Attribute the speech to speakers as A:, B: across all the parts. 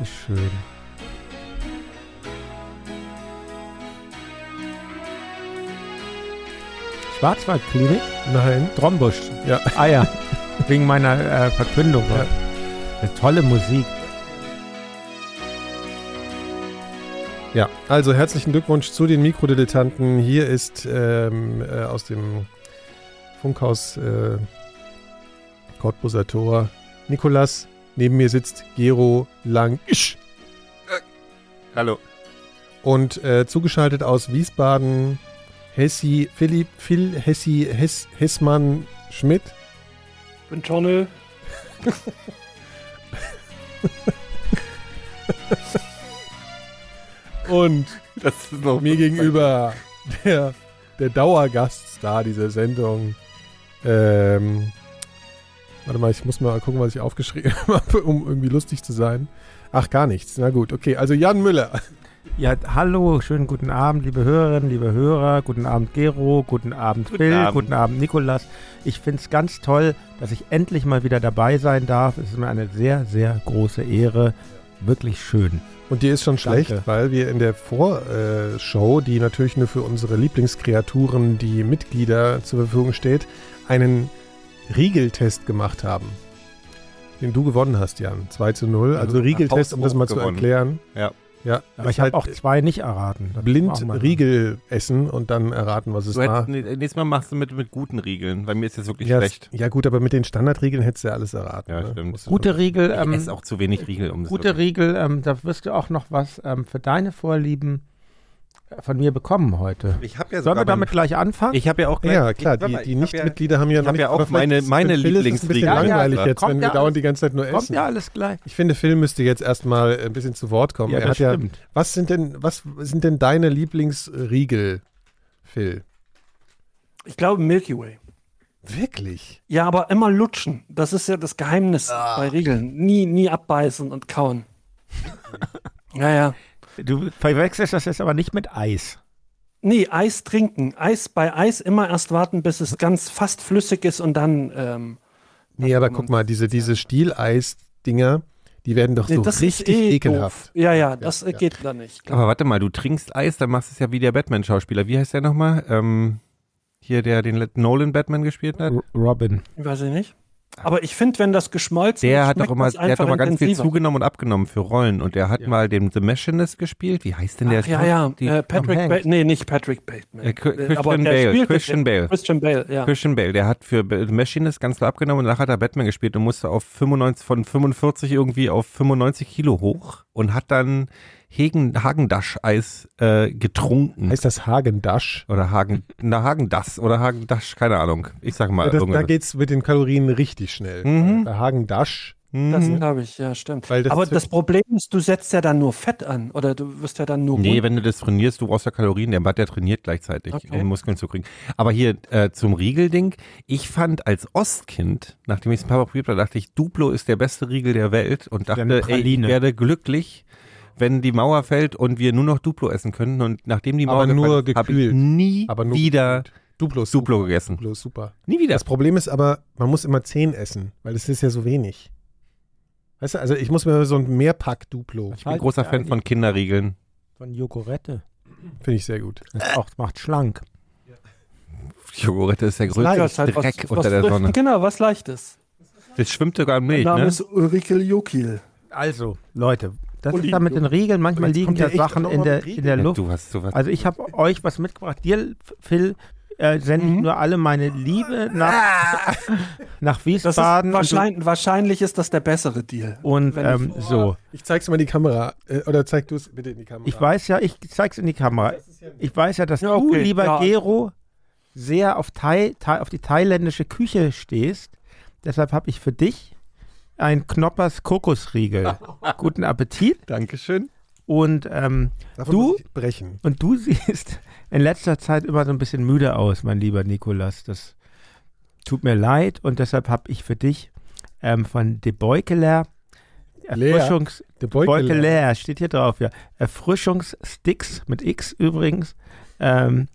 A: Ist schön. Schwarzwaldklinik?
B: Nein.
A: Trombusch.
B: Ja.
A: Ah ja, wegen meiner äh, Verkündung.
B: Ja.
A: Eine tolle Musik.
B: Ja, also herzlichen Glückwunsch zu den Mikrodilettanten. Hier ist ähm, äh, aus dem Funkhaus äh, Cottbuser Tor Nikolas. Neben mir sitzt Gero Langisch.
C: Hallo.
B: Und äh, zugeschaltet aus Wiesbaden Hessi, Philipp, Phil Hessi, Hess, Hessmann Schmidt.
D: Bin Johnny.
B: Und
C: Das ist noch
B: mir gegenüber der, der Dauergaststar dieser Sendung. Ähm, warte mal, ich muss mal gucken, was ich aufgeschrieben habe, um irgendwie lustig zu sein. Ach, gar nichts. Na gut, okay. Also Jan Müller.
A: Ja, hallo, schönen guten Abend, liebe Hörerinnen, liebe Hörer. Guten Abend, Gero. Guten Abend, Phil.
C: Abend.
A: Guten Abend, Nikolas. Ich finde es ganz toll, dass ich endlich mal wieder dabei sein darf. Es ist mir eine sehr, sehr große Ehre. Wirklich schön.
B: Und dir ist schon schlecht,
A: Danke.
B: weil wir in der Vorshow, die natürlich nur für unsere Lieblingskreaturen, die Mitglieder zur Verfügung steht, einen Riegeltest gemacht haben. Den du gewonnen hast, Jan. 2 zu 0. Also
C: Ja,
B: Riegeltest, um das mal zu
C: gewonnen.
B: erklären.
C: Ja.
B: Ja,
A: Aber
B: ist
A: ich habe
B: halt-
A: auch zwei nicht erraten. Das muss
B: blind
A: man auch mal-
B: Riegel essen und dann erraten, was es
C: Du
B: war.
C: hättest, nee, nächstes Mal machst du mit, mit guten Riegeln. Bei mir ist jetzt wirklich
B: Ja,
C: schlecht.
B: ja gut, aber mit den Standardriegeln hättest du ja alles erraten.
C: Ja,
B: ne?
C: stimmt.
B: Musst du-
A: Gute Riegel.
C: Ich
A: Ähm,
C: esse auch zu wenig Riegel, um das
A: Gute
C: wirklich-
A: Riegel, ähm, da wirst du auch noch was ähm, für deine Vorlieben äh, von mir bekommen heute.
C: Ich habe ja
A: Sollen
C: sogar
A: wir damit
C: mein-
A: gleich anfangen?
C: Ich habe ja auch gleich-
B: Ja, klar,
C: ich- warte
B: die,
C: mal,
B: die
C: ich hab ja-
B: Nichtmitglieder haben ja
C: ich
B: noch
C: hab ja
B: nicht-
C: auch
B: aber vielleicht
C: meine-
B: ist-
C: meine
B: für Phil ist es ein bisschen
C: Lieblingsriegel.
A: Ja, ja,
B: langweilig
A: da
B: jetzt,
A: kommt
B: wenn
A: ja
B: wir dauernd
A: alles-
B: die ganze Zeit nur
A: Kommt
B: essen.
A: ja alles gleich.
B: Ich finde, Phil müsste jetzt erstmal ein bisschen zu Wort kommen.
A: Ja,
B: er
A: das
B: hat ja,
A: stimmt.
B: was sind denn, was sind denn deine Lieblingsriegel, Phil?
D: Ich glaube Milky Way.
B: Wirklich?
D: Ja, aber immer lutschen. Das ist ja das Geheimnis bei Riegeln. Nie, nie abbeißen und kauen. ja, ja.
A: Du verwechselst das jetzt aber nicht mit Eis.
D: Nee, Eis trinken. Eis bei Eis immer erst warten, bis es ganz fast flüssig ist und dann. Ähm,
B: Nee, aber guck mal, diese, diese Stieleis-Dinger, die werden doch
D: nee,
B: so
D: das
B: richtig
D: ist eh
B: ekelhaft.
D: Doof. Ja, ja, das äh, geht da nicht.
C: Aber warte mal, du trinkst Eis, dann machst du es ja wie der Batman-Schauspieler. Wie heißt der nochmal? Ähm, hier, der den Let- Nolan Batman gespielt hat.
A: Robin.
D: Ich weiß ich nicht. Aber ich finde, wenn das geschmolzen
C: Der hat
D: schmeckt
C: doch immer,
D: das
C: der hat doch
D: einfach
C: mal ganz viel
D: intensiver.
C: zugenommen und abgenommen für Rollen. Und der hat mal den The Machinist gespielt. Wie heißt denn der?
D: Ach, ja, ja.
C: Die,
D: äh, Patrick
A: Hanks.
D: Bale. Nee, nicht Patrick Bateman.
C: Äh, Cr-
D: Äh,
C: Christian
D: aber der
C: Bale,
D: spielte-
C: Christian Bale.
D: Christian Bale, ja.
C: Christian Bale, der hat für B- The Machinist ganz viel abgenommen und danach hat er Batman gespielt und musste auf 95, von 45 irgendwie auf 95 Kilo hoch und hat dann Hegen, Hagendasch-Eis äh, getrunken.
B: Heißt das Hagendasch?
C: Oder Hagen, na Hagendass oder Hagendasch, keine Ahnung. Ich sag mal
B: Ja, Äh, das, da
C: irgendwas.
B: geht's mit den Kalorien richtig schnell. Äh,
C: Mhm.
B: Bei Hagendasch
C: Mhm.
D: Das glaube ich, ja, stimmt.
B: Weil das
D: Aber
B: ist-
D: das Problem ist, du setzt ja dann nur Fett an oder du wirst ja dann nur.
C: Nee,
D: rund.
C: wenn du das trainierst, du brauchst ja Kalorien. Der Bad, der trainiert gleichzeitig,
D: Okay.
C: um Muskeln zu kriegen. Aber hier äh, zum Riegelding. Ich fand als Ostkind, nachdem ich es ein paar Mal probiert habe, dachte ich, Duplo ist der beste Riegel der Welt und
A: eine
C: dachte, ey, ich
A: Praline.
C: werde glücklich, wenn die Mauer fällt und wir nur noch Duplo essen könnten. Und nachdem die Mauer
B: Aber nur
C: gefallen ist, habe ich
B: gekühlt.
C: nie
B: Aber nur
C: wieder
B: gekühlt. Duplo ist
C: Duplo
B: super.
C: gegessen.
B: Duplo ist super.
C: Nie wieder.
B: Das Problem ist aber, man muss immer 10 essen, weil es ist ja so wenig. Weißt du, also ich muss mir so ein Mehrpack Duplo,
C: Ich bin
A: halt.
C: ein großer Fan von Kinderriegeln.
A: Von Jogurette.
B: finde ich sehr gut.
A: Das auch, macht schlank.
C: Joghurt ist der
D: Ja,
C: größte
D: ist halt was-
C: Dreck
D: was
C: unter der
D: Frisch-
C: Sonne.
D: Genau, was Leichtes.
C: Das schwimmt sogar im Milch,
D: Name
C: ne?
D: ist äh, Ulrike Jokil.
A: Also, Leute, das ist
D: Uli,
A: da mit den Riegeln. Manchmal
B: jetzt
A: liegen
B: kommt ja
A: da
B: echt
A: Sachen
B: auch noch
A: in
B: mal
A: der,
B: mit
A: in
B: Riegeln.
A: der Luft.
C: Du hast sowas.
A: Also ich habe euch was mitgebracht. Dir, Phil, äh, sende
B: Mhm.
A: ich nur alle meine Liebe
B: Ah!
A: nach, nach
D: Das ist
A: Wiesbaden.
D: wahrscheinlich, wahrscheinlich ist das der bessere Deal.
A: und und
D: wenn
A: ähm,
D: ich-
A: so.
B: Ich zeig's mal in die Kamera. Äh, oder zeig du es bitte in die Kamera.
A: Ich weiß ja, ich zeig's in die Kamera. Ich weiß ja, dass
D: Ja,
A: du,
D: okay,
A: lieber
D: ja.
A: Gero, sehr auf, Thai, Thai, auf die thailändische Küche stehst. Deshalb habe ich für dich ein Knoppers Kokosriegel. Guten Appetit.
C: Dankeschön.
A: Und, ähm,
B: Davon
A: du-
B: muss ich brechen.
A: und du siehst in letzter Zeit immer so ein bisschen müde aus, mein lieber Nikolas. Das tut mir leid. Und deshalb habe ich für dich ähm, von De Beukeler
B: Lea.
A: Erfrischungs
B: Der
A: Beutel
B: Beutel.
A: leer, steht hier drauf, ja. Erfrischungssticks mit X übrigens. Ähm,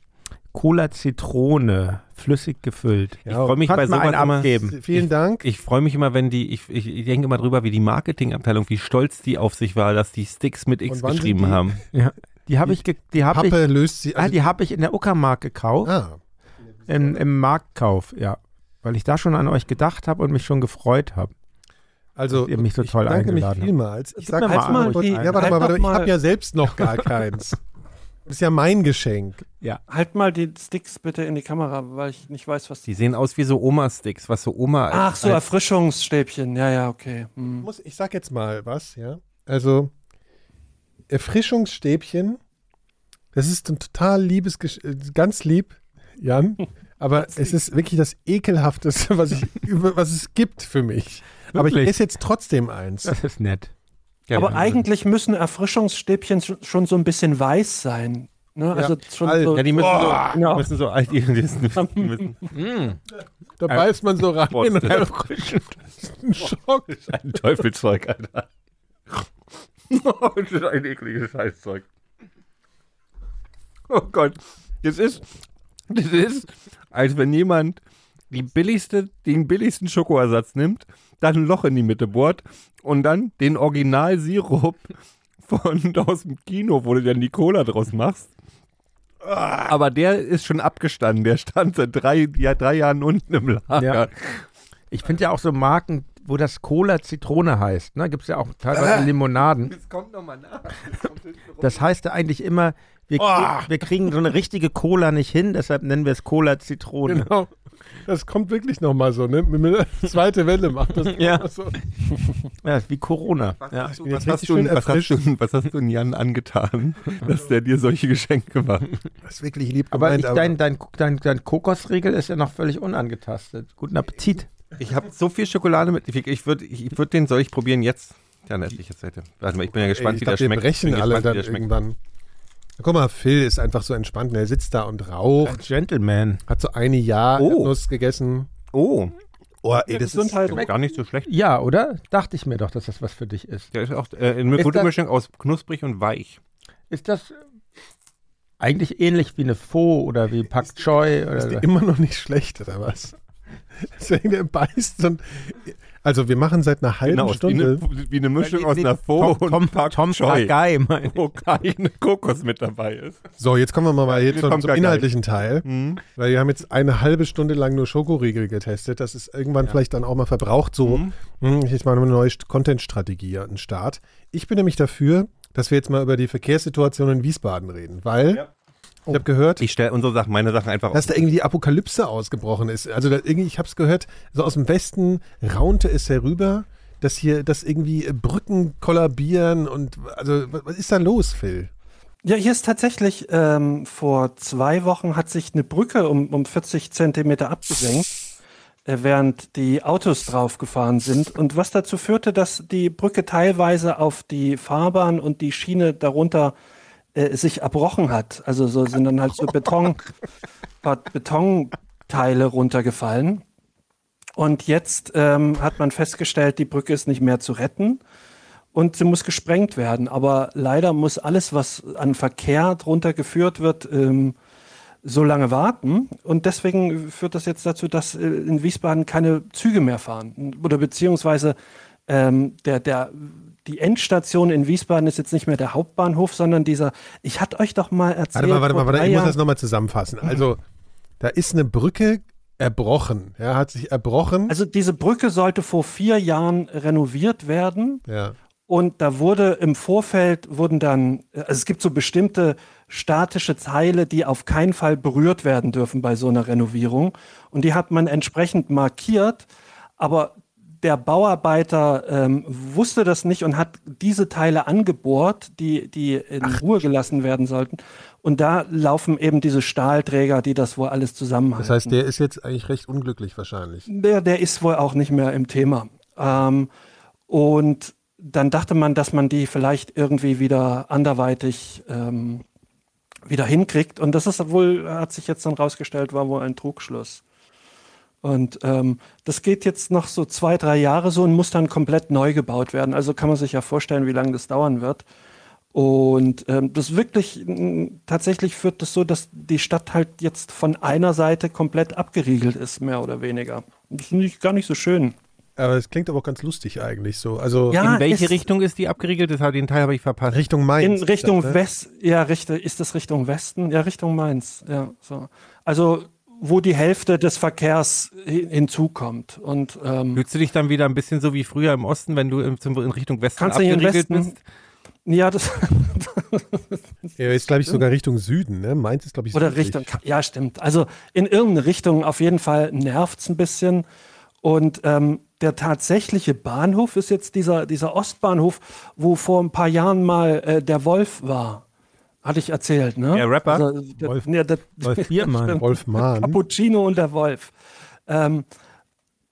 A: Cola Zitrone, flüssig gefüllt.
C: Ich freue mich
A: Kannst
C: bei
A: mal
C: sowas
A: einen
C: immer.
A: abgeben.
B: Vielen Dank.
C: Ich freue mich immer, wenn die, ich, ich, ich denke immer drüber, wie die Marketingabteilung, wie stolz die auf sich war, dass die Sticks mit X
B: Und wann sind
C: geschrieben
B: die?
C: haben.
A: Die habe ich, ge- die habe ich,
B: Pappe löst sie.
A: ah,
B: Also,
A: die habe ich in der Uckermark gekauft,
B: ah,
A: im, im Marktkauf, ja. Weil ich da schon an euch gedacht habe und mich schon gefreut habe.
B: also
A: dass ihr mich so
B: ich
A: toll
B: danke mich
A: eingeladen habt.
B: vielmals. Ich
A: Gib mir mal
B: mal,
A: einen
B: kurz-
A: die-
B: ja, warte
D: halt
B: mal, warte,
D: doch
B: ich habe
D: mal.
B: ja selbst noch gar keins. Das ist ja mein Geschenk.
D: Halt mal die Sticks bitte in die Kamera, weil ich nicht weiß, was die.
C: Die sehen aus wie so Oma-Sticks, was so Oma
D: Ach so,
C: als,
D: Erfrischungsstäbchen. Ja, ja, okay. Hm.
B: Muss, ich sag jetzt mal was, ja. Also, Erfrischungsstäbchen, das ist ein total liebes, Gesch- äh, ganz lieb, Jan. Aber es ist wirklich das ekelhafteste, was, ich, über- was es gibt für mich. Aber ich
A: Wirklich?
B: esse jetzt trotzdem eins.
A: Das ist nett.
C: Ja,
D: Aber
C: ja.
D: eigentlich müssen Erfrischungsstäbchen sch- schon so ein bisschen weiß sein. Ne? Also schon
B: Alter.
D: so,
C: Ja, die müssen so,
D: genau.
C: müssen so alt, die
B: Genau.
C: müssen, die müssen
B: Da beißt man so rein
C: Boah,
B: und hat einen Schock.
C: ein Teufelzeug, Alter. das ist ein ekliges Scheißzeug. Oh Gott. Das ist, das ist, als wenn jemand die billigste, den billigsten Schokoersatz nimmt, dann ein Loch in die Mitte bohrt und dann den Originalsirup von aus dem Kino, wo du dann die Cola draus machst. Aber der ist schon abgestanden. Der stand seit drei, ja, drei Jahren unten im Lager.
A: Ich finde ja auch so Marken, wo das Cola Zitrone heißt. Ne? Gibt es ja auch
B: Ah.
A: teilweise Limonaden.
C: Das kommt nochmal nach.
A: Das heißt ja eigentlich immer, wir, krie- wir kriegen so eine richtige Cola nicht hin, deshalb nennen wir es Cola Zitrone.
B: Genau. Das kommt wirklich nochmal so, ne? Mit- mit- Zweite Welle macht das.
A: Ja.
B: So.
A: Ja, ist wie Corona.
C: Was,
A: Ja.
C: hast du,
B: bin
C: was,
B: jetzt
C: hast
B: richtig
C: du,
B: schön
C: was, hast du, was hast du denn Jan angetan, dass der dir solche Geschenke macht?
B: Das ist wirklich lieb
A: Aber
B: gemeint,
A: ich, dein, dein, dein, dein Kokosriegel ist ja noch völlig unangetastet. Guten Appetit.
C: Ich habe so viel Schokolade mit. Ich würde ich würd den, soll ich probieren jetzt? Ja, natürlich jetzt hätte. Warte mal, ich bin ja
B: Ey,
C: gespannt,
B: ich
C: wie
B: glaub,
C: der schmeckt.
B: Wir brechen
C: ich bin
B: alle
C: gespannt,
B: dann
C: wie der schmeckt.
B: irgendwann. Guck mal, Phil ist einfach so entspannt. Er sitzt da und raucht.
A: Gentleman.
B: Hat so eine Jahr
C: Oh.
B: Nuss gegessen.
C: Oh,
B: Oh, ey, das ist,
D: Gesundheit.
C: schmeckt gar nicht so schlecht.
A: Ja, oder? Dachte ich mir doch, dass das was für dich ist.
C: Der ist auch äh, eine
A: Ist
C: gute
A: das-
C: Mischung aus knusprig und weich.
A: Ist das äh, eigentlich ähnlich wie eine Pho oder wie Pak Choi? Oder
B: ist die immer noch nicht schlecht, oder was? Deswegen der beißt und. Also, wir machen seit einer halben
C: Genau, wie
B: Stunde.
C: eine, wie eine Mischung aus
A: Nee,
C: einer Pho
A: Tom,
C: und
A: Tom,
C: Pak
A: Tom
C: Choi,
A: Pagai, meine ich.
C: wo keine Kokos mit dabei ist.
B: So, jetzt kommen wir mal hier
C: Wir
B: zum,
C: kommen
B: zum
C: da gleich.
B: inhaltlichen Teil.
C: Mhm.
B: Weil wir haben jetzt eine halbe Stunde lang nur Schokoriegel getestet. Das ist irgendwann vielleicht dann auch mal verbraucht. So,
C: Mhm.
B: hm, jetzt mal eine neue St- Content-Strategie an den Start. Ich bin nämlich dafür, dass wir jetzt mal über die Verkehrssituation in Wiesbaden reden. Weil
C: Ja. Oh.
B: ich habe gehört,
C: Ich stelle unsere Sachen, meine Sachen einfach
B: dass da irgendwie die Apokalypse ausgebrochen ist. Also da irgendwie, ich habe es gehört, so aus dem Westen raunte es herüber, dass hier, dass irgendwie äh, Brücken kollabieren und also wa- was ist da los, Phil?
D: Ja, hier ist tatsächlich, ähm, vor zwei Wochen hat sich eine Brücke um, um 40 Zentimeter abgesenkt, äh, während die Autos draufgefahren sind. Und was dazu führte, dass die Brücke teilweise auf die Fahrbahn und die Schiene darunter äh, sich erbrochen hat. Also so sind dann halt so Beton, paar Betonteile runtergefallen. Und jetzt ähm, hat man festgestellt, die Brücke ist nicht mehr zu retten und sie muss gesprengt werden. Aber leider muss alles, was an Verkehr drunter geführt wird, ähm, so lange warten. Und deswegen führt das jetzt dazu, dass äh, in Wiesbaden keine Züge mehr fahren. Oder beziehungsweise ähm, der, der, die Endstation in Wiesbaden ist jetzt nicht mehr der Hauptbahnhof, sondern dieser, ich hatte euch doch mal erzählt.
B: Warte mal, warte mal,
D: vor
B: warte,
D: drei
B: ich muss
D: Jahren-
B: das nochmal zusammenfassen. Also da ist eine Brücke erbrochen, ja, hat sich erbrochen.
D: Also diese Brücke sollte vor vier Jahren renoviert werden.
B: ja.
D: Und da wurde im Vorfeld wurden dann, also es gibt so bestimmte statische Teile, die auf keinen Fall berührt werden dürfen bei so einer Renovierung. Und die hat man entsprechend markiert. Aber der Bauarbeiter ähm, wusste das nicht und hat diese Teile angebohrt, die, die in Ruhe gelassen werden sollten. Und da laufen eben diese Stahlträger, die das wohl alles zusammenhalten.
B: Das heißt, der ist jetzt eigentlich recht unglücklich wahrscheinlich.
D: Der, der ist wohl auch nicht mehr im Thema. Ähm, und dann dachte man, dass man die vielleicht irgendwie wieder anderweitig ähm, wieder hinkriegt. Und das ist wohl, hat sich jetzt dann rausgestellt, war wohl ein Trugschluss. Und ähm, das geht jetzt noch so zwei, drei Jahre so und muss dann komplett neu gebaut werden. Also kann man sich ja vorstellen, wie lange das dauern wird. Und ähm, das wirklich, m, tatsächlich führt das so, dass die Stadt halt jetzt von einer Seite komplett abgeriegelt ist, mehr oder weniger. Das ist nicht, gar nicht so schön.
B: Aber es klingt aber auch ganz lustig eigentlich so. Also
D: Ja,
C: In welche
D: ist-
C: Richtung ist die abgeriegelt? Das, den Teil habe ich verpasst.
B: Richtung Mainz.
D: In Richtung
B: ne?
D: West, ja, Richtung, ist das Richtung Westen? Ja, Richtung Mainz, ja, so. Also, wo die Hälfte des Verkehrs hin, hinzukommt. Und ähm,
C: Fühlst du dich dann wieder ein bisschen so wie früher im Osten, wenn du im, zum- in Richtung Westen
D: Kannst du nicht in den
C: abgeriegelt
D: Westen-
C: bist?
D: ja, das,
B: Ja, ist, glaube ich, sogar Richtung Süden. Ne? Mainz ist, glaube ich,
D: Oder
B: südlich.
D: Richtung, ja, stimmt. Also in irgendeine Richtung auf jeden Fall nervt es ein bisschen. Und ähm, der tatsächliche Bahnhof ist jetzt dieser, dieser Ostbahnhof, wo vor ein paar Jahren mal äh, der Wolf war. Hatte ich erzählt, ne?
C: Der Rapper?
D: Also, der,
B: Wolf. Mhm.
D: Ja, der,
A: Wolf Biermann.
B: Wolf Mahn.
D: Cappuccino und der Wolf. Ähm,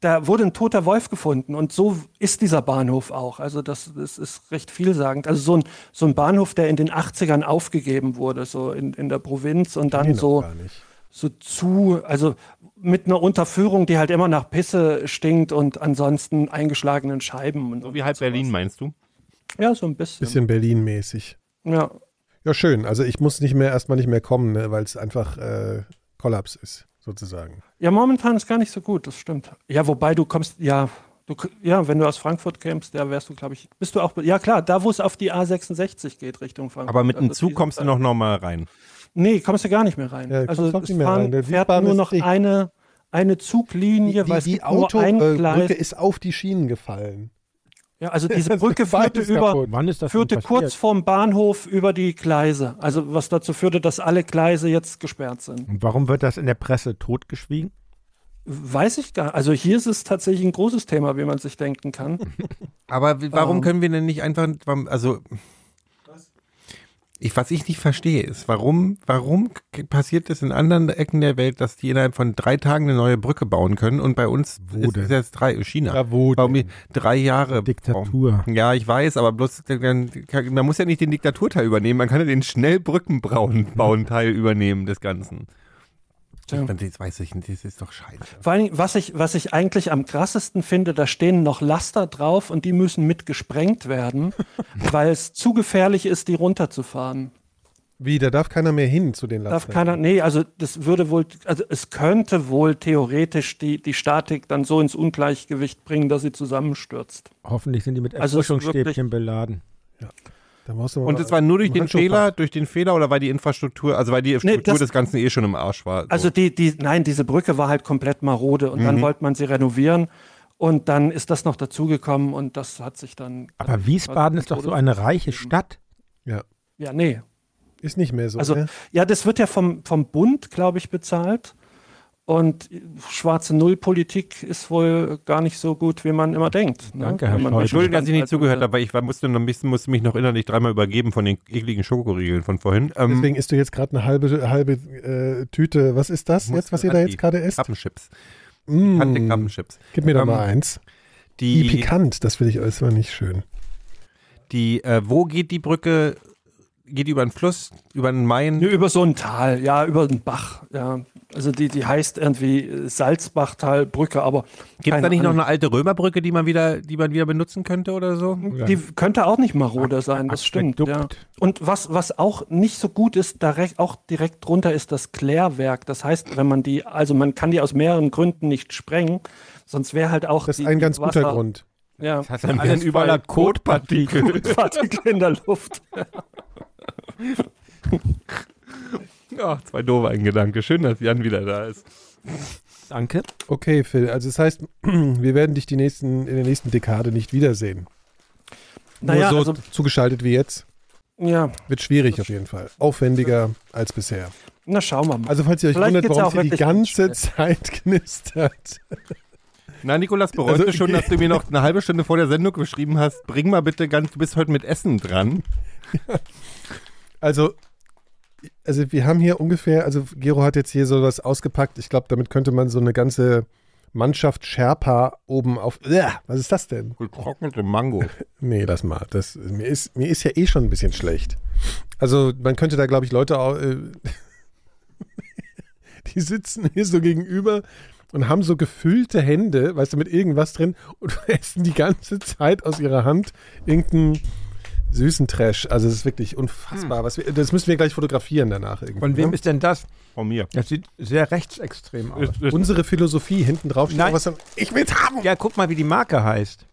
D: da wurde ein toter Wolf gefunden und so ist dieser Bahnhof auch. Also das, das ist recht vielsagend. Also so ein, so ein Bahnhof, der in den 80ern aufgegeben wurde, so in, in der Provinz und dann
B: Nee, noch
D: so
B: gar nicht.
D: so zu, also mit einer Unterführung, die halt immer nach Pisse stinkt und ansonsten eingeschlagenen Scheiben. Und
C: So wie halb Berlin, meinst du?
D: Ja, so ein bisschen.
B: Bisschen Berlin-mäßig.
D: Ja.
B: Ja, schön. Also ich muss nicht mehr erstmal nicht mehr kommen, ne? weil es einfach äh, Kollaps ist, sozusagen.
D: ja, momentan ist gar nicht so gut, das stimmt. Ja, wobei du kommst, ja, du, k- ja, wenn du aus Frankfurt kämst, da wärst du, glaube ich, bist du auch, ja klar, da wo es auf die A66 geht, Richtung Frankfurt.
C: Aber mit dem
D: Also
C: Zug
D: die-
C: kommst du noch normal rein.
D: Nee, kommst du gar nicht mehr rein.
B: Ja,
D: also
B: kommst auch
D: es
B: nicht mehr
D: fahren,
B: rein. Der
D: fährt
B: Wiesbaden
D: nur
B: ist
D: noch
B: dicht.
D: eine, eine Zuglinie, weil es gibt nur ein Gleis.
B: äh, Brücke ist auf die Schienen gefallen.
D: Ja, also diese Brücke führte
B: Beides
D: über,
B: kaputt.
A: Wann ist das
D: führte
A: denn
D: kurz
A: passiert?
D: vorm Bahnhof über die Gleise. Also was dazu führte, dass alle Gleise jetzt gesperrt sind.
A: Und Warum wird das in der Presse totgeschwiegen?
D: Weiß ich gar Also hier ist es tatsächlich ein großes Thema, wie man sich denken kann.
C: Aber w- warum
D: Ähm.
C: können wir denn nicht einfach, warum- also ich, was ich nicht verstehe ist, warum, warum k- passiert es in anderen Ecken der Welt, dass die innerhalb von drei Tagen eine neue Brücke bauen können und bei uns ist
A: denn?
C: es jetzt drei, China,
B: Ja, wo
C: warum
B: denn?
C: die drei Jahre
A: Diktatur.
C: brauchen. Ja, ich weiß, aber bloß, dann kann- man muss ja nicht den Diktaturteil übernehmen, man kann ja den schnell Brückenbauen-Teil übernehmen des Ganzen. Ich
D: Tja.
C: fand, das weiß ich nicht, das ist doch scheiße.
D: Vor allem, was ich, was ich eigentlich am krassesten finde, da stehen noch Laster drauf und die müssen mit gesprengt werden, weil es zu gefährlich ist, die runterzufahren.
B: Wie, da darf keiner mehr hin zu den
D: Darf
B: Lastern.
D: keiner, nee, also das würde wohl, also es könnte wohl theoretisch die, die Statik dann so ins Ungleichgewicht bringen, dass sie zusammenstürzt.
A: Hoffentlich sind die mit
D: Also es ist
A: Erfrischungsstäbchen
D: wirklich-
A: beladen.
B: Da brauchst du mal
C: Und es war nur durch
B: einen
C: den
B: Handschuh
C: Fehler,
B: packen.
C: durch den Fehler oder weil die Infrastruktur, also weil die Struktur
D: das-
C: des Ganzen eh schon im Arsch war. So. Mhm.
D: Also die, die, nein, diese Brücke war halt komplett marode und dann wollte man sie renovieren und dann ist das noch dazugekommen und das hat sich dann.
A: Aber Wiesbaden ist doch so eine reiche Stadt.
B: Ja,
D: Ja, nee.
B: ist nicht mehr so.
D: Also
B: ne?
D: ja, das wird ja vom, vom Bund, glaube ich, bezahlt. Und schwarze Null-Politik ist wohl gar nicht so gut, wie man immer denkt. Ne?
A: Danke, Herr
D: Wenn man
A: Schäuble.
C: Entschuldigung, dass ich nicht
D: als-
C: zugehört habe, weil ich war- musste, noch ein bisschen, musste mich noch innerlich dreimal übergeben von den ekligen Schokoriegeln von vorhin. Ähm,
B: Deswegen isst du jetzt gerade eine halbe, halbe äh, Tüte. Was ist das jetzt, was ihr da jetzt gerade isst?
C: Kappenchips.
B: Mm,
D: Hm.
C: Kannte Kappenchips.
B: gib mir doch
C: Ähm,
B: mal eins. Wie
C: Die,
B: pikant, das finde ich alles immer nicht schön.
C: die äh, wo geht die Brücke? Geht die über einen Fluss, über einen Main?
D: Nee, über so ein Tal, ja, über einen Bach. Ja. Also die, die heißt irgendwie äh, Salzbachtalbrücke, aber.
C: Gibt es
D: keine
C: da nicht noch
D: Ahnung.
C: eine alte Römerbrücke, die man wieder, die man wieder benutzen könnte oder so?
D: Die könnte auch nicht marode sein, das stimmt. Ja.
A: Aquädukt.
D: Und was, was auch nicht so gut ist, da recht, auch direkt drunter ist das Klärwerk. Das heißt, wenn man die, also man kann die aus mehreren Gründen nicht sprengen, sonst wäre halt auch.
B: Das
D: die,
B: ist ein ganz
D: die Wasser-
B: guter Grund.
D: Ja,
C: Das dann werden überall Kotpartikel.
D: Partikel in der Luft.
C: Ja, zwei doofe ein Gedanke. Schön, dass Jan wieder da ist.
A: Danke.
B: Okay, Phil, also das heißt, wir werden dich die nächsten, in der nächsten Dekade nicht wiedersehen.
D: Naja,
B: Nur so
D: also,
B: zugeschaltet wie jetzt.
D: ja,
B: Wird schwierig auf jeden Fall. Aufwendiger als bisher.
D: na schauen wir mal.
B: Also falls ihr euch
D: Vielleicht
B: wundert,
D: geht's
B: warum
D: auch
B: es hier die
D: wirklich
B: ganze
D: ganz
B: Zeit knistert.
C: Na, Nikolas, bereust
B: Also,
C: du schon, dass du mir noch eine halbe Stunde vor der Sendung geschrieben hast, bring mal bitte ganz, du bist heute mit Essen dran.
B: Also, also wir haben hier ungefähr, also Gero hat jetzt hier sowas ausgepackt. Ich glaube, damit könnte man so eine ganze Mannschaft Sherpa oben auf. Uah, was ist das denn?
C: Getrocknete Mango.
B: Nee, lass mal. Das, mir, ist, mir ist ja eh schon ein bisschen schlecht. Also man könnte da, glaube ich, Leute auch. Äh, die sitzen hier so gegenüber und haben so gefüllte Hände, weißt du, mit irgendwas drin und essen die ganze Zeit aus ihrer Hand irgendein süßen Trash. Also es ist wirklich unfassbar. Was wir, das müssen wir gleich fotografieren danach irgendwie.
A: Hm. Von wem
B: ne?
A: ist denn das?
C: Von mir.
A: Das sieht sehr rechtsextrem aus.
B: Unsere Philosophie hinten drauf steht
A: Nein.
B: auch was dann, Ich will's haben!
A: Ja, guck mal, wie die Marke heißt.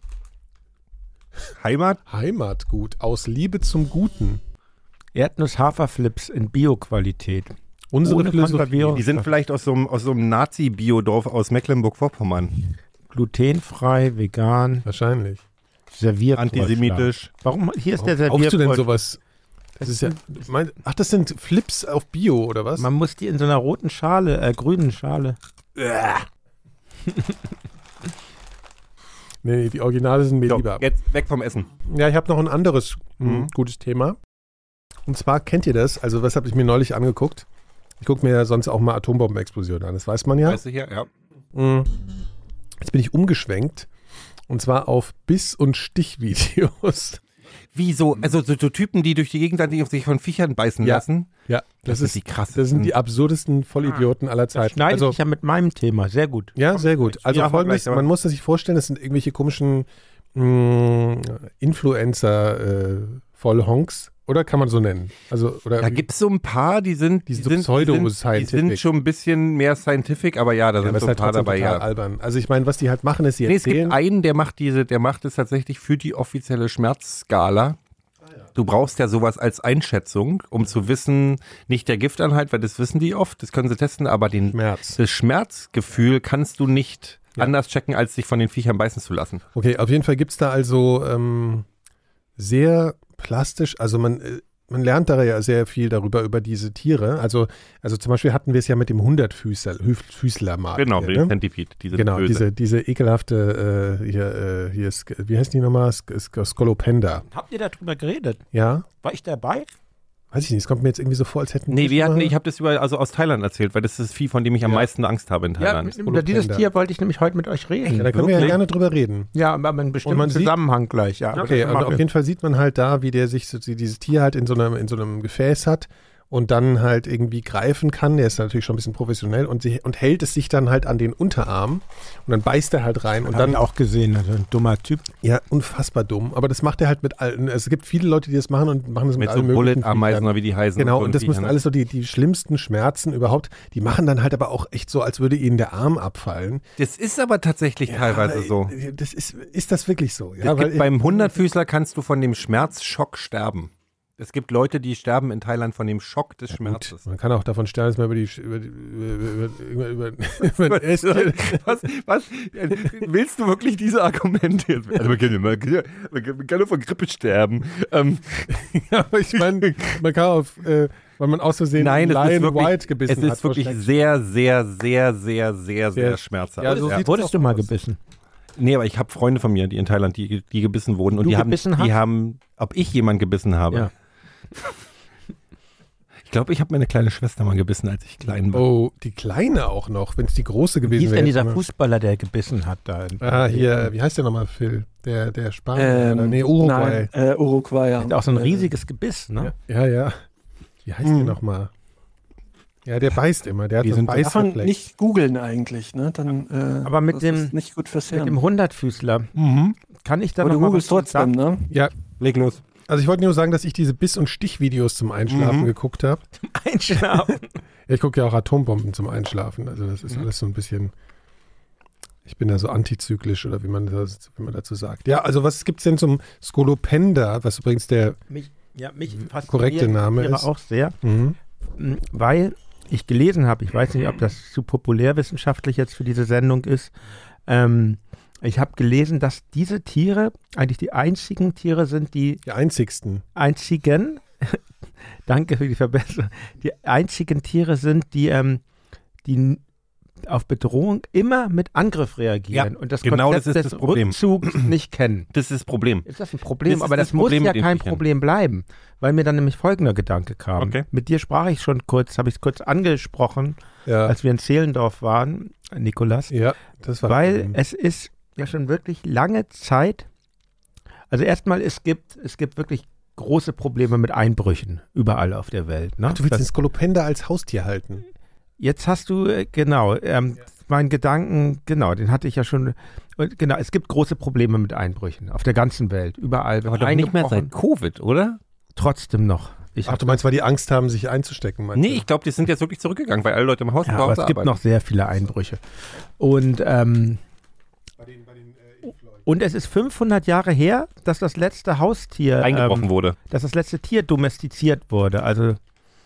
C: Heimat?
B: Heimatgut aus Liebe zum Guten.
A: Erdnuss-Haferflips in Bio-Qualität.
B: Unsere
A: Ohne
B: Philosophie.
A: Konservierung.
C: Die sind vielleicht aus so einem, aus so einem Nazi-Biodorf aus Mecklenburg-Vorpommern.
A: Glutenfrei, vegan,
B: Wahrscheinlich.
A: serviert.
C: Antisemitisch.
A: Warum? Hier ist der
B: Kaufst du denn
A: Serviervorschlag.
B: sowas? Das ist ja, mein, ach, das sind Flips auf Bio oder was?
A: Man muss die in so einer roten Schale, äh, grünen Schale.
B: Nee, nee, die Originale sind mir
C: So,
B: lieber.
C: jetzt weg vom Essen.
B: Ja, ich habe noch ein anderes
C: Mhm.
B: mh, gutes Thema. Und zwar kennt ihr das, also was habe ich mir neulich angeguckt? Ich gucke mir ja sonst auch mal Atombombenexplosionen an, das weiß man ja.
C: Weißt du hier? Ja.
B: Mhm. Jetzt bin ich umgeschwenkt und zwar auf Biss- und Stichvideos.
C: Wie so, also so, so Typen, die durch die Gegend die sich von Viechern beißen
B: Ja.
C: lassen.
B: Ja, das,
C: sind
B: ist,
C: die krassesten.
B: das sind die absurdesten Vollidioten aller
A: Das
B: Zeiten.
A: schneide
B: Also,
A: ich ja mit meinem Thema. Sehr gut.
B: ja, sehr gut. Also
C: Ja,
B: folgendes,
C: gleich, aber-
B: man muss sich vorstellen, das sind irgendwelche komischen mh, Influencer äh, Vollhonks, oder kann man so nennen? Also oder
C: Da gibt es so ein paar, die sind,
B: Die
C: die
B: sind
C: sind,
B: so
C: die sind, die
B: pseudo-scientific.
C: sind schon ein bisschen mehr scientific, aber ja, da
B: Ja,
C: sind
B: aber es
C: so
B: ist
C: ein
B: halt
C: paar
B: trotzdem
C: dabei,
B: total
C: ja.
B: albern. Also ich meine, was die halt machen, ist, sie
C: Nee, es
B: erzählen.
C: gibt einen, der macht diese, der macht es tatsächlich für die offizielle Schmerzskala.
B: Ah,
C: Du brauchst ja sowas als Einschätzung, um zu wissen, nicht der Giftanhalt, weil das wissen die oft, das können sie testen, aber den,
B: Schmerz.
C: das Schmerzgefühl kannst du nicht anders checken, als dich von den Viechern beißen zu lassen.
B: Okay, auf jeden Fall gibt es da also ähm, sehr plastisch, also man, äh, man lernt da ja sehr viel darüber, über diese Tiere. Also, also zum Beispiel hatten wir es ja mit dem Hundertfüßler, Hüf- Füßler mal.
C: Genau, wie
B: hier, ne?
C: Centipede, die sind
B: Genau, diese,
C: böse.
B: diese ekelhafte, äh, hier, äh, hier ist, wie heißt die nochmal? Sk Sk Skolopenda.
A: Habt ihr darüber geredet?
B: Ja?
A: War ich dabei?
B: Weiß ich nicht, es kommt mir jetzt irgendwie so vor, als hätten
C: Nee, wir hatten,
B: mal-
C: ich habe das über, also aus Thailand erzählt, weil das ist das Vieh, von dem ich am
B: Ja.
C: meisten Angst habe in
A: Ja,
C: Thailand.
A: mit- über dieses
B: Holopender.
A: Tier wollte ich nämlich heute mit euch reden.
B: Ja, da können wir ja
A: Wirklich?
B: gerne drüber reden.
A: ja, aber in einem bestimmten
B: man sieht-
A: Zusammenhang gleich. Ja,
B: Okay, also
A: Das
B: und
A: machen
B: auf
A: wir.
B: jeden Fall sieht man halt da, wie der sich so, die- dieses Tier halt in so, einem, in so einem Gefäß hat und dann halt irgendwie greifen kann. Der ist natürlich schon ein bisschen professionell und, sie, und hält es sich dann halt an den Unterarm und dann beißt er halt rein und
A: Hab
B: dann
A: ich auch gesehen, also ein dummer Typ.
B: ja unfassbar dumm. Aber das macht er halt mit allen. Es gibt viele Leute, die das machen und machen das mit,
C: mit so
B: allen möglichen.
C: Bullet-Ameisen
B: Viechern.
C: oder Ne, wie die heißen.
B: Genau,
C: so
B: und das
C: Viechern.
B: müssen alles so die, die schlimmsten Schmerzen überhaupt. Die machen dann halt aber auch echt so, als würde ihnen der Arm abfallen.
C: Das ist aber tatsächlich teilweise
B: Aber,
C: so.
B: äh, Das ist, ist das wirklich so? Ja, weil
C: Es gibt
B: ich-
C: beim Hundertfüßler kannst du von dem Schmerzschock sterben. Es gibt Leute, die sterben in Thailand von dem Schock des
B: Gut,
C: Schmerzes.
B: man kann auch davon sterben, dass man über die Sch- über die- über, über, über, über, über
C: Was, was, willst du wirklich diese Argumente jetzt? Also man kann, man kann, man kann nur von Grippe sterben. Ähm,
B: ja, aber ich meine, man kann auf, äh, weil man aus Versehen
C: nein, es ist
B: Lion
C: wirklich,
B: White gebissen
C: es ist
B: hat. vor
C: wirklich
B: Schreck.
C: sehr, sehr, sehr, sehr, sehr, sehr
B: Sehr-
C: schmerzhaft.
B: Ja, so
C: Ja.
B: sieht's
A: Wurdest
B: auch
A: du mal
B: aus.
A: gebissen?
C: Nee, aber ich habe Freunde von mir, die in Thailand, die, die gebissen wurden und
A: Du
C: die haben,
A: gebissen hast?
C: die haben, ob ich jemand gebissen habe.
A: Ja.
C: Ich glaube, ich habe meine kleine Schwester mal gebissen, als ich klein war.
B: Oh, die kleine auch noch, wenn es die große
A: Wie
B: gewesen
A: hieß
B: wäre.
A: denn dieser
B: jetzt mal.
A: Fußballer, der gebissen hat da?
B: Ah, hier, wie heißt der nochmal, Phil? Der, der Spanier.
D: Ähm,
B: oder? äh, nee, Uruguay.
D: Nein, äh, Uruguay, ja.
A: Hat auch so ein riesiges Gebiss, ne?
B: Ja, ja. Wie heißt der
C: Mhm.
B: nochmal? Ja, der beißt immer. Der hat
C: Wir
B: so einen
C: sind-
D: Äh, Darf man
B: Beißreflex.
D: nicht googeln eigentlich, ne? Dann, äh,
A: Aber mit
D: das
A: dem-
D: ist nicht gut fürs
A: Mit dem
D: Hirn.
A: Hundertfüßler.
C: Mhm.
A: Kann ich da
D: Aber du
A: noch mal was
D: googelst
A: zu
D: trotzdem,
A: sagen?
D: ne?
B: Ja,
C: Leg los.
B: also ich wollte nur sagen, dass ich diese Biss- und Stichvideos zum Einschlafen
C: Mhm.
B: geguckt habe.
A: Einschlafen.
B: Ja, Ich gucke ja auch Atombomben zum Einschlafen. Also das
C: Mhm.
B: ist alles so ein bisschen. Ich bin da so antizyklisch oder wie man, das, wie man dazu sagt. Ja, also was gibt's denn zum Skolopenda, was übrigens der
A: mich, ja, mich
B: korrekte
A: fasziniert
B: Name
A: aber
B: ist?
A: auch sehr,
B: Mhm.
A: m, weil ich gelesen habe, ich weiß nicht, ob das zu populärwissenschaftlich jetzt für diese Sendung ist, ähm, ich habe gelesen, dass diese Tiere eigentlich die einzigen Tiere sind, die
B: Der einzigsten.
A: einzigen, danke für die Verbesserung, die einzigen Tiere sind, die, ähm, die n- auf Bedrohung immer mit Angriff reagieren
C: Ja,
A: und das
C: genau
A: Konzept
C: das ist
A: des
C: das Problem.
A: Rückzugs nicht kennen.
C: Das ist das Problem.
A: Ist das ein Problem?
C: Das ist
A: Aber das,
C: das Problem
A: muss
C: mit
A: ja
C: den
A: kein
C: Viechern.
A: Problem bleiben, weil mir dann nämlich folgender Gedanke kam.
C: Okay.
A: Mit dir sprach ich schon kurz, habe ich es kurz angesprochen,
B: Ja,
C: Also,
A: als wir in Zehlendorf waren, Nikolas.
B: ja das war.
A: Weil
C: Mhm.
B: ähm,
A: es ist ja schon wirklich lange Zeit. Also erstmal, es gibt, es gibt wirklich große Probleme mit Einbrüchen überall auf der Welt. Ne?
B: du willst den
A: das,
B: Skolopenda als Haustier halten.
A: Jetzt hast du, äh, genau, ähm, meinen Gedanken, genau, den hatte ich ja schon. Und genau, es gibt große Probleme mit Einbrüchen auf der ganzen Welt, überall.
C: Aber doch nicht mehr seit Covid, oder?
A: Trotzdem noch. Ich
B: Ach, du meinst, weil die Angst haben, sich einzustecken? meinst
C: Nee,
B: du?
C: ich glaube, die sind jetzt wirklich zurückgegangen, weil alle Leute im Haus
A: ja,
C: zu Hause
A: aber es gibt noch sehr viele Einbrüche. Und, ähm, und es ist 500 Jahre her, dass das letzte Haustier,
C: eingebrochen
A: ähm,
C: wurde.
A: dass das letzte Tier domestiziert wurde. Also,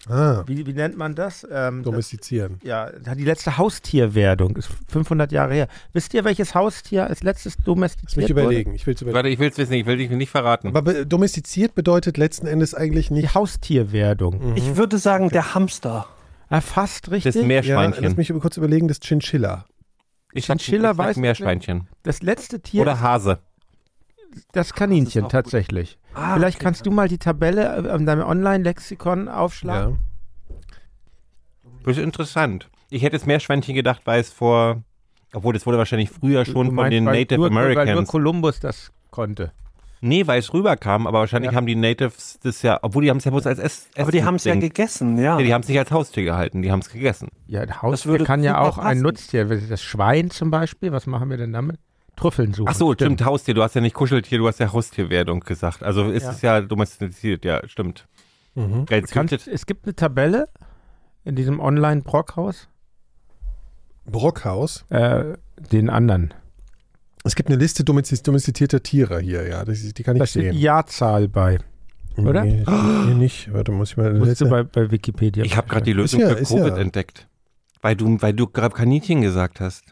B: Ah,
A: wie, wie nennt man das? Ähm, das
B: domestizieren.
A: ja, die letzte Haustierwerdung ist 500 Jahre her. Wisst ihr, welches Haustier als letztes
B: Lass mich
A: domestiziert wurde?
B: überlegen. Ich will's überlegen.
C: Warte, ich will es wissen, ich will dich nicht verraten.
B: Aber be- domestiziert bedeutet letzten Endes eigentlich
A: Die
B: nicht.
A: Haustierwerdung.
B: Mhm.
D: Ich würde sagen, der Hamster.
A: Ah, fast
C: Mhm. Das
A: richtig.
B: Ja,
C: Meerschweinchen.
B: lass mich über- kurz überlegen, das Chinchilla.
C: ich sag-
A: Chinchilla
C: ich sag
A: weiß-
C: Meerschweinchen.
A: Das letzte Tier
C: Oder Hase.
A: ist das Kaninchen
D: Das ist auch gut.
A: tatsächlich.
D: Ah,
A: Vielleicht
D: okay.
A: kannst du mal die Tabelle äh, an deinem Online-Lexikon aufschlagen.
B: Ja.
C: Das ist interessant. Ich hätte jetzt Meerschweinchen gedacht, weil es vor, obwohl das wurde wahrscheinlich früher
A: Du
C: schon von
A: meinst,
C: den
A: weil
C: Native
A: nur, Weil nur
C: Americans.
A: Kolumbus das konnte.
C: Nee, weil es rüberkam, aber wahrscheinlich
A: Ja.
C: haben die Natives das ja, obwohl die haben es ja bloß als Ess
D: Aber die haben es ja
C: Essensding-
D: gegessen, ja.
C: Nee, die haben es nicht als Haustier gehalten, die haben es gegessen.
A: Ja, ein Haustier
D: würde
A: kann ja
D: super
A: auch ein
D: passen.
A: Nutztier. Das Schwein zum Beispiel, was machen wir denn damit? Trüffeln suchen.
C: Ach so, stimmt. Haustier. Du hast ja nicht Kuscheltier, du hast ja Haustierwerdung gesagt. Also ist
A: Ja.
C: es ja domestiziert, ja, stimmt.
B: Mhm.
C: Jetzt
A: Kannst, es gibt eine Tabelle in diesem Online-Brockhaus,
B: Brockhaus.
A: äh, den anderen.
B: Es gibt eine Liste domestiz domestizierter Tiere hier, ja. Das, ist- die kann ich
A: Da steht die
B: sehen. Mhm.
A: Jahrzahl bei. oder?
B: Nee, steht hier nicht. Warte, muss ich mal.
A: Musst du bei, bei Wikipedia.
C: ich habe gerade die Lösung
B: Ist ja-
C: für
B: ist
C: Covid
B: ja.
C: entdeckt. Weil du, weil du gerade Kaninchen gesagt hast.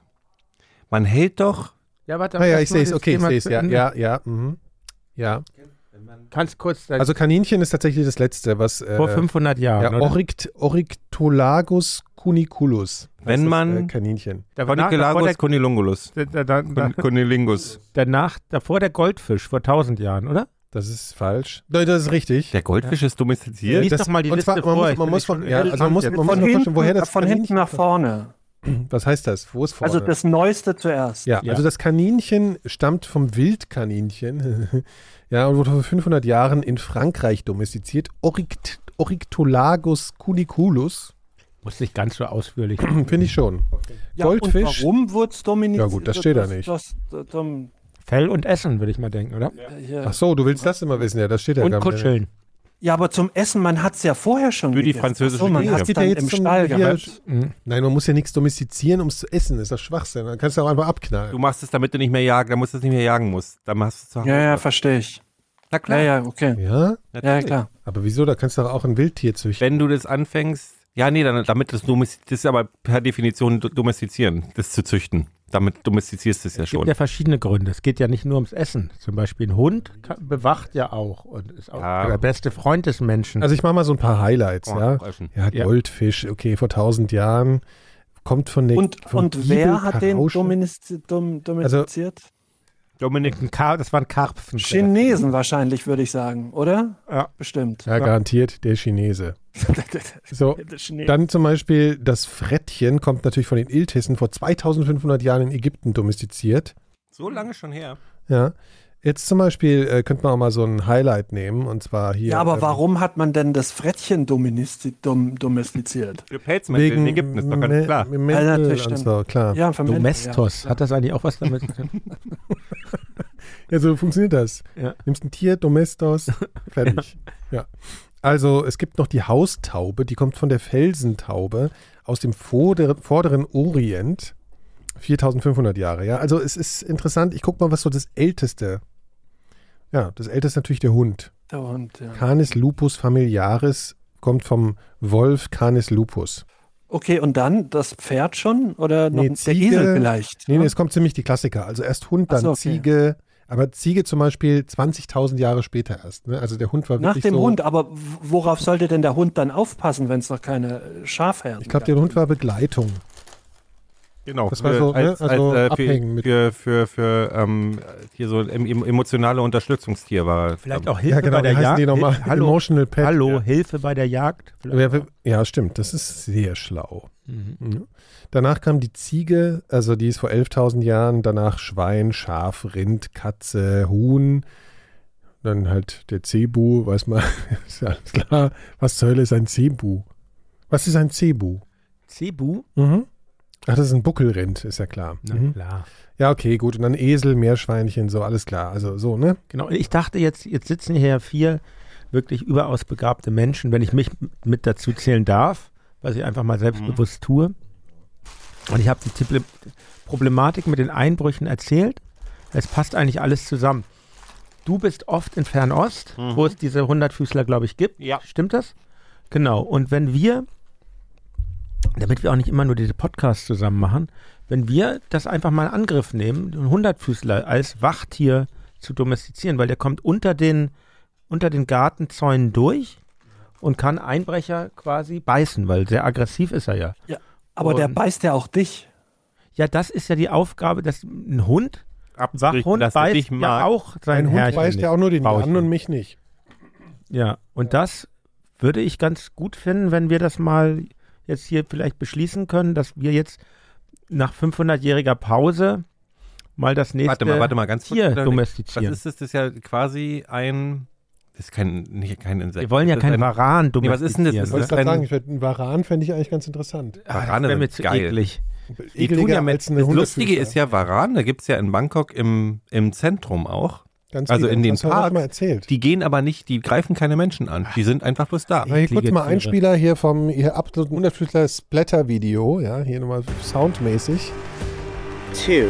C: Man hält doch.
A: Ja, warte.
B: ah, ja,
A: lass
B: ich
A: mal
B: sehe es.
A: das
B: Okay, ich
A: Thema
B: sehe es.
A: zu
B: Ja,
A: Ende.
B: ja, ja. Mhm. Ja.
A: Kannst kurz dein,
B: Also Kaninchen ist tatsächlich das Letzte, was. Äh,
A: vor 500 Jahren.
B: ja,
A: oder?
B: Orict, Orictolagus cuniculus.
C: Wenn
B: das,
C: man-
B: äh, Kaninchen.
A: Da war nach- davor,
C: Corniculagus conilungulus.
A: der, da, da, da,
C: Con- Conilingus.
A: danach, davor der Goldfisch, vor 1000 Jahren, oder?
B: Das ist falsch. Nein, das ist richtig.
C: Der Goldfisch ist domestiziert.
A: Lies
B: das-
A: doch mal die
B: und
A: Liste
B: zwar, man
A: vor.
B: muss-
A: ich
B: man
A: bin
B: muss
A: nicht
B: von-
A: schon
B: ja,
A: irrelevant
B: also man muss-
A: jetzt.
B: man muss-
D: von
B: noch
D: hinten,
B: schon, woher das
D: von hinten
B: Kaninchen
D: nach
B: kommt.
D: vorne.
B: Was heißt das? Wo ist vorne?
D: Also das Neueste zuerst.
B: Ja,
A: Ja.
B: also das Kaninchen stammt vom Wildkaninchen. ja, und wurde vor 500 Jahren in Frankreich domestiziert. Orict, Orictolagus cuniculus.
A: Muss nicht ganz so ausführlich.
B: Hm, Finde ich schon.
D: Ja, Und
B: Goldfisch.
D: warum wurde es dominiert?
B: Ja, gut, das steht da nicht.
D: Das, das, dom-
A: Fell und Essen, würde ich mal denken, oder?
D: äh, hier.
B: Ach so, du willst das immer wissen, ja, das steht ja
A: Und
B: gar nicht.
A: Kutscheln.
D: ja, aber zum Essen, man hat es ja vorher schon
C: Für die
D: gegessen.
C: französische
D: Ach so, man
C: Küche.
D: hat
C: Es
D: es
B: gibt ja
D: dann
B: jetzt
D: im
B: schon
D: Stall
B: hier-
D: gehabt.
A: Mhm.
B: Nein, man muss ja nichts domestizieren, um es zu essen. Das ist doch Schwachsinn. Dann kannst du auch einfach abknallen.
C: Du machst es, damit du nicht mehr jagen, da musst du es nicht mehr jagen musst. Dann hast du es zu Hause.
D: Ja, ja, verstehe ich.
C: Na
D: Ja,
C: klar.
D: ja, okay.
B: ja?
D: Ja,
C: natürlich.
D: klar.
B: Aber wieso? Da kannst du doch auch ein Wildtier züchten.
C: Wenn du das anfängst, ja, nee, dann, damit das, domest- das ist aber per Definition do- domestizieren, das zu züchten. Damit domestizierst du es ja
A: Es gibt
C: schon.
A: ja verschiedene Gründe. Es geht ja nicht nur ums Essen. Zum Beispiel ein Hund kann, bewacht ja auch und ist auch
C: Ja.
A: der beste Freund des Menschen.
B: Also ich mache mal so ein paar Highlights.
C: Oh,
B: Ja,
C: Reifen.
B: ja
A: Ja.
B: Goldfisch, okay, vor 1000 Jahren. Kommt von der
D: Und,
B: von Also
D: und wer hat den
B: Bibel-Karauschen.
D: dominiz- dom- domestiziert?
C: Dominik,
A: ein Kar das waren Karpfen.
D: Chinesen wahrscheinlich, würde ich sagen, oder?
A: Ja.
D: Bestimmt.
B: Ja, garantiert der Chinese. So, dann zum Beispiel das Frettchen kommt natürlich von den Iltissen vor 2500 Jahren in Ägypten domestiziert.
C: so lange schon her.
B: Ja. Jetzt zum Beispiel äh, könnte man auch mal so ein Highlight nehmen und zwar hier.
D: Ja, aber
B: ähm,
D: warum hat man denn das Frettchen dominiz- dom domestiziert?
C: Für Pelzmäntel in Ägypten ist doch ganz
B: Me-
C: klar.
B: Me- Mäntel
D: Ja, natürlich,
B: und
D: stimmt.
B: so, klar. Ja.
D: Ja, vom
A: Domestos. Hat das eigentlich auch was damit zu tun?
B: so funktioniert das.
A: Ja.
B: Nimmst ein Tier, Domestos, fertig. ja. Also es gibt noch die Haustaube, die kommt von der Felsentaube aus dem vorder vorderen Orient. 4500 Jahre, ja. Also es ist interessant. Ich guck mal, was so das Älteste. Ja, das Älteste ist natürlich der Hund.
D: Der Hund, ja.
B: Canis lupus familiaris kommt vom Wolf Canis lupus.
D: Okay, und dann das Pferd schon oder noch
B: Nee,
D: der
B: Ziege.
D: Esel vielleicht?
B: Nee, nee,
D: ne?
B: es kommt ziemlich die Klassiker. Also erst Hund,
D: Ach
B: dann
D: so, okay.
B: Ziege. Aber Ziege zum Beispiel 20.000 Jahre später erst. Ne? Also der Hund war
D: Nach
B: wirklich
D: dem
B: so,
D: Hund, aber w- worauf sollte denn der Hund dann aufpassen, wenn es noch keine äh, Schafherden
B: Ich glaube, der Hund war Begleitung.
C: Genau.
B: Das war so, ne, also abhängen mit-
C: äh, für, für, für, für ähm, hier so em- em- emotionale Unterstützungstier war.
A: Vielleicht
C: ähm,
A: auch Hilfe bei
B: genau, wie
A: der
B: heißen
A: Jagd.
B: die nochmal?
A: Hil- Hallo,
B: Emotional Pet.
A: Hallo Hilfe bei der Jagd. Vielleicht-
B: Ja, wir- Ja, stimmt. Das ist sehr schlau.
A: Mhm.
B: Mhm. Danach kam die Ziege, also die ist vor 11.000 Jahren. Danach Schwein, Schaf, Rind, Katze, Huhn. Dann halt der Zebu, weiß man. ist ja alles klar. Was zur Hölle ist ein Zebu? Was ist ein Zebu?
A: Cebu.
B: Mhm. Ach, das ist ein Buckelrind, ist ja klar.
A: Na
B: Mhm.
A: klar.
B: Ja, okay, gut. Und dann Esel, Meerschweinchen, so, alles klar. Also so, ne?
A: Genau. Und ich dachte jetzt, jetzt sitzen hier ja vier wirklich überaus begabte Menschen, wenn ich mich m- mit dazu zählen darf, was ich einfach mal selbstbewusst tue. Und ich habe die Tipple- Problematik mit den Einbrüchen erzählt. Es passt eigentlich alles zusammen. Du bist oft in Fernost, wo es diese 100-Füßler, glaube ich, gibt.
C: Ja.
A: Stimmt das? Genau. Und wenn wir, damit wir auch nicht immer nur diese Podcasts zusammen machen, wenn wir das einfach mal in Angriff nehmen, einen 100-Füßler als Wachtier zu domestizieren, weil der kommt unter den, unter den Gartenzäunen durch und kann Einbrecher quasi beißen, weil sehr aggressiv ist er ja.
D: Aber der
A: Und-
D: beißt ja auch dich.
A: Ja, das ist ja die Aufgabe, dass ein Hund,
C: Abzurichten,
A: Wachhund
C: dass er dich
A: beißt
C: mag.
A: ja auch sein
B: Ein Hund
A: Herrchen
B: beißt
A: nicht.
B: ja auch nur den
A: Bauchchen.
B: Jan und mich nicht.
A: Ja, und das würde ich ganz gut finden, wenn wir das mal jetzt hier vielleicht beschließen können, dass wir jetzt nach 500-jähriger Pause mal das nächste
C: Warte mal, warte mal, ganz kurz.
A: Tier
C: Das
A: äh, domestizieren.
C: ist das? Das ist ja quasi ein. Das ist kein, nicht, kein Insekt.
A: wir wollen ja
C: Das ist
A: keinen
C: ein-
A: Varan
C: Nee, was ist
A: domestizieren.
C: denn das?
B: Ich
C: Das
A: oder?
B: wollte
C: ist
B: gerade
C: Ne? ein-
B: sagen, ich würd, einen Varan fände ich eigentlich ganz interessant.
A: Ah, das
C: Varane
A: wär mir
C: sind
A: zu
C: geil.
A: eklig.
B: Ekliger
C: ja-
B: als eine
C: Das Lustige
B: Hundefüße.
C: ist ja, Varan, da gibt es ja in Bangkok im, im Zentrum auch.
B: Ganz
C: also
B: viele.
C: in den
B: Das hast du
C: Parks,
B: mal erzählt.
C: Die gehen aber nicht, die greifen keine Menschen an. Die sind einfach bloß da.
B: Aber hier kurz
A: eklige
B: mal ein
A: Tiere.
B: Spieler hier vom hier absoluten Unterfüßler Splatter Video, ja, hier nochmal soundmäßig.
E: two,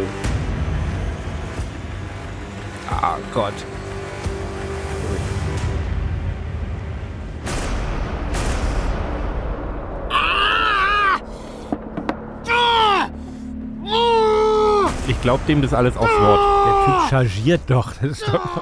C: Ah Gott. Ich glaube dem das alles aufs Wort.
A: Der Typ chargiert doch. Das, ist
C: Oh.
A: doch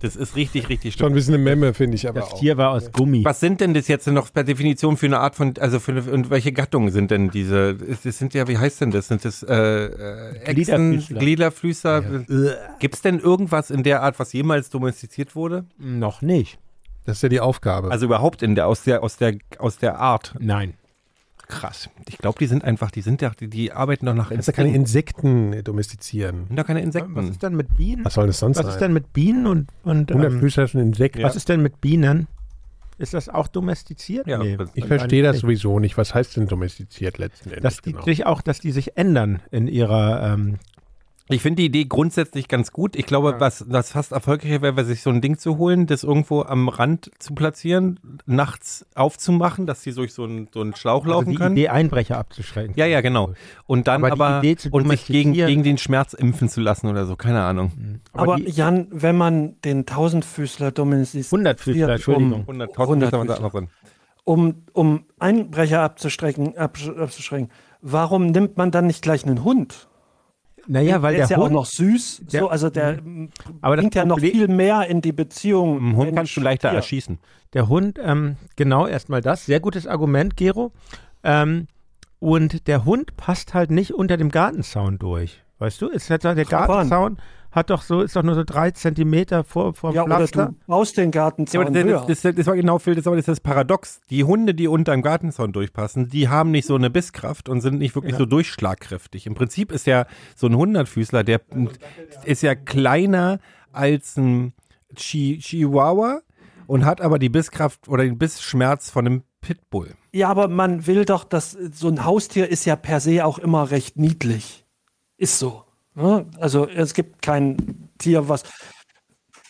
C: Das ist richtig, richtig
B: Schon ein
C: schlimm.
B: bisschen eine Memme, finde ich aber
A: das
B: auch.
A: Tier war aus Gummi.
C: Was sind denn das jetzt noch per Definition für eine Art von, also für eine, und welche Gattung sind denn diese? Das sind ja, wie heißt denn das? Sind das äh, äh, Echsen,
A: Gliederfüßler.
C: Gliederfüßer? Gibt es denn irgendwas in der Art, was jemals domestiziert wurde?
A: Noch nicht.
B: Das ist ja die Aufgabe.
C: Also überhaupt in der, aus der, aus der, aus der Art.
A: Nein.
C: Krass. Ich glaube, die sind einfach, die sind ja, die, die arbeiten doch nach
B: Kannst ja keine
C: Instinkten.
B: Insekten domestizieren.
C: Sind doch keine Insekten.
A: Was ist denn mit Bienen?
B: Was soll das sonst
A: Was
B: sein?
A: ist denn mit Bienen und, und ähm,
B: Hundefüßler ist ein Insekt.
A: was ist denn mit Bienen? Ist das auch domestiziert?
C: Ja,
A: Nee.
C: das-
B: Ich verstehe das
A: Nicht.
B: sowieso nicht. Was heißt denn domestiziert genau? letzten Endes?
A: dass die sich auch, dass die sich ändern in ihrer ähm,
C: Ich finde die Idee grundsätzlich ganz gut. Ich glaube, was das fast erfolgreicher wäre, wäre sich so ein Ding zu holen, das irgendwo am Rand zu platzieren, nachts aufzumachen, dass die durch so einen so einen Schlauch
A: also
C: laufen
A: die
C: können.
A: Idee Einbrecher abzuschrecken.
C: Ja, ja, genau. Und dann
A: Aber die
C: aber,
A: Idee zu
C: und sich gegen,
A: domestizieren-
C: gegen den Schmerz impfen zu lassen oder so, keine Ahnung.
A: Aber
D: Aber,
A: die-
D: Jan, wenn man den Tausendfüßler domestiziert,
A: 100-Füßler,
D: um-
A: Entschuldigung.
C: 100.000 Liter
D: Liter.
C: was drin.
D: um, um Einbrecher abzustrecken, absch abzuschrecken, warum nimmt man dann nicht gleich einen Hund?
A: Naja, weil
D: der
A: der
D: ist ja auch
A: Hund,
D: noch süß,
A: der-
D: so, also der m,
A: aber das
D: bringt ja noch
A: Problem-
D: viel mehr in die Beziehung.
C: Einen Hund
D: Mensch,
C: kannst du leichter
D: Tier.
C: erschießen.
A: der Hund, ähm, genau erstmal das, sehr gutes Argument, Gero. Ähm, und der Hund passt halt nicht unter dem Gartenzaun durch. Weißt du, es hat doch, der
D: Drauf an.
A: Gartenzaun hat doch so, ist doch nur so drei Zentimeter vor vor dem
D: Ja, oder
A: Pflaster.
D: du baust den
C: Ja,
D: Gartenzaun
C: aber das,
D: höher.
C: das, das, das war genau Phil, das, aber das ist das Paradox. Die Hunde, die unter dem Gartenzaun durchpassen, die haben nicht so eine Bisskraft und sind nicht wirklich so durchschlagkräftig. Im Prinzip ist ja so ein Hundertfüßler, der ist ja kleiner als ein Chi Chihuahua und hat aber die Bisskraft oder den Bissschmerz von einem Pitbull.
D: ja, aber man will doch, dass so ein Haustier ist ja per se auch immer recht niedlich. Ist so. Ne? Also es gibt kein Tier, was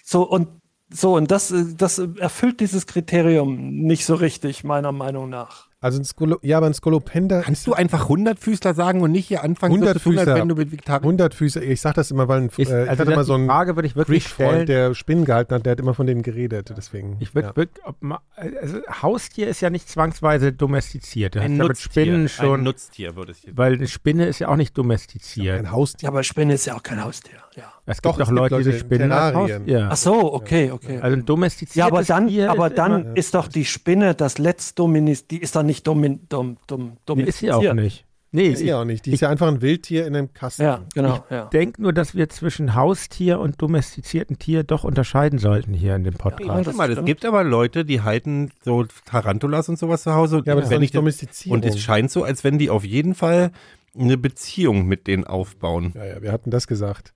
D: so und so und das, äh, das erfüllt dieses Kriterium nicht so richtig meiner Meinung nach.
B: also ein Skolo ja, aber ein Skolopender
C: Kannst du einfach Hundertfüßler sagen und nicht hier anfangen, so zu tun, als
B: Hundertfüßer,
C: wenn du mit Vegetarier
B: Hundertfüßer, ich sag das immer, weil ein,
A: Ist,
B: äh, ich
A: also
B: hatte
A: das,
B: mal so
A: die
B: einen
A: Frage würde ich wirklich stellen.
B: Greek-Freund, der Spinnen gehalten hat, der hat immer von denen geredet, deswegen.
A: Ich würde
B: ja.
A: wirklich, ob ma- also Haustier ist ja nicht zwangsweise domestiziert. Du hast ja mit Spinnen
C: ein
A: schon,
C: Nutztier würde ich jetzt
A: weil eine Spinne ist ja auch nicht domestiziert.
B: ein Haustier.
D: Ja, aber Spinne ist ja auch kein Haustier. Ja.
A: es gibt
B: genau. Doch,
A: doch,
B: es gibt
A: Leute,
B: Leute
A: die
B: in
A: Spinnen als
B: Terrarien.
A: Haustier.
D: Ach so, okay, okay.
A: Also ein domestiziertes
D: ja, aber dann,
A: Tier
D: aber
A: ist
D: dann
A: immer,
D: ist doch die Spinne das letztdominist, die ist doch nicht domin, dom, dom,
A: Nee, ist sie auch nicht. Nee,
B: Ist
A: ich
B: ja auch nicht. Die ist ja einfach ein Wildtier in einem Kasten.
D: Ja, genau, ja.
A: denke nur, dass wir zwischen Haustier und domestizierten Tier doch unterscheiden sollten hier in dem Podcast.
C: Warte mal, es
D: stimmt.
C: gibt aber Leute, die halten so Tarantulas und sowas zu Hause.
B: Ja, aber das ist doch nicht
C: ich das,
B: Domestizierung.
C: Und es scheint so, als wenn die auf jeden Fall eine Beziehung mit denen aufbauen.
B: ja, ja, wir hatten das gesagt.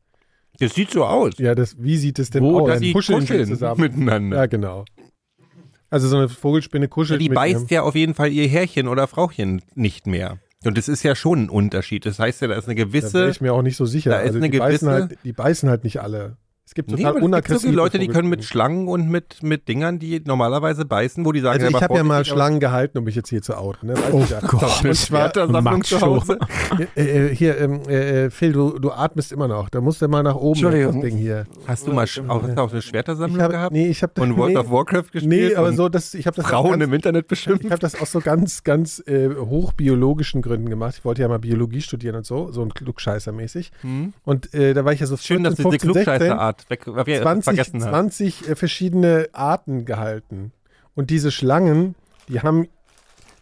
C: Das sieht so aus.
B: Ja, das, wie sieht es denn
C: Wo,
B: aus?
C: dass
B: Dann
C: sie
B: kuscheln die
C: kuscheln
B: zusammen.
C: miteinander.
B: Ja, genau. Also so eine Vogelspinne kuschelt
C: Die
B: mit
C: beißt
B: ihrem-
C: ja auf jeden Fall ihr Härchen oder Frauchen nicht mehr. Und das ist ja schon ein Unterschied. Das heißt ja, da ist eine
B: Da wäre
C: gewisse.
B: ich mir auch nicht so sicher.
C: da ist
B: also
C: eine
B: die, beißen
C: gewisse-
B: halt, die beißen halt nicht alle. Es gibt
C: Nee,
B: total nee,
C: aber es gibt so
B: unaggressive
C: viele Leute, die können mit
B: Vogelspinnen.
C: Schlangen und mit, mit Dingern, die normalerweise beißen, wo die sagen,
B: Also ich
C: aber
B: habe ja mal
C: vorsichtig, aber-
B: Schlangen gehalten, um mich jetzt hier zu outen. Ne? Weiß
A: Oh
B: ich ja.
A: Gott.
B: Und zwar,
C: Schwertersammlung zu
A: Macho.
C: Hause.
B: äh, äh, hier, ähm, äh, äh, Phil, du, du atmest immer noch. Da musst du mal nach oben.
D: Entschuldigung.
B: Das Ding hier.
C: Hast du mal Sch- auch, hast du auch eine Schwertersammlung
B: Ich hab-
C: gehabt?
B: Nee, ich habe
C: Und World
B: nee,
C: of Warcraft gespielt?
B: Nee, aber
C: und
B: so, dass ich habe das
C: Frauen
B: ganz,
C: im Internet beschimpft?
B: Ich habe das aus so ganz, ganz äh, hochbiologischen Gründen gemacht. Ich wollte ja mal Biologie studieren und so, so ein Klugscheißer mäßig.
C: Hm?
B: Und äh, da war ich ja so
C: Schön,
B: 14,
C: dass du diese
B: 15, 16,
C: Klugscheißerart weg, äh,
B: 20,
C: vergessen hast.
B: 20 äh, verschiedene Arten gehalten. Und diese Schlangen, die haben,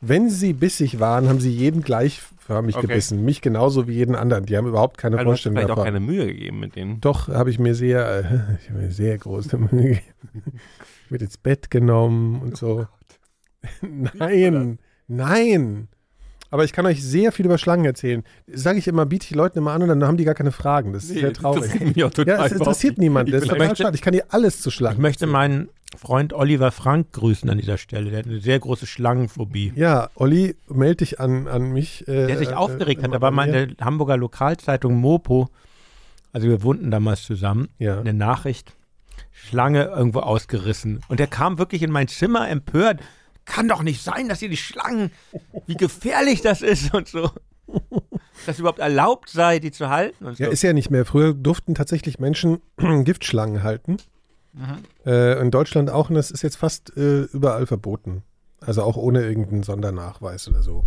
B: wenn sie bissig waren, haben sie jeden gleichförmig
C: Okay.
B: gebissen. Mich genauso wie jeden anderen. Die haben überhaupt keine
C: Weil du hast
B: Vorstellung
C: vielleicht auch keine Mühe gegeben mit denen.
B: Doch, habe ich mir sehr, äh, ich hab mir sehr große Mühe gegeben. mit ins Bett genommen und so. nein, nein. Aber ich kann euch sehr viel über Schlangen erzählen. Sage ich immer, biete ich Leuten immer an und dann haben die gar keine Fragen. Das ist sehr traurig.
C: interessiert mich auch total
B: Ja, es interessiert niemanden. Das ist total schade. Ich kann dir alles zu
A: Ich
B: Schlangen.
A: möchte meinen Freund Oliver Frank grüßen an dieser Stelle. Der hat eine sehr große Schlangenphobie.
B: Ja, Olli, melde dich an, an mich. äh,
A: Der sich
B: äh,
A: aufgeregt
B: äh,
A: hat. Da war mal in der Hamburger Lokalzeitung Mopo, also wir wohnten damals zusammen,
B: Ja.
A: eine Nachricht, Schlange irgendwo ausgerissen. Und der kam wirklich in mein Zimmer empört. Kann doch nicht sein, dass ihr die Schlangen, wie gefährlich das ist und so. Dass überhaupt erlaubt sei, die zu halten und so.
B: Ja, ist ja nicht mehr. Früher durften tatsächlich Menschen Giftschlangen halten. Äh, in Deutschland auch und das ist jetzt fast äh, überall verboten. Also auch ohne irgendeinen Sondernachweis oder so.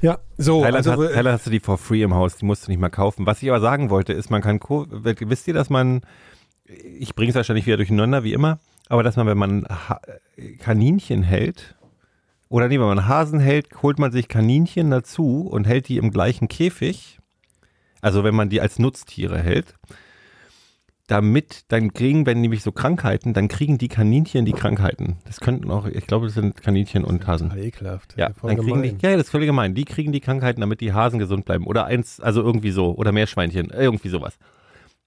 B: Ja, so.
C: Thailand,
B: also,
C: hast,
B: äh,
C: Thailand hast du die for free im Haus, die musst du nicht mal kaufen. Was ich aber sagen wollte, ist, man kann, Co- wisst ihr, dass man, ich bringe es wahrscheinlich wieder durcheinander, wie immer, aber dass man, wenn man ha Kaninchen hält, oder nee, wenn man Hasen hält, holt man sich Kaninchen dazu und hält die im gleichen Käfig, also wenn man die als Nutztiere hält, damit, dann kriegen, wenn nämlich so Krankheiten, dann kriegen die Kaninchen die Krankheiten. Das könnten auch, ich glaube, das sind Kaninchen und Hasen.
B: Ah, ekelhaft.
C: Ja,
B: Das ist voll
C: dann kriegen die,
B: gemein.
C: ja, ja, das ist völlig gemein. Die kriegen die Krankheiten, damit die Hasen gesund bleiben. Oder eins, also irgendwie so. Oder Meerschweinchen, äh, irgendwie sowas.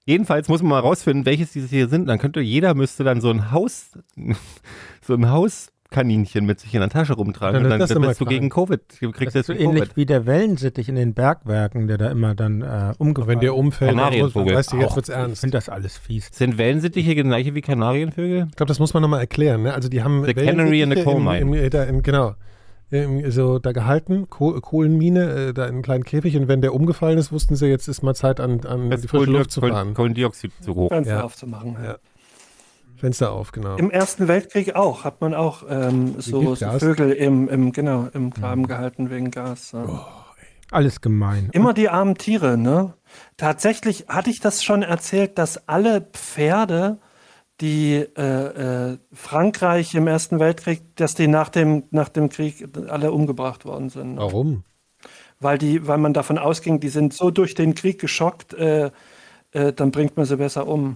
C: Jedenfalls muss man mal rausfinden, welches diese hier sind. Dann könnte jeder müsste dann so ein Haus, so ein Hauskaninchen mit sich in der Tasche rumtragen.
B: Dann
C: Und
B: wird
C: dann,
B: das
C: dann
B: immer
C: bist du
B: krank.
C: gegen Covid. Du kriegst
A: das ist
C: jetzt
A: so
C: den Covid.
A: ähnlich wie der Wellensittich in den Bergwerken, der da immer dann äh,
B: Aber
A: umgefallen
B: Wenn der umfällt, muss,
C: Kanarienvogel.
B: weißt du, jetzt
A: Auch-
B: wird's
A: Ich
B: ernst.
A: finde das alles fies.
C: Sind Wellensittiche gleiche wie Kanarienvögel?
B: Ich glaube, das muss man nochmal erklären. Ne? Also die haben
C: The canary in the coal mine.
B: Im, im, äh, da in, genau. Im, so da gehalten, Koh Kohlenmine, äh, da in einem kleinen Käfig und wenn der umgefallen ist, wussten sie, jetzt ist mal Zeit an, an die frische Luft zu fahren.
C: Kohlendioxid zu hoch.
D: Fenster
B: Ja.
D: aufzumachen.
B: Ja. Fenster auf, genau.
D: Im Ersten Weltkrieg auch, hat man auch ähm, so, so
B: Gas?
D: Vögel im, im, genau, im Graben gehalten wegen Gas. Ja.
A: Alles gemein.
D: Immer die armen Tiere, ne? Tatsächlich hatte ich das schon erzählt, dass alle Pferde, die äh, äh, Frankreich im Ersten Weltkrieg, dass die nach dem, nach dem Krieg alle umgebracht worden sind. ne?
B: Warum?
D: Weil, die, weil man davon ausging, die sind so durch den Krieg geschockt, äh, äh, dann bringt man sie besser um.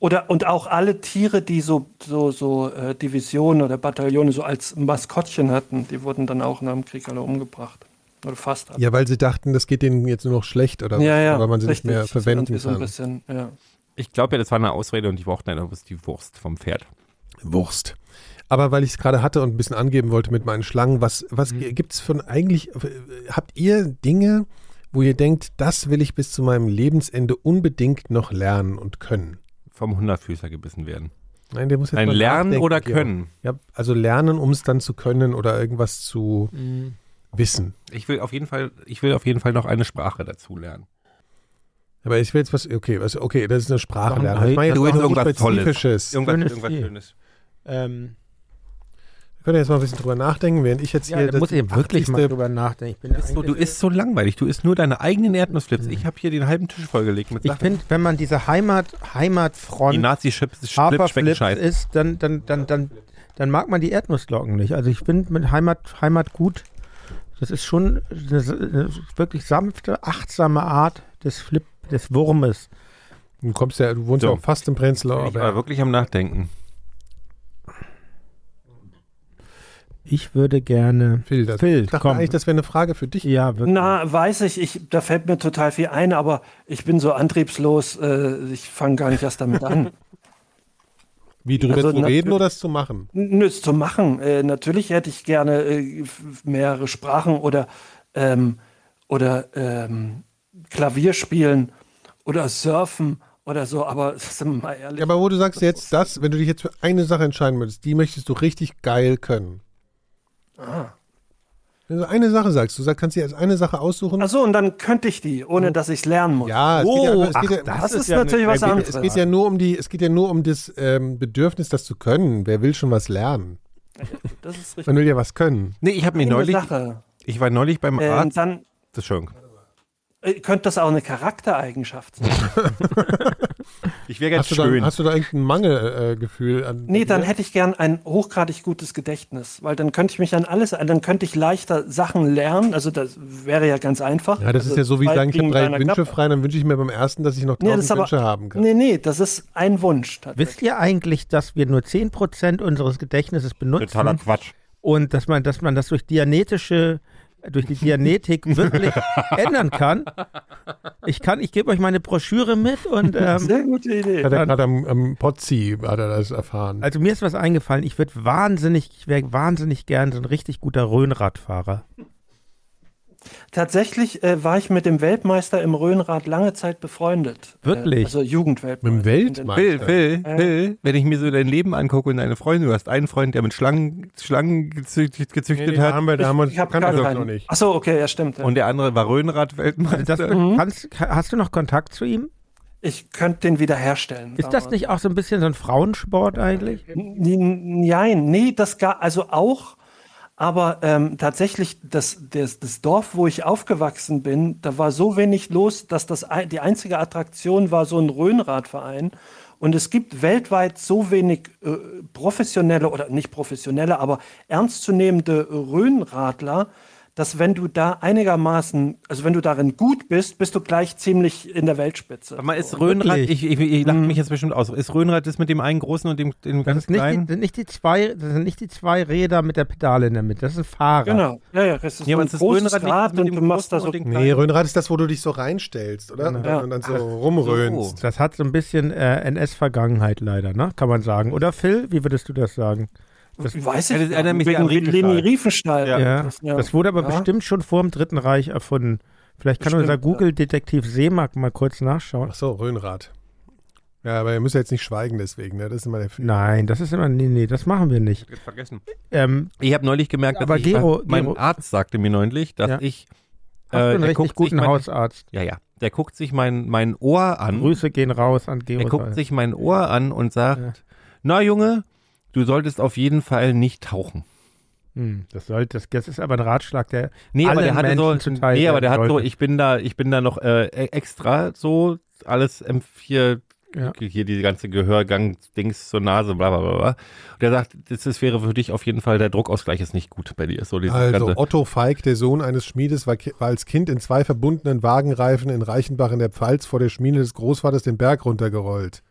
D: Oder, und auch alle Tiere, die so, so, so äh, Divisionen oder Bataillone so als Maskottchen hatten, die wurden dann auch nach dem Krieg alle umgebracht. Oder fast alle.
B: Ja, weil sie dachten, das geht denen jetzt nur noch schlecht oder, was, weil man sie nicht
D: richtig.
B: mehr
D: Das ist
B: verwenden
D: irgendwie so ein
B: kann.
D: bisschen, ja.
C: Ich glaube ja, das war eine Ausrede und die brauchten einfach bloß die Wurst vom Pferd.
B: Wurst. Aber weil ich es gerade hatte und ein bisschen angeben wollte mit meinen Schlangen, was, was
D: Mhm.
B: g- gibt's von eigentlich, äh, habt ihr Dinge, wo ihr denkt, das will ich bis zu meinem Lebensende unbedingt noch lernen und können?
C: Vom Hundertfüßer gebissen werden.
B: Nein, der muss jetzt
C: Ein
B: mal
C: Lernen
B: nachdenken,
C: oder
B: Georg.
C: Können?
B: Ja, also lernen, um es dann zu können oder irgendwas zu
D: Mhm.
B: wissen.
C: Ich will auf jeden Fall, ich will auf jeden Fall noch eine Sprache dazu lernen.
B: Aber ich will jetzt was, okay, was, okay, das ist eine Sprache
A: Warum
B: lernen. Aber
A: halt-
B: Ich meine jetzt
C: Du
B: mal
C: willst
B: so
C: irgendwas Tolles.
B: Spezifisches.
C: Irgendwas,
A: Schönes
C: irgendwas
A: Ziel.
C: Schönes.
A: Ähm,
B: Wir können jetzt mal ein bisschen drüber nachdenken, während ich jetzt
A: ja,
B: hier
A: da muss ich wirklich mal
B: 80.
A: drüber nachdenken. Ich, bin ja
C: So, du
A: eigentlich-
C: isst so langweilig. Du isst nur deine eigenen Erdnussflips. Ich habe hier den halben Tisch vollgelegt mit
A: ich
C: Sachen.
A: finde, wenn man diese Heimat,
C: die
A: Heimatfront
C: Nazi-Chips Chips schmecken
A: Haferflips
C: scheiße.
A: isst, dann, dann, dann, dann, dann mag man die Erdnussglocken nicht. Also ich finde mit Heimat, Heimat gut. Das ist schon eine, eine wirklich sanfte, achtsame Art des Flip, des Wurmes.
B: Du kommst ja, du wohnst
C: So.
B: ja auch fast im Prenzlauer
C: Ich war
B: Berg.
C: wirklich am Nachdenken.
A: Ich würde gerne.
B: Phil, das,
A: Phil,
B: ich dachte
A: komm.
B: eigentlich, das wäre eine Frage für dich.
A: Ja, wirklich.
D: Na, weiß ich, ich, da fällt mir total viel ein, aber ich bin so antriebslos, äh, ich fange gar nicht erst damit an.
B: Wie drüber
D: Also
B: zu reden
D: natürlich-
B: oder es zu machen?
D: Nö, ist zu machen. Äh, natürlich hätte ich gerne äh, f- mehrere Sprachen oder, ähm, oder ähm, Klavier spielen oder surfen oder so, aber sind wir mal ehrlich.
B: Ja, aber wo du sagst jetzt das, wenn du dich jetzt für eine Sache entscheiden würdest, die möchtest du richtig geil können. Wenn du eine Sache sagst, du sagst, kannst dir jetzt eine Sache aussuchen.
D: Achso, und dann könnte ich die, ohne dass ich es lernen muss.
B: ja, es geht ja,
A: Oh,
B: es
A: ach,
B: geht ja,
D: Das ist natürlich was
A: eine-
B: es geht ja nur um die, es geht ja nur um das ähm, Bedürfnis, das zu können. Wer will schon was lernen?
D: Das ist
B: Man
D: richtig.
B: will ja was können.
C: Nee, ich habe mir
D: Eine
C: neulich,
D: Sache.
C: ich war neulich beim
D: Äh,
C: Arzt.
D: dann
C: Das schon.
D: äh, könnte das auch eine Charaktereigenschaft sein.
C: Ich wäre ganz
B: Hast du, da,
C: schön.
B: hast du da irgendein Mangelgefühl? Äh, an-
D: Nee, dann hätte ich gern ein hochgradig gutes Gedächtnis, weil dann könnte ich mich an alles, dann könnte ich leichter Sachen lernen. Also das wäre ja ganz einfach.
B: Ja, das
D: also
B: ist ja so wie
D: zwei
B: sagen, ich habe
D: Fliegen
B: drei
D: mit einer
B: Wünsche
D: Klappe.
B: frei, dann wünsche ich mir beim ersten, dass ich noch
D: Nee,
B: tausend
D: das ist aber,
B: Wünsche haben kann.
D: Nee, nee, das ist ein Wunsch. tatsächlich.
A: Wisst ihr eigentlich, dass wir nur 10% unseres Gedächtnisses benutzen
C: Totaler Quatsch.
A: und dass man, dass man das durch dianetische, durch die Dianetik wirklich ändern kann? Ich kann, ich gebe euch meine Broschüre mit und ähm,
D: Sehr gute Idee.
B: Hat er gerade am, am Potzi hat er das erfahren.
A: also mir ist was eingefallen. Ich würde wahnsinnig, ich wäre wahnsinnig gern so ein richtig guter Röhnradfahrer.
D: Tatsächlich äh, war ich mit dem Weltmeister im Rhönrad lange Zeit befreundet.
A: Wirklich?
D: Äh, also Jugendweltmeister.
B: Mit dem Weltmeister.
C: Will, Will,
D: Ja.
C: Will, wenn ich mir so dein Leben angucke und deine Freunde, du hast einen Freund, der mit Schlangen, Schlangen gezüchtet, gezüchtet
B: Nee, da
C: hat
B: haben wir, da haben wir
D: Ich habe
B: kann
D: gar
B: das
D: keinen.
B: noch nicht.
D: Achso, okay, ja, stimmt. Ja.
C: und der andere war
A: Also das,
C: Röhnrad-Weltmeister.
D: Mhm.
A: kannst, hast du noch Kontakt zu ihm?
D: ich könnte den wieder herstellen.
A: Ist das nicht auch so ein bisschen so ein Frauensport eigentlich?
D: Mhm. Nein, nee, das gar, also auch, aber ähm, tatsächlich, das, das, das Dorf, wo ich aufgewachsen bin, da war so wenig los, dass das ei- die einzige Attraktion war so ein Rhönradverein. Und es gibt weltweit so wenig äh, professionelle oder nicht professionelle, aber ernstzunehmende Rhönradler, dass wenn du da einigermaßen, also wenn du darin gut bist, bist du gleich ziemlich in der Weltspitze.
C: Aber ist Röhnrad, ich, ich, ich
D: Mhm.
C: lache mich jetzt bestimmt aus, ist Röhnrad das mit dem einen großen und dem, dem
A: Das,
C: ganz
A: ist nicht die,
C: kleinen?
A: sind nicht die zwei, das sind nicht die zwei Räder mit der Pedale in der Mitte. Das ist ein Fahrrad.
D: Genau, ja, ja, das ist
C: Ja,
D: so
C: aber
D: ein
C: ist das
D: großes
C: Röhnrad nicht das
D: Rad
C: mit
D: und
C: dem
D: du machst da
C: großen
D: so
C: und dem
B: Nee,
C: kleinen?
B: Röhnrad ist das, wo du dich so reinstellst, oder? Und, dann, und dann so rumröhnst.
A: Das hat so ein bisschen äh, NS-Vergangenheit leider, ne? Kann man sagen. Oder Phil, wie würdest du das sagen? Das,
D: Weiß
C: Ja,
D: ich
C: das
D: nicht.
C: erinnert mich
D: Wegen
C: an Riefenstahl.
D: Leni Riefenstahl.
C: Ja.
A: ja,
D: Das, ja.
A: das wurde aber
D: Ja.
A: bestimmt schon vor dem Dritten Reich erfunden. Vielleicht kann unser
D: Bestimmt, ja.
A: Google-Detektiv Seemark mal kurz nachschauen.
B: Ach so, Röhnrad. Ja, aber ihr müsst ja jetzt nicht schweigen deswegen, ne? Das ist immer der Film.
A: Nein, das ist immer, nee, nee, das machen wir nicht.
C: Jetzt vergessen.
A: Ähm,
C: Ich habe neulich gemerkt,
A: Aber
C: ich,
A: Gero-
C: mein
A: Gero-
C: Arzt sagte mir neulich, dass
A: Ja.
C: ich,
A: hast du einen
C: der
A: richtig
C: guckt
A: Äh, guten
C: sich mein,
A: Hausarzt.
C: Ja, ja. Der guckt sich mein, mein Ohr an.
A: Grüße gehen raus an Geo.
C: Er guckt sich mein Ohr an und sagt, na Junge, du solltest auf jeden Fall nicht tauchen.
A: Hm, das, sollte, das, das ist aber ein Ratschlag, der
C: Nee,
A: allen
C: aber der hatte
A: Menschen
C: so,
A: zuteil
C: nee, aber der
A: werden
C: hat so,
A: sollte.
C: ich bin da, ich bin da noch äh, e- extra so alles ähm, hier,
A: Ja.
C: hier diese ganze Gehörgang-Dings zur Nase, bla bla bla. bla. Und er sagt, das, das wäre für dich auf jeden Fall, der Druckausgleich ist nicht gut bei dir. So dieses
B: Also
C: ganze,
B: Otto Feig, der Sohn eines Schmiedes, war, ki- war als Kind in zwei verbundenen Wagenreifen in Reichenbach in der Pfalz vor der Schmiede des Großvaters den Berg runtergerollt.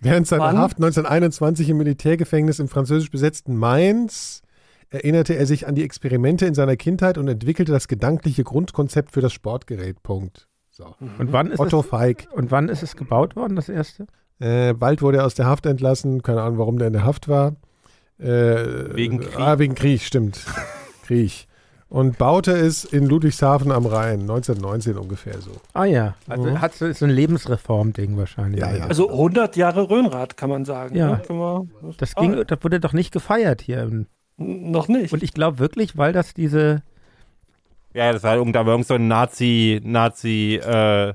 B: Während seiner
D: Wann?
B: Haft 1921 im Militärgefängnis im französisch besetzten Mainz erinnerte er sich an die Experimente in seiner Kindheit und entwickelte das gedankliche Grundkonzept für das Sportgerät. Punkt. So.
A: Und wann ist
B: Otto
A: es,
B: Feig.
A: und wann ist es gebaut worden, das erste?
B: Äh, bald wurde er aus der Haft entlassen. Keine Ahnung, warum der in der Haft war. Äh,
C: Wegen Krieg.
B: Ah, wegen Krieg, stimmt. Krieg. Und baute es in Ludwigshafen am Rhein, 1919 ungefähr so.
A: Ah ja, also
B: Mhm.
A: hat so, ist so ein Lebensreform-Ding wahrscheinlich.
B: Ja, ja.
D: Also 100 Jahre Röhnrad, kann man sagen.
A: Ja.
D: ne? Kann man-
A: Das ging,
D: Ah,
A: das wurde doch nicht gefeiert hier. im-
D: noch nicht.
A: Und ich glaube wirklich, weil das diese,
C: ja, das war irgend, da war irgend so ein Nazi, Nazi, äh,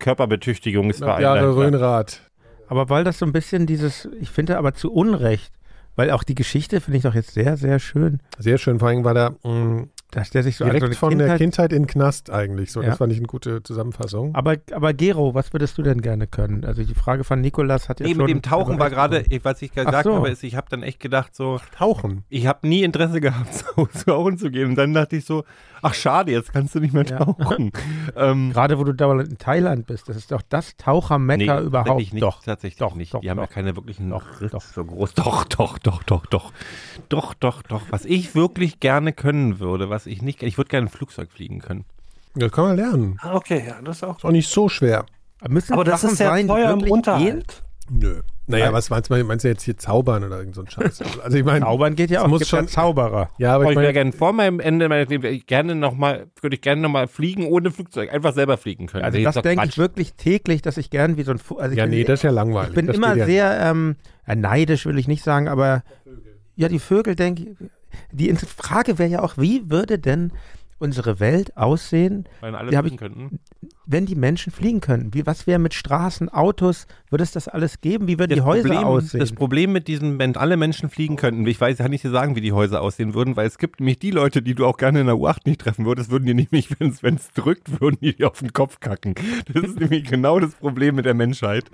C: Körperbetüchtigungsverein.
B: Jahre
C: dahinter.
B: Röhnrad.
A: aber weil das so ein bisschen dieses, ich finde aber zu Unrecht, weil auch die Geschichte finde ich doch jetzt sehr, sehr schön,
B: Sehr schön, vor allem war da mh,
A: dass der sich so an
B: direkt
A: so also eine
B: von der
A: Kindheit-
B: Kindheit in den Knast eigentlich. So,
A: Ja.
B: Das war nicht eine gute Zusammenfassung.
A: Aber, aber Gero, was würdest du denn gerne können? Also die Frage von Nikolas hat ja
C: Nee,
A: schon...
C: mit dem Tauchen war gerade, ich, was ich gesagt
A: so.
C: habe, ist, ich habe dann echt gedacht so,
B: Tauchen.
C: ich habe nie Interesse gehabt, so tauchen zu gehen. Und dann dachte ich so, ach schade, jetzt kannst du nicht mehr
A: Ja.
C: tauchen. ähm,
A: Gerade wo du dauernd in Thailand bist, das ist doch das Tauchermecker
C: nee,
A: überhaupt.
C: Tatsächlich nicht,
A: Doch,
C: tatsächlich
A: doch,
C: nicht.
A: doch,
C: Die haben ja
A: doch.
C: keine wirklichen
A: Doch,
C: Riss
A: doch.
C: so groß. Doch, doch, doch, doch, doch. Doch, doch, doch. Was ich wirklich gerne können würde, was ich nicht, ich würde gerne ein Flugzeug fliegen können.
B: Das kann man lernen.
D: Ah, okay, ja, das ist auch.
B: Ist auch nicht so schwer.
A: müssen
D: Aber das
A: Sachen
D: ist sehr
A: sein, die
D: teuer im
A: wirklich gehen?
D: Unterhalt.
B: Nö. Naja, was meinst du, meinst du jetzt hier zaubern oder irgend so ein Scheiß? Also ich meine,
A: Zaubern geht ja
B: es
A: auch.
B: muss
A: Es gibt ja
B: schon-
A: Zauberer.
B: ja,
C: Aber
B: aber
C: ich
B: ich
C: wäre
B: meine,
C: gerne vor meinem Ende meines Lebens ich gerne noch mal, würde ich gerne nochmal fliegen ohne Flugzeug, einfach selber fliegen können.
A: Also
C: Jetzt
A: das
C: noch
A: denke
C: Quatsch.
A: ich wirklich täglich, dass ich gern wie so ein... Fu- Also ich
B: ja,
A: bin-
B: nee, das ist ja langweilig.
A: Ich bin
B: das
A: immer
B: geht ja
A: sehr ähm, ja, neidisch, will ich nicht sagen, aber ja, die Vögel denke ich. Die Inter- Frage wäre ja auch, wie würde denn unsere Welt aussehen,
C: Weil alle
A: Die hab
C: fliegen könnten.
A: wenn die Menschen fliegen könnten? Wie, was wäre mit Straßen, Autos? Würde es das alles geben? Wie würden die Häuser
C: Problem,
A: aussehen?
C: das Problem mit diesen, wenn alle Menschen fliegen könnten, ich weiß, kann ich dir sagen, wie die Häuser aussehen würden, weil es gibt nämlich die Leute, die du auch gerne in der U8 nicht treffen würdest, würden dir nämlich, wenn es wenn es drückt, würden die dir auf den Kopf kacken. Das ist nämlich genau das Problem mit der Menschheit.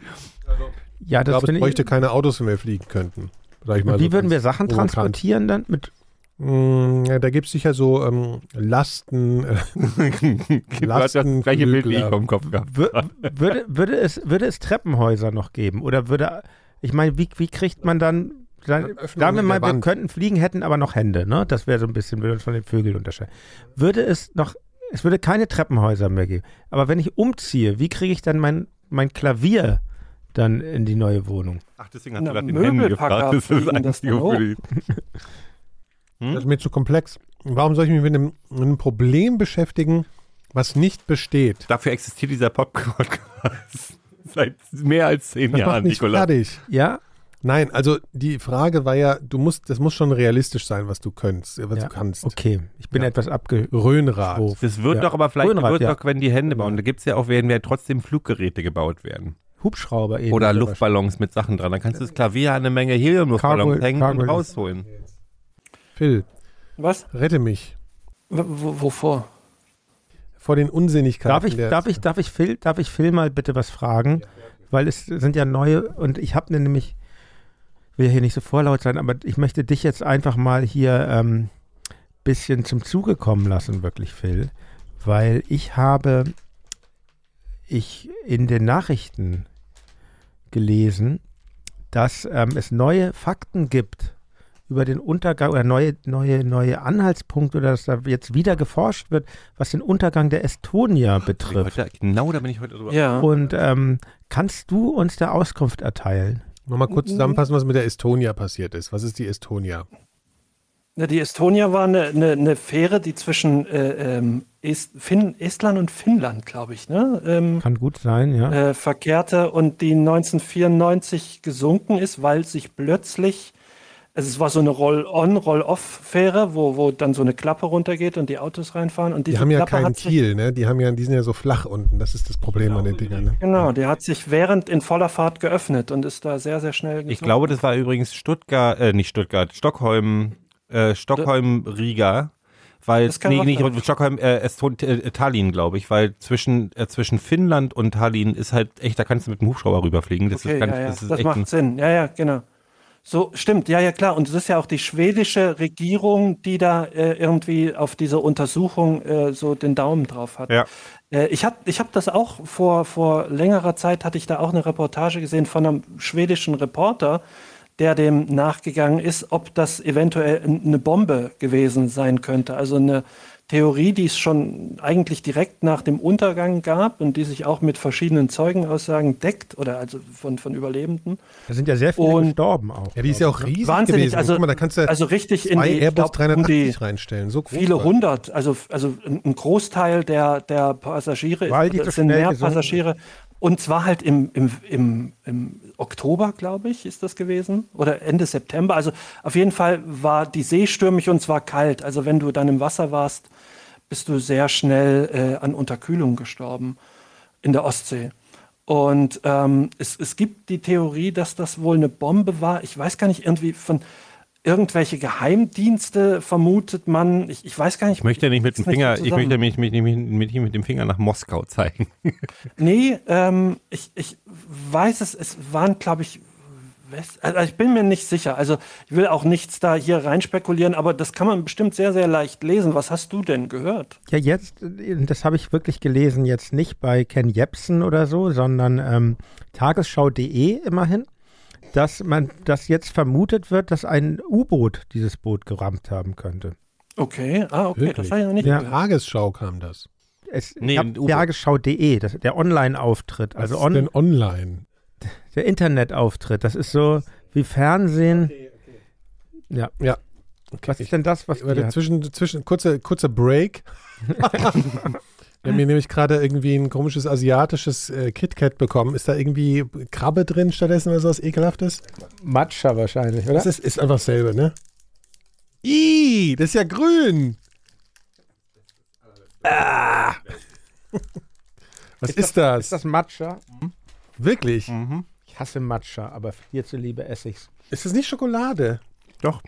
A: ja, das
B: Ich glaube, es
A: finde
B: bräuchte
A: ich.
B: keine Autos, wenn wir fliegen könnten. Sag ich mal
A: Wie
B: so
A: würden
B: ganz
A: wir Sachen
B: provokant.
A: transportieren dann? Mit,
B: Mm, ja, da gibt es sicher so ähm, Lasten. Äh,
C: Du hast das gleiche Bild, wie ich
B: Lastenflügler.
C: vom Kopf gehabt.
A: wür, würde, würde, es, würde es Treppenhäuser noch geben? Oder würde. Ich meine, wie, wie kriegt man dann. dann
B: Öffnungen
A: sagen wir
B: in
A: mal,
B: der
A: wir
B: Wand.
A: könnten fliegen, hätten aber noch Hände. Ne? Das wäre so ein bisschen, würde uns von den Vögeln unterscheiden. Würde es noch. Es würde keine Treppenhäuser mehr geben. Aber wenn ich umziehe, wie kriege ich dann mein, mein Klavier dann in die neue Wohnung?
C: Ach, deswegen hast du
D: Na,
C: nach den Händen
D: Möbelpacker
C: gefragt. Das ist
D: fliegen das
C: das
D: dann
C: Einzige,
D: hoch.
C: wofür die-
B: Das ist mir zu komplex. Warum soll ich mich mit einem, mit einem Problem beschäftigen, was nicht besteht?
C: Dafür existiert dieser Pop-Podcast seit mehr als zehn
B: Das
C: Jahren,
B: macht nicht
C: Nikola.
B: fertig.
A: Ja,
B: Nein, also die Frage war ja, du musst, das muss schon realistisch sein, was du könntest, äh, was
A: Ja,
B: du kannst.
A: okay. Ich bin etwas abge.
B: Röhnrad.
A: Oh.
C: Das wird
A: Ja.
C: doch aber vielleicht,
A: Röhnrad,
C: wird
A: ja. Genau.
C: doch, wenn die Hände bauen, da gibt es ja auch, werden ja trotzdem Fluggeräte gebaut werden.
A: Hubschrauber eben.
C: Oder
A: sowas.
C: Luftballons mit Sachen dran. Dann kannst du das Klavier an eine Menge Heliumluftballons
A: Cargo-
C: hängen und
A: Cargo-
C: rausholen.
B: Phil,
D: Was?
B: rette mich
D: W w- wovor?
B: vor den Unsinnigkeiten.
A: Darf ich,
B: der-
A: darf ich, darf ich Phil, darf ich Phil mal bitte was fragen? Weil es sind ja neue und ich habe nämlich, will ja hier nicht so vorlaut sein, aber ich möchte dich jetzt einfach mal hier ähm, bisschen zum Zuge kommen lassen, wirklich Phil, weil ich habe ich in den Nachrichten gelesen, dass ähm, es neue Fakten gibt über den Untergang oder neue, neue, neue Anhaltspunkte oder dass da jetzt wieder geforscht wird, was den Untergang der Estonia betrifft.
C: Heute, genau da bin ich heute drüber.
D: Ja.
A: Und ähm, kannst du uns da Auskunft erteilen?
B: Nochmal
A: Mhm.
B: kurz zusammenfassen, was mit der Estonia passiert ist. Was ist die Estonia?
D: Na, die Estonia war eine, eine, eine Fähre, die zwischen äh, ähm, Est Finn Estland und Finnland, glaube ich, ne? ähm,
A: Kann gut sein, ja.
D: äh, verkehrte und die 1994 gesunken ist, weil sich plötzlich, also es war so eine Roll-on, Roll-off-Fähre, wo, wo dann so eine Klappe runtergeht und die Autos reinfahren. Und
B: Die
D: diese
B: haben ja
D: Klappe
B: keinen
D: hat sich-
B: Kiel, ne? Die haben ja, die sind ja so flach unten. Das ist das Problem an den Dingern. Ne?
D: Genau, die hat sich während in voller Fahrt geöffnet und ist da sehr, sehr schnell
C: Ich
D: gesunken.
C: glaube, das war übrigens Stuttgart, äh, nicht Stuttgart, Stockholm, äh, Stockholm, Riga. Weil,
D: Das kann
C: nee,
D: auch
C: nicht
D: sein.
C: Stockholm, äh, Eston, äh, Tallinn, glaube ich, weil zwischen, äh, zwischen Finnland und Tallinn ist halt echt, da kannst du mit dem Hubschrauber rüberfliegen. Das
D: Okay,
C: ist ganz,
D: ja, ja.
C: das
D: Das,
C: ist echt ein,
D: macht Sinn. Ja, ja, genau. So, stimmt, ja, ja, klar. Und es ist ja auch die schwedische Regierung, die da äh, irgendwie auf diese Untersuchung äh, so den Daumen drauf hat.
C: Ja.
D: Äh, ich habe ich hab das auch vor, vor längerer Zeit, hatte ich da auch eine Reportage gesehen von einem schwedischen Reporter, der dem nachgegangen ist, ob das eventuell n- eine Bombe gewesen sein könnte. Also eine Theorie, die es schon eigentlich direkt nach dem Untergang gab und die sich auch mit verschiedenen Zeugenaussagen deckt oder also von, von Überlebenden.
A: Da sind ja sehr viele
D: Und-
A: gestorben auch.
B: Ja, die ist ja auch riesig
D: Wahnsinnig,
B: gewesen.
D: also-
B: Guck mal, da kannst du
D: Also richtig in
B: zwei
D: die, ich
B: Airbus
D: glaub, um
B: 380
D: die
B: reinstellen. So groß
D: viele
B: war
D: hundert, also, also ein ein Großteil der, der Passagiere
A: Weil die
D: es
A: so
D: sind
A: schnell
D: mehr
A: gesunken
D: Passagiere. Und zwar halt im, im, im, im Oktober, glaube ich, ist das gewesen. Oder Ende September. Also auf jeden Fall war die See stürmig und zwar kalt. Also wenn du dann im Wasser warst, bist du sehr schnell äh, an Unterkühlung gestorben in der Ostsee. Und ähm, es, es gibt die Theorie, dass das wohl eine Bombe war. Ich weiß gar nicht, irgendwie von irgendwelche Geheimdienste vermutet man. Ich, ich weiß gar nicht.
C: Ich möchte nicht mit dem
D: krieg's nicht
C: Finger,
D: so
C: ich möchte
D: zusammen.
C: mich, mich, mich, mich nicht mit dem Finger nach Moskau zeigen.
D: Nee, ähm, ich, ich weiß es, es waren, glaube ich, West, also ich bin mir nicht sicher. Also ich will auch nichts da hier reinspekulieren, aber das kann man bestimmt sehr, sehr leicht lesen. Was hast du denn gehört?
A: Ja, jetzt, äh, das habe ich wirklich gelesen, jetzt nicht bei Ken Jebsen oder so, sondern ähm, tagesschau.de immerhin, dass man, dass jetzt vermutet wird, dass ein U-Boot dieses Boot gerammt haben könnte.
D: Okay, ah, okay,
B: Wirklich?
D: das habe ich noch nicht
A: Ja.
B: das.
D: gehört.
B: Tagesschau kam das.
A: Es
C: Nee,
A: ich hab
C: ein U-Boot.
A: tagesschau.de, das- der Online-Auftritt. Also
B: Was ist
A: on,
B: denn online?
A: der Internetauftritt. Das ist so wie Fernsehen. Ja.
B: Ja.
A: Was ist denn das, was
B: Warte,
A: ihr habt?
B: zwischen, zwischen, kurzer, kurzer Break. Wir haben hier nämlich gerade irgendwie ein komisches asiatisches äh, KitKat bekommen. Ist da irgendwie Krabbe drin stattdessen oder sowas Ekelhaftes?
A: Matcha wahrscheinlich,
B: Das
A: oder?
B: ist, ist einfach dasselbe, ne? Ih, das ist ja grün. Ah. Was ist, das? Mhm.
A: Ist das Matcha?
B: Wirklich?
A: Ich hasse Matcha, aber dir zuliebe esse ich's.
B: Ist das nicht Schokolade?
C: Doch.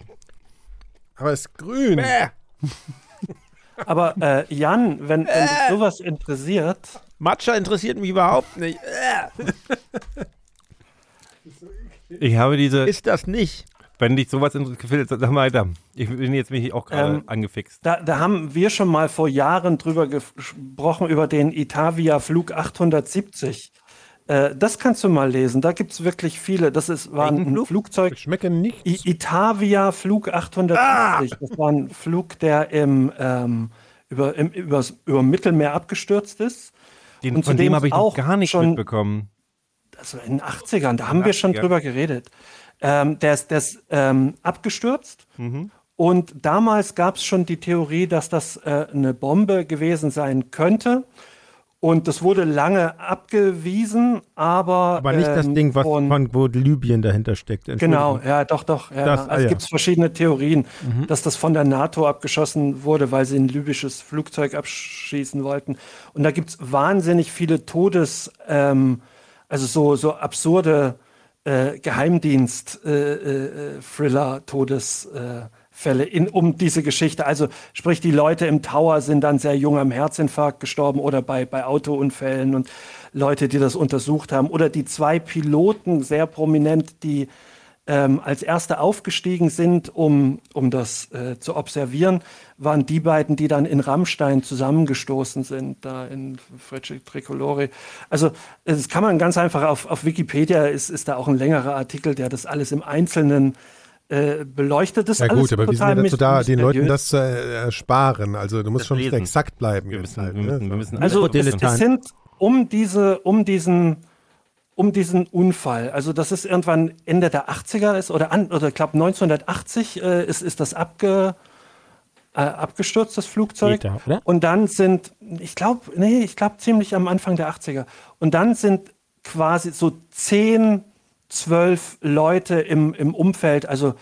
B: Aber es ist grün.
A: Bäh!
D: Aber äh, Jan, wenn, wenn dich sowas interessiert,
A: Matcha interessiert mich überhaupt nicht. Äh,
C: Ich habe diese,
A: ist das nicht?
C: wenn dich sowas interessiert, sag mal weiter. Ich bin jetzt mich auch gerade
D: Ähm,
C: angefixt.
D: da, da haben wir schon mal vor Jahren drüber gesprochen, über den Itavia Flug 870. Äh, das kannst du mal lesen. Da gibt es wirklich viele. Das ist, war ein
C: Eigenflug?
D: Flugzeug.
B: Ich schmecke nicht.
D: I Itavia Flug 870. Das war ein Flug, der im, ähm, über, im übers, über Mittelmeer abgestürzt ist.
C: Den,
D: und
C: von
D: zudem
C: dem habe ich noch
D: auch
C: gar nichts
D: schon-
C: mitbekommen.
D: also in den 80ern, da haben wir schon
C: 80ern.
D: drüber geredet. Ähm, der ist, der ist ähm, abgestürzt.
A: Mhm.
D: Und damals gab es schon die Theorie, dass das äh, eine Bombe gewesen sein könnte. Und das wurde lange abgewiesen, aber.
A: Aber nicht das
D: ähm,
A: Ding, was
D: von-
A: von wo Libyen dahinter steckt.
D: Genau,
A: Entschuldigung.
D: ja, doch, doch. Ja.
A: Das-
D: also
A: ah, ja. Mhm.
D: gibt es verschiedene Theorien, dass das von der NATO abgeschossen wurde, weil sie ein libysches Flugzeug abschießen wollten. Und da gibt es wahnsinnig viele Todes, ähm, also so, so absurde äh, Geheimdienst-Thriller-Todesfälle äh, Fälle äh, in, um diese Geschichte. Also sprich, die Leute im Tower sind dann sehr jung am Herzinfarkt gestorben oder bei, bei Autounfällen und Leute, die das untersucht haben. Oder die zwei Piloten, sehr prominent, die ähm, als erste aufgestiegen sind, um, um das äh, zu observieren, waren die beiden, die dann in Rammstein zusammengestoßen sind, da in Frecce Tricolore. Also äh, das kann man ganz einfach auf, auf Wikipedia, ist, ist da auch ein längerer Artikel, der das alles im Einzelnen äh, beleuchtet. Das
B: Ja
D: ist alles
B: gut, aber wir sind ja
D: total
B: dazu da,
D: mys-
B: den Leuten
D: mysteriös.
B: das zu äh, ersparen. Also du musst
C: Das
B: schon
C: Lesen.
B: exakt bleiben.
C: Wir
B: jetzt
C: müssen,
B: halt,
C: wir
B: ne?
C: müssen, wir müssen
D: Also
C: alles
D: es,
C: wissen.
D: es sind um diese, um diesen, um diesen Unfall. Also das ist irgendwann Ende der 80er ist oder an oder ich glaube 1980 äh, ist ist das abge äh, abgestürzt das Flugzeug.
A: Später, oder?
D: Und dann sind ich glaube nee ich glaube ziemlich am Anfang der 80er. Und dann sind quasi so zehn zwölf Leute im, im Umfeld, also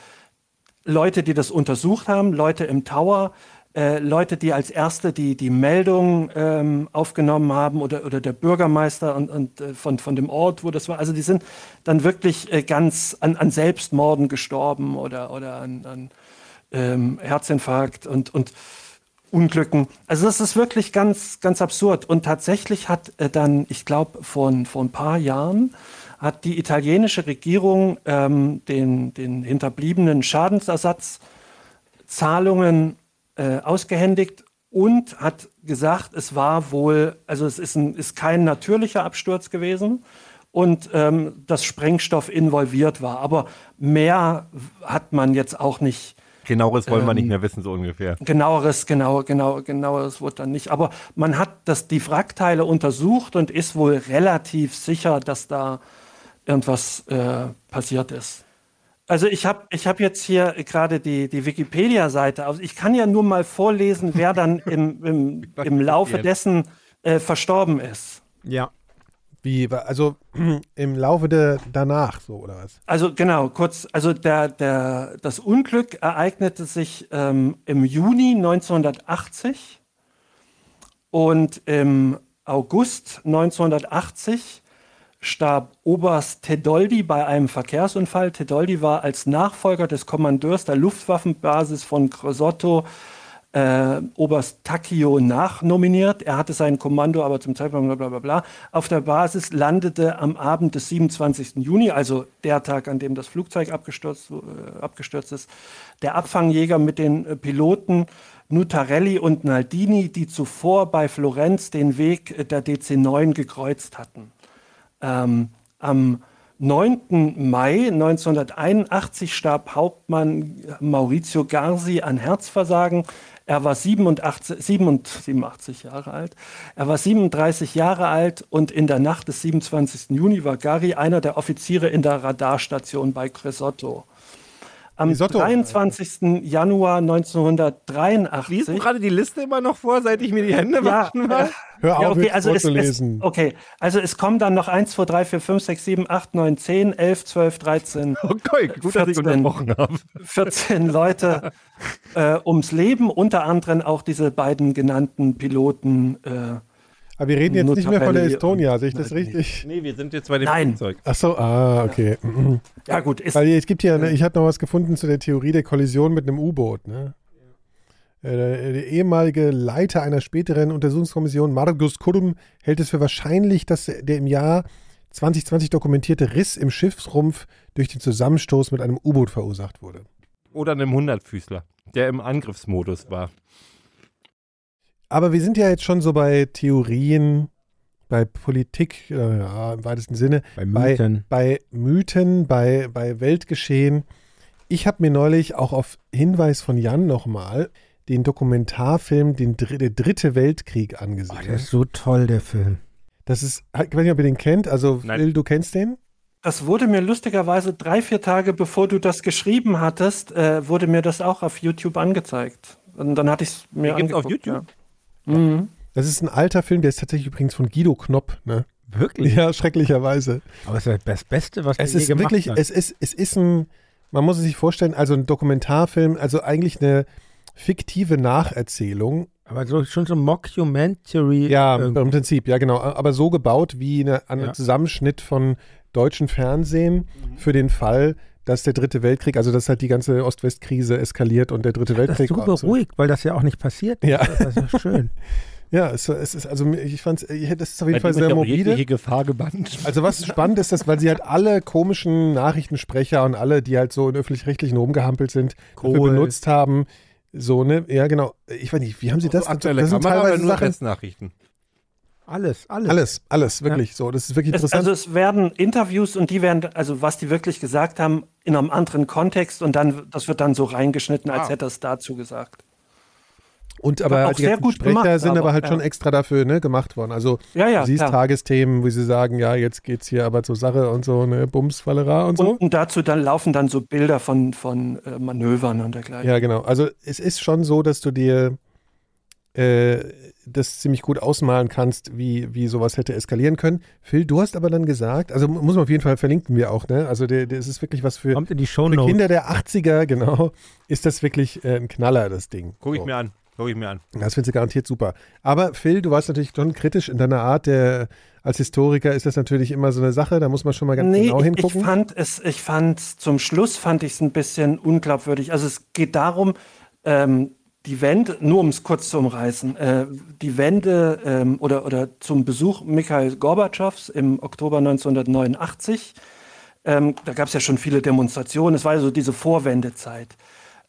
D: Leute, die das untersucht haben, Leute im Tower, äh, Leute, die als Erste die, die Meldung ähm, aufgenommen haben oder, oder der Bürgermeister und, und äh, von, von dem Ort, wo das war. Also die sind dann wirklich äh, ganz an, an Selbstmorden gestorben oder, oder an, an ähm, Herzinfarkt und, und Unglücken. Also das ist wirklich ganz, ganz absurd. Und tatsächlich hat äh, dann, ich glaube, vor, ein- vor ein paar Jahren hat die italienische Regierung ähm, den, den hinterbliebenen Schadensersatzzahlungen äh, ausgehändigt und hat gesagt, es war wohl, also es ist, ein, ist kein natürlicher Absturz gewesen und ähm, dass Sprengstoff involviert war. Aber mehr hat man jetzt auch nicht
C: Genaueres wollen wir
D: ähm,
C: nicht mehr wissen, so ungefähr.
D: Genaueres, genau, genau, genaueres wurde dann nicht. Aber man hat das, die Wrackteile untersucht und ist wohl relativ sicher, dass da irgendwas äh, passiert ist. Also ich habe ich hab jetzt hier gerade die, die Wikipedia-Seite. aus. ich kann ja nur mal vorlesen, wer dann im, im, im Laufe dessen äh, verstorben ist.
A: Ja.
B: Wie, wa- also im Laufe der danach so oder was?
D: Also genau, kurz, also der, der, das Unglück ereignete sich ähm, im Juni 1980 und im August 1980 starb Oberst Tedoldi bei einem Verkehrsunfall. Tedoldi war als Nachfolger des Kommandeurs der Luftwaffenbasis von Crosotto äh, Oberst Takio nachnominiert. Er hatte sein Kommando aber zum Zeitpunkt bla bla bla bla. Auf der Basis landete am Abend des 27. Juni, also der Tag, an dem das Flugzeug abgestürzt, äh, abgestürzt ist, der Abfangjäger mit den äh, Piloten Nutarelli und Naldini, die zuvor bei Florenz den Weg äh, der DC-9 gekreuzt hatten. Ähm, am 9. Mai 1981 starb Hauptmann Maurizio Garzi an Herzversagen. Er war 87, 87, 87 Jahre alt. Er war 37 Jahre alt und in der Nacht des 27. Juni war Gary einer der Offiziere in der Radarstation bei Cresotto. Am
B: Risotto.
D: 23. Januar 1983
C: Liest du gerade die Liste immer noch vor, seit ich mir die Hände waschen war?
B: Hör auf,
D: ja, okay,
B: jetzt
D: also es, es,
B: vorzulesen.
D: okay, also es kommen dann noch 1, 2, 3, 4, 5, 6, 7, 8, 9, 10, 11, 12, 13,
C: Okay, gut, dass Oh ich
D: 14.
C: unterbrochen habe.
D: 14 Leute äh, ums Leben, unter anderem auch diese beiden genannten Piloten. Äh,
B: Aber wir reden jetzt nicht mehr von der
D: Notabelli
B: Estonia,
D: und-
B: sehe ich das
D: Weiß nicht.
B: richtig?
C: Nee, wir sind jetzt bei dem
D: Nein.
C: Flugzeug.
B: Ach so, ah, okay. Mhm.
D: ja gut, ist,
B: Weil es gibt ja, ne, ich hatte noch was gefunden zu der Theorie der Kollision mit einem U-Boot, ne? Äh, Der, der ehemalige Leiter einer späteren Untersuchungskommission, Margus Kurum, hält es für wahrscheinlich, dass der im Jahr 2020 dokumentierte Riss im Schiffsrumpf durch den Zusammenstoß mit einem U-Boot verursacht wurde.
C: Oder einem Hundertfüßler, der im Angriffsmodus war.
B: Aber wir sind ja jetzt schon so bei Theorien, bei Politik, äh, ja, im weitesten Sinne.
A: Bei Mythen.
B: bei Mythen, bei, bei Weltgeschehen. Ich habe mir neulich auch auf Hinweis von Jan nochmal den Dokumentarfilm den Dr Der Dritte Weltkrieg
A: Oh,
B: angesehen.
A: der ist so toll, der Film.
B: das ist, ich weiß nicht, ob ihr den kennt, also
C: Nein.
B: Phil, du kennst den?
D: das wurde mir lustigerweise drei, vier Tage bevor du das geschrieben hattest, äh, wurde mir das auch auf YouTube angezeigt. Und dann hatte ich es mir
C: Den gibt's auf
D: angeguckt,
C: YouTube?
D: Ja. Mhm.
B: Das ist ein alter Film, der ist tatsächlich übrigens von Guido Knopp, ne?
A: Wirklich?
B: Ja, schrecklicherweise.
A: Aber es ist das Beste, was
B: Es
A: der je
B: ist
A: gemacht
B: wirklich,
A: hat.
B: es ist, es ist ein, man muss es sich vorstellen, also ein Dokumentarfilm, also eigentlich eine fiktive Nacherzählung
A: Aber so, schon so Mockumentary. äh,
B: Ja,
A: irgendwie.
B: im Prinzip, ja genau. Aber so gebaut wie eine,
A: ähm.
B: ein
A: Ja. Mhm.
B: Zusammenschnitt von deutschen Fernsehen für den Fall, dass der Dritte Weltkrieg, also dass halt die ganze Ost-West-Krise eskaliert und der Dritte
A: das ist
B: Weltkrieg.
A: so beruhigt, weil das ja auch nicht passiert.
B: Ja.
A: Das ist ja schön.
B: Ja, es, es ist, also ich fand es, das ist auf jeden Fall
C: Bei dem ist
B: sehr
C: ja auch
B: mobile.
C: jegliche Gefahr gebannt.
B: Also was spannend ist, dass, weil sie halt alle komischen Nachrichtensprecher und alle, die halt so in öffentlich-rechtlichen rumgehampelt sind, dafür
A: Kohl.
B: benutzt haben. So, ne? Ja, genau. Ich weiß nicht, wie haben sie
D: Also
B: das? Das
C: aktuelle
B: sind
C: Kamera, aber
B: teilweise
C: nur
B: Sachen.
C: Festnachrichten.
A: Alles, alles.
B: Alles, alles, wirklich so. Das ist wirklich
D: Es,
B: interessant.
D: also es werden Interviews und die werden, also was die wirklich gesagt haben, in einem anderen Kontext und dann, das wird dann so reingeschnitten, als
C: Ah.
D: hätte er es dazu gesagt.
B: Und aber halt,
D: Auch
B: die
D: sehr
B: ganzen
D: gut
B: Sprecher
D: gemacht,
B: sind aber,
D: aber,
B: halt
D: ja.
B: schon extra dafür ne, gemacht worden. Also
D: Ja, ja,
B: du siehst
D: klar.
B: Tagesthemen, wo sie sagen, ja, jetzt geht's hier aber zur Sache und so, ne, Bumsfallera und so.
D: Und, und dazu dann laufen dann so Bilder von, von äh, Manövern und dergleichen.
B: ja, genau. Also es ist schon so, dass du dir äh, das ziemlich gut ausmalen kannst, wie, wie sowas hätte eskalieren können. Phil, du hast aber dann gesagt, also mu- muss man auf jeden Fall verlinken wir auch, ne? Also der, der, es ist wirklich was für,
A: Kommt in die
B: für
A: Shownotes.
B: Kinder der 80er, genau, ist das wirklich äh, ein Knaller, das Ding.
C: Guck ich
B: So.
C: mir an. Guck ich mir an.
B: Das findest du garantiert super. Aber Phil, du warst natürlich schon kritisch in deiner Art. Der, als Historiker ist das natürlich immer so eine Sache. Da muss man schon mal ganz genau
D: ich,
B: hingucken.
D: Ich fand es, ich fand zum Schluss fand ich es ein bisschen unglaubwürdig. Also es geht darum, ähm, die Wende, nur um es kurz zu umreißen, äh, die Wende ähm, oder, oder zum Besuch Mikhail Gorbatschows im Oktober 1989. Ähm, da gab es ja schon viele Demonstrationen. Es war ja so diese Vorwendezeit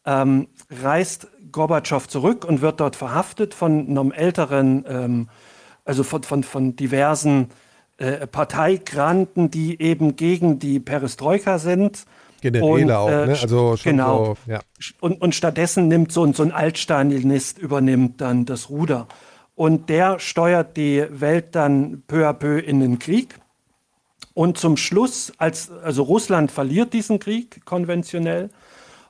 D: ähm, reist Gorbatschow zurück und wird dort verhaftet von einem älteren, ähm, also von, von, von diversen äh, Parteigranten, die eben gegen die Perestroika sind.
B: Generäle
D: Und,
B: auch,
D: äh,
B: ne? Also schon so,
D: genau.
B: ja.
D: Und, und stattdessen nimmt so ein, so ein Altstalinist, übernimmt dann das Ruder. Und der steuert die Welt dann peu à peu in den Krieg. Und zum Schluss, als, also Russland verliert diesen Krieg konventionell.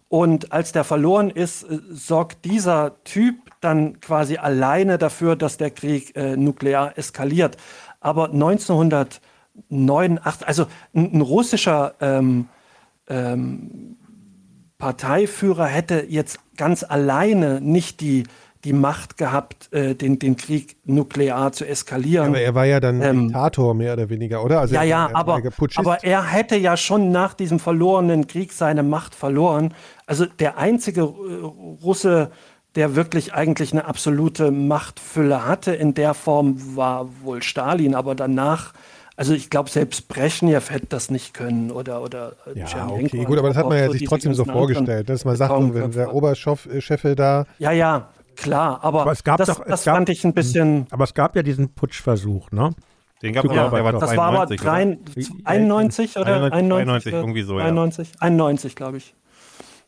D: Und als der verloren ist, äh, sorgt dieser Typ dann quasi alleine dafür, dass der Krieg äh, nuklear eskaliert. Aber 1989, also ein, ein russischer ähm, Parteiführer hätte jetzt ganz alleine nicht die, die Macht gehabt, äh, den, den Krieg nuklear zu eskalieren.
B: Aber er war ja dann
D: Ähm,
B: Diktator mehr oder weniger, oder? Also
D: ja,
B: er-
D: ja,
B: er war
D: aber,
B: Putschist.
D: aber er hätte ja schon nach diesem verlorenen Krieg seine Macht verloren. Also der einzige äh, Russe, der wirklich eigentlich eine absolute Machtfülle hatte in der Form, war wohl Stalin. Aber danach, also ich glaube, selbst Brezhnev hätte das nicht können oder oder äh,
B: ja,
D: Tschernenko
B: okay, gut, aber das hat
D: auch
B: man ja
D: so
B: sich
D: diese
B: trotzdem so
D: ganzen anderen
B: vorgestellt, dass man sagt, so, wenn
D: Betonköpfe.
B: der Oberscheffe da,
D: Ja, ja, klar. Aber,
A: Aber es gab
D: das,
A: doch- es
D: das
A: gab-
D: fand ich
B: Mhm.
D: ein bisschen.
A: Aber es gab ja diesen Putschversuch, ne?
C: Den gab es
A: Super,
C: aber, der war
A: das
D: Das war aber
C: 92, oder?
D: drei, 91 oder
C: 91,
D: 91,
C: irgendwie so, ja.
D: 91, 91 glaube ich.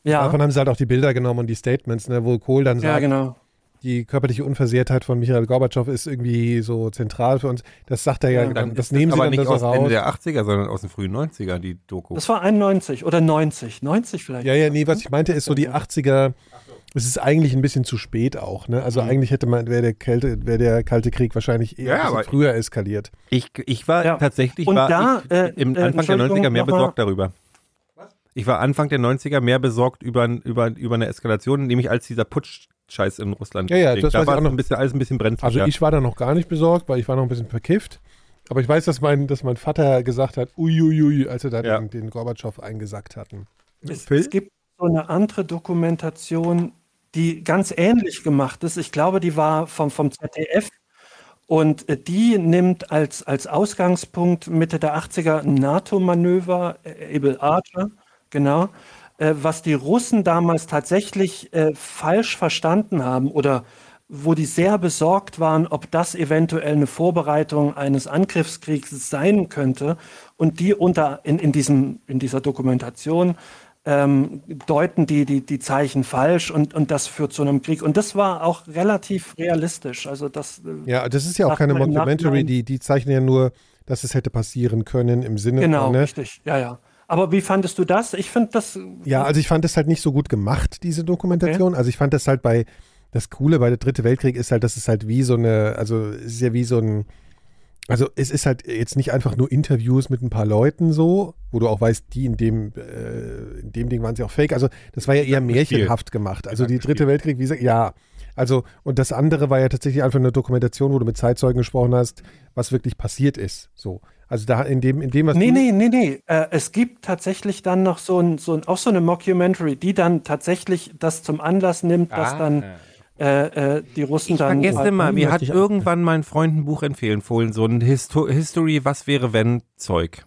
D: Ja,
B: davon haben sie halt auch die Bilder genommen und die Statements, ne, wo Kohl dann
D: ja
B: sagt,
D: genau.
B: die körperliche Unversehrtheit von Michael Gorbatschow ist irgendwie so zentral für uns. Das sagt er ja,
D: Ja,
B: dann,
C: ist
B: das nehmen sie
C: aber
B: dann
C: nicht
B: das
C: aus
B: auch
C: Ende
B: raus.
C: der 80er, sondern aus den frühen 90er, die Doku.
D: Das war 91 oder 90. 90 vielleicht.
B: Ja, ja, nee, was ich meinte ist so die 80er, es ist eigentlich ein bisschen zu spät auch, ne?
D: Mhm.
B: Also eigentlich hätte man, wäre der Kälte, wäre der Kalte Krieg wahrscheinlich eher
C: Ja,
B: ein bisschen
C: aber-
B: früher eskaliert.
C: ich, ich war
D: Ja.
C: tatsächlich
D: Und
C: war
D: da,
C: ich,
D: äh,
C: im Anfang
D: äh,
C: der
D: Entschuldigung,
C: 90er mehr
D: noch mal-
C: besorgt darüber. Ich war Anfang der 90er mehr besorgt über, über, über eine Eskalation, nämlich als dieser Putsch-Scheiß in Russland
B: Ja, ja, das
C: losging.
B: weiß
C: da
B: ich
C: war
B: auch noch.
C: ein bisschen, alles ein bisschen brenzlig.
B: Also
C: ja.
B: ich war da noch gar nicht besorgt, weil ich war noch ein bisschen verkifft. Aber ich weiß, dass mein, dass mein Vater gesagt hat, uiuiui, als er dann
C: Ja.
B: den, den Gorbatschow eingesackt hatten.
D: Es,
A: Phil?
D: es gibt so eine andere Dokumentation, die ganz ähnlich gemacht ist. Ich glaube, die war vom, vom ZDF. Und äh, die nimmt als, als Ausgangspunkt Mitte der 80er ein NATO-Manöver, äh, Able Archer, genau, äh, was die Russen damals tatsächlich äh, falsch verstanden haben oder wo die sehr besorgt waren, ob das eventuell eine Vorbereitung eines Angriffskriegs sein könnte. Und die unter in, in, diesem, in dieser Dokumentation ähm, deuten die, die, die Zeichen falsch und, und das führt zu einem Krieg. Und das war auch relativ realistisch. Also das äh,
B: Ja, das ist ja auch
D: Sagt
B: keine
D: man im
B: Mockumentary,
D: Nachhinein.
B: die, die zeichnen ja nur, dass es hätte passieren können im Sinne
D: Genau,
B: von, ne?
D: richtig. Ja, ja. Aber wie fandest du das? Ich finde das.
B: Ja, also ich fand das halt nicht so gut gemacht, diese Dokumentation. Also ich fand das halt bei, das Coole bei der Dritte Weltkrieg ist halt, dass es halt wie so eine, also es ist ja wie so ein, also es ist halt jetzt nicht einfach nur Interviews mit ein paar Leuten so, wo du auch weißt, die in dem, äh, in dem Ding waren sie auch fake. Also das war ja eher
C: Gespielt.
B: märchenhaft gemacht. Also die
C: Gespielt.
B: Dritte Weltkrieg, wie gesagt, ja. Also, und das andere war ja tatsächlich einfach eine Dokumentation, wo du mit Zeitzeugen gesprochen hast, was wirklich passiert ist. So. Also da in dem, in dem, was
D: Nee,
B: du-
D: nee, nee, nee. Äh, es gibt tatsächlich dann noch so ein, so ein, auch so eine Mockumentary, die dann tatsächlich das zum Anlass nimmt, dass dann
B: Ah.
D: äh, äh, die Russen
C: Ich
D: dann. ne?
C: vergesse mal, mir
A: möchte
C: hat
A: ich auch-
C: irgendwann mein Freund ein Buch empfohlen, so ein Histo History, was wäre wenn Zeug.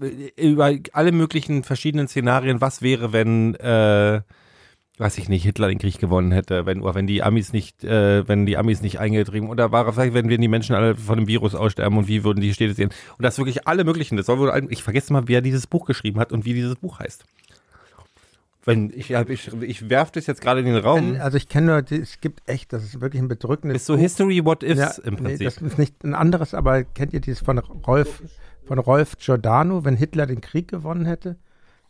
C: Äh, Über alle möglichen verschiedenen Szenarien, was wäre wenn, äh, weiß ich nicht, Hitler den Krieg gewonnen hätte, wenn, oder wenn die Amis nicht, äh, wenn die Amis nicht eingetrieben, oder war vielleicht, wenn wir die Menschen alle von dem Virus aussterben und wie würden die Städte sehen? Und das wirklich alle möglichen, das soll wohl, ein- ich vergesse mal, wer dieses Buch geschrieben hat und wie dieses Buch heißt. Wenn, ich, ich, ich werf das jetzt gerade in den Raum.
A: Also ich kenne nur, die- es gibt echt, das ist wirklich ein bedrückendes.
C: Ist so History What Ifs
A: ja,
C: im
A: nee,
C: Prinzip.
A: das ist nicht ein anderes, aber kennt ihr dieses von Rolf, von Rolf Giordano, wenn Hitler den Krieg gewonnen hätte?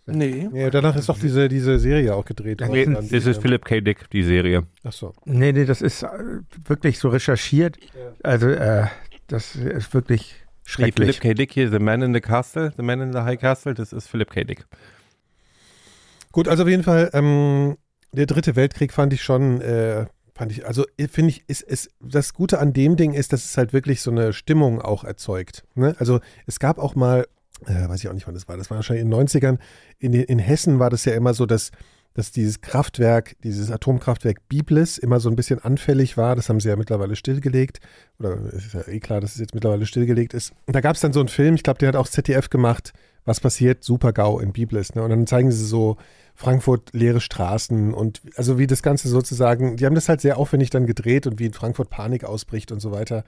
D: Nee.
B: Ja, danach ist doch diese, diese Serie auch gedreht
A: Nee,
B: worden.
C: das ist Philip K. Dick, die Serie.
B: Ach so.
A: Nee, nee, das ist äh, wirklich so recherchiert. Also äh, das ist wirklich
C: Nee, Philip
A: schrecklich.
C: K. Dick hier, The Man in the Castle, The Man in the High Castle, das ist Philip K. Dick.
B: Gut, also auf jeden Fall, ähm, der dritte Weltkrieg fand ich schon, äh, fand ich, also eh, finde ich, ist, ist, das Gute an dem Ding ist, dass es halt wirklich so eine Stimmung auch erzeugt. Ne? Also es gab auch mal, äh, weiß ich auch nicht, wann das war, das war wahrscheinlich in den 90ern, in, den- in Hessen war das ja immer so, dass dass dieses Kraftwerk, dieses Atomkraftwerk Biblis immer so ein bisschen anfällig war. Das haben sie ja mittlerweile stillgelegt. Oder es ist ja eh klar, dass es jetzt mittlerweile stillgelegt ist. Und da gab es dann so einen Film, ich glaube, den hat auch ZDF gemacht. Was passiert? Super-GAU in Biblis. Ne? Und dann zeigen sie so Frankfurt leere Straßen und also wie das Ganze sozusagen, die haben das halt sehr aufwendig dann gedreht und wie in Frankfurt Panik ausbricht und so weiter.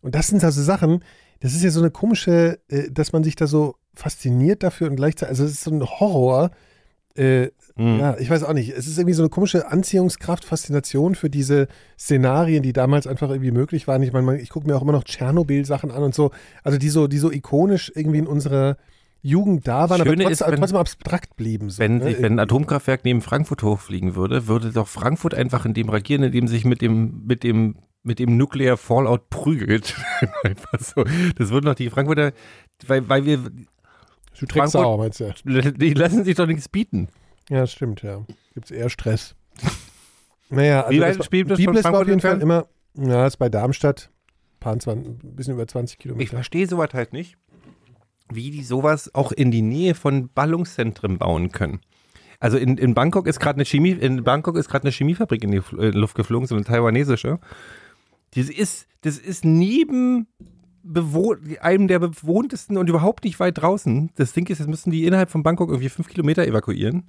B: Und das sind also Sachen, das ist ja so eine komische, äh, dass man sich da so fasziniert dafür und gleichzeitig, also es ist so ein Horror, äh,
C: Hm.
B: ja, ich weiß auch nicht. Es ist irgendwie so eine komische Anziehungskraft, Faszination für diese Szenarien, die damals einfach irgendwie möglich waren. Ich meine, man- ich gucke mir auch immer noch Tschernobyl-Sachen an und so. Also die so, die so ikonisch irgendwie in unserer Jugend da waren, aber
C: Schöne
B: trotzdem,
C: ist, wenn-
B: trotzdem abstrakt blieben. So,
C: Wenn,
B: ne?
C: sich, wenn ein Atomkraftwerk neben Frankfurt hochfliegen würde, würde doch Frankfurt einfach in dem reagieren, indem sich mit dem, mit dem, mit dem Nuclear Fallout prügelt. einfach so. Das würden doch die Frankfurter, weil, weil wir,
B: du trägst
C: Frankfurt-
B: sauer, meinst du?
C: die lassen sich doch nichts bieten.
B: Ja, stimmt, ja. Gibt es eher Stress. naja, also
C: Wie weit
B: das war-
C: spielt das von
B: Biblis war auf
C: Frankfurt
B: jeden Fall
C: entfernt?
B: immer, ja, ist bei Darmstadt, paar und zwan- ein bisschen über 20 Kilometer.
C: Ich verstehe sowas halt nicht, wie die sowas auch in die Nähe von Ballungszentren bauen können. Also in, in Bangkok ist gerade eine Chemie, in Bangkok ist gerade eine Chemiefabrik in die Fl- äh, Luft geflogen, so eine taiwanesische. Das ist, das ist neben bewo- einem der bewohntesten und überhaupt nicht weit draußen. Das Ding ist, jetzt müssen die innerhalb von Bangkok irgendwie fünf Kilometer evakuieren,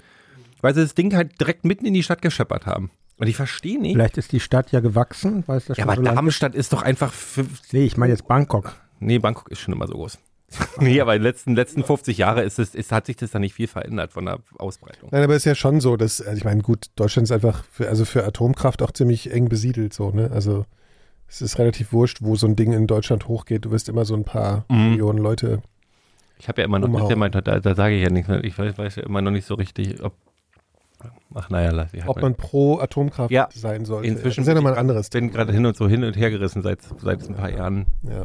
C: weil sie das Ding halt direkt mitten in die Stadt gescheppert haben. Und ich verstehe nicht.
A: Vielleicht ist die Stadt ja gewachsen, weil es das
C: Ja,
A: schon
C: aber
A: so lange-
C: Darmstadt ist doch einfach fünf,
A: Nee, ich meine jetzt Bangkok.
C: Nee, Bangkok ist schon immer so groß. nee, aber in den letzten, letzten 50 Jahren ist es, ist, hat sich das da nicht viel verändert von der Ausbreitung.
B: Nein, aber ist ja schon so, dass, also ich meine, gut, Deutschland ist einfach für, also für Atomkraft auch ziemlich eng besiedelt, so, ne? Also es ist relativ wurscht, wo so ein Ding in Deutschland hochgeht. Du wirst immer so ein paar
C: Mhm.
B: Millionen Leute.
C: Ich habe ja immer noch nicht,
B: Umhauen.
C: immer, da, da sage ich ja nichts mehr. Ich weiß, weiß ja immer noch nicht so richtig, ob. Ach, naja, lass ich halt
B: Ob
C: mal.
B: man pro Atomkraft
C: Ja.
B: sein sollte.
C: Inzwischen-
B: das ist ja nochmal ein anderes
C: Ich bin gerade hin und so hin und her gerissen seit, seit ein paar Jahren.
B: Ja.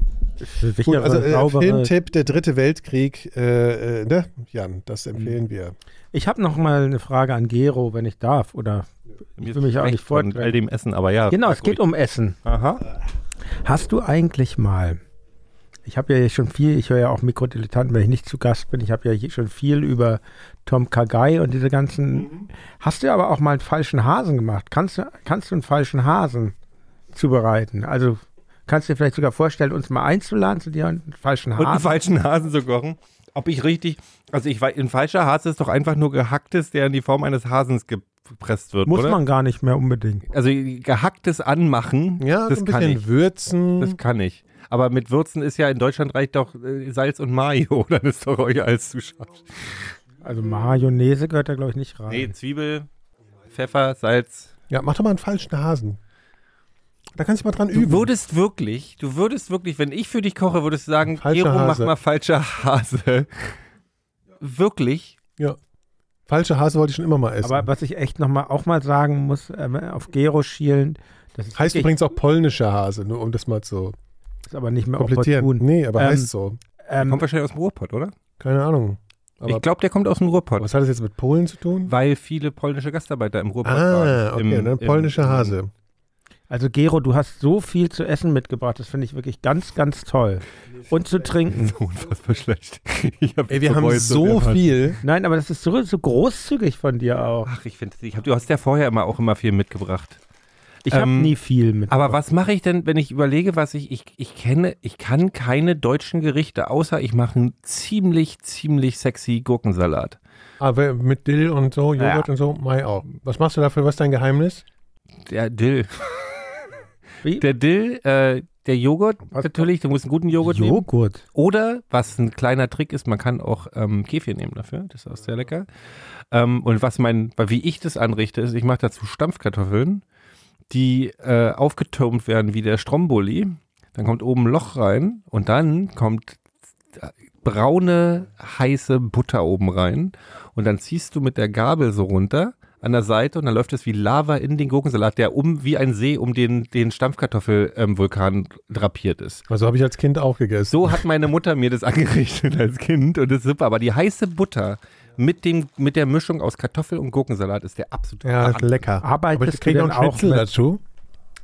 A: Sicher,
B: Gut, also äh,
A: saubere-
B: Filmtipp, der dritte Weltkrieg, äh, äh, ne? Jan, das empfehlen
C: Mhm.
B: wir.
A: ich habe noch mal eine Frage an Gero, wenn ich darf. Oder
C: Mir
A: will mich
C: ist
A: auch nicht
C: schlecht von
A: vordrängen.
C: all dem Essen, aber ja.
A: genau, es geht um Essen.
C: Aha.
A: Hast du eigentlich mal, ich habe ja jetzt schon viel, ich höre ja auch Mikrodilettanten, wenn ich nicht zu Gast bin, ich habe ja je- schon viel über Tom Kagai und diese ganzen,
C: Mhm.
A: hast du aber auch mal einen falschen Hasen gemacht? Kannst du, kannst du einen falschen Hasen zubereiten? Also kannst du dir vielleicht sogar vorstellen, uns mal einzuladen zu dir und einen falschen
C: Und einen
A: Hasen?
C: falschen Hasen zu kochen. Ob ich richtig. Also, ich weiß, ein falscher Hase ist doch einfach nur gehacktes, der in die Form eines Hasens gepresst wird,
A: Muss
C: oder?
A: man gar nicht mehr unbedingt.
C: Also, gehacktes anmachen,
B: Ja,
C: das
B: so ein
C: kann
B: bisschen
C: ich.
B: würzen.
C: Das kann ich. Aber mit Würzen ist ja in Deutschland reicht doch äh, Salz und Mayo, dann ist doch euch alles zu scharf.
A: Also Mayonnaise gehört da, glaube ich, nicht rein.
C: Nee, Zwiebel, Pfeffer, Salz.
B: ja, mach doch mal einen falschen Hasen. Da kannst du mal dran
C: Du
B: üben.
C: würdest wirklich, du würdest wirklich, wenn ich für dich koche, würdest du sagen,
B: Falscher
C: Gero, mach
B: Hase.
C: mal falscher Hase. Wirklich?
B: Ja. Falsche Hase wollte ich schon immer mal essen.
A: aber was ich echt noch mal, auch mal sagen muss, ähm, auf Gero schielen, das ist,
B: heißt
A: wirklich,
B: übrigens auch polnischer Hase, nur um das mal zu
A: ist aber nicht mehr
B: komplettieren.
A: opportun.
B: Nee, aber
A: Ähm,
B: heißt so.
A: Ähm,
C: Kommt wahrscheinlich aus dem Ruhrpott, oder?
B: Keine Ahnung. Aber
C: ich glaube, der kommt aus dem Ruhrpott,
B: was hat das jetzt mit Polen zu tun?
C: weil viele polnische Gastarbeiter im Ruhrpott
B: Ah,
C: waren.
B: okay,
C: Im-
B: dann
C: im-
B: polnischer
C: im-
B: Hase.
A: Also Gero, du hast so viel zu essen mitgebracht, das finde ich wirklich ganz, ganz toll. Und zu trinken.
C: So unfassbar schlecht. Ich hab
B: Ey, wir haben
C: bereut,
B: so
C: dass wir-
B: viel.
A: Nein, aber das ist so, so großzügig von dir auch.
C: Ach, ich finde, ich hab, du hast ja vorher immer auch immer viel mitgebracht.
A: Ich habe
C: Ähm,
A: nie viel mit.
C: Aber was mache ich denn, wenn ich überlege, was ich, ich, ich kenne, ich kann keine deutschen Gerichte, außer ich mache einen ziemlich, ziemlich sexy Gurkensalat.
B: Aber Ah, mit Dill und so, Joghurt und so, Mai auch. Was machst du dafür? Was ist dein Geheimnis?
C: Der Dill.
A: Wie?
C: Der Dill, äh, der Joghurt
A: Was-
C: natürlich, du musst einen guten Joghurt nehmen.
A: Joghurt.
C: Oder, was ein kleiner Trick ist, man kann auch ähm, Kefir nehmen dafür, das ist auch sehr lecker. Ähm, und was mein, weil wie ich das anrichte, ist, ich mache dazu Stampfkartoffeln, die äh, aufgetürmt werden wie der Stromboli. Dann kommt oben ein Loch rein und dann kommt äh, braune, heiße Butter oben rein. Und dann ziehst du mit der Gabel so runter an der Seite und dann läuft es wie Lava in den Gurkensalat, der um wie ein See um den, den Stampfkartoffelvulkan drapiert ist.
B: Also habe ich als Kind auch gegessen.
C: So hat meine Mutter mir das angerichtet als Kind und das ist super. Aber die heiße Butter mit, dem, mit der Mischung aus Kartoffel und Gurkensalat ist der absolute
B: Ja, ist
C: Wahnsinn.
B: lecker. Aber ich
A: Arbeitest du
B: kriege
A: denn
B: noch einen
A: auch
B: Schnitzel
A: mit?
B: dazu.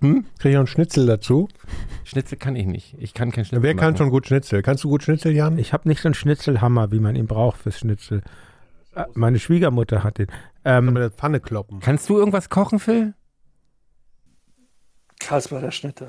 C: Hm?
B: Kriege ich noch einen Schnitzel dazu.
C: Schnitzel kann ich nicht. Ich kann kein Schnitzel.
B: Wer kann
C: machen.
B: schon gut Schnitzel? Kannst du gut Schnitzel, Jan?
A: Ich habe nicht so einen Schnitzelhammer, wie man ihn braucht fürs Schnitzel. Äh, Meine Schwiegermutter hat den.
B: mit
A: Ähm,
B: der Pfanne kloppen.
C: Kannst du irgendwas kochen, Phil?
D: Karlsbader Schnitte.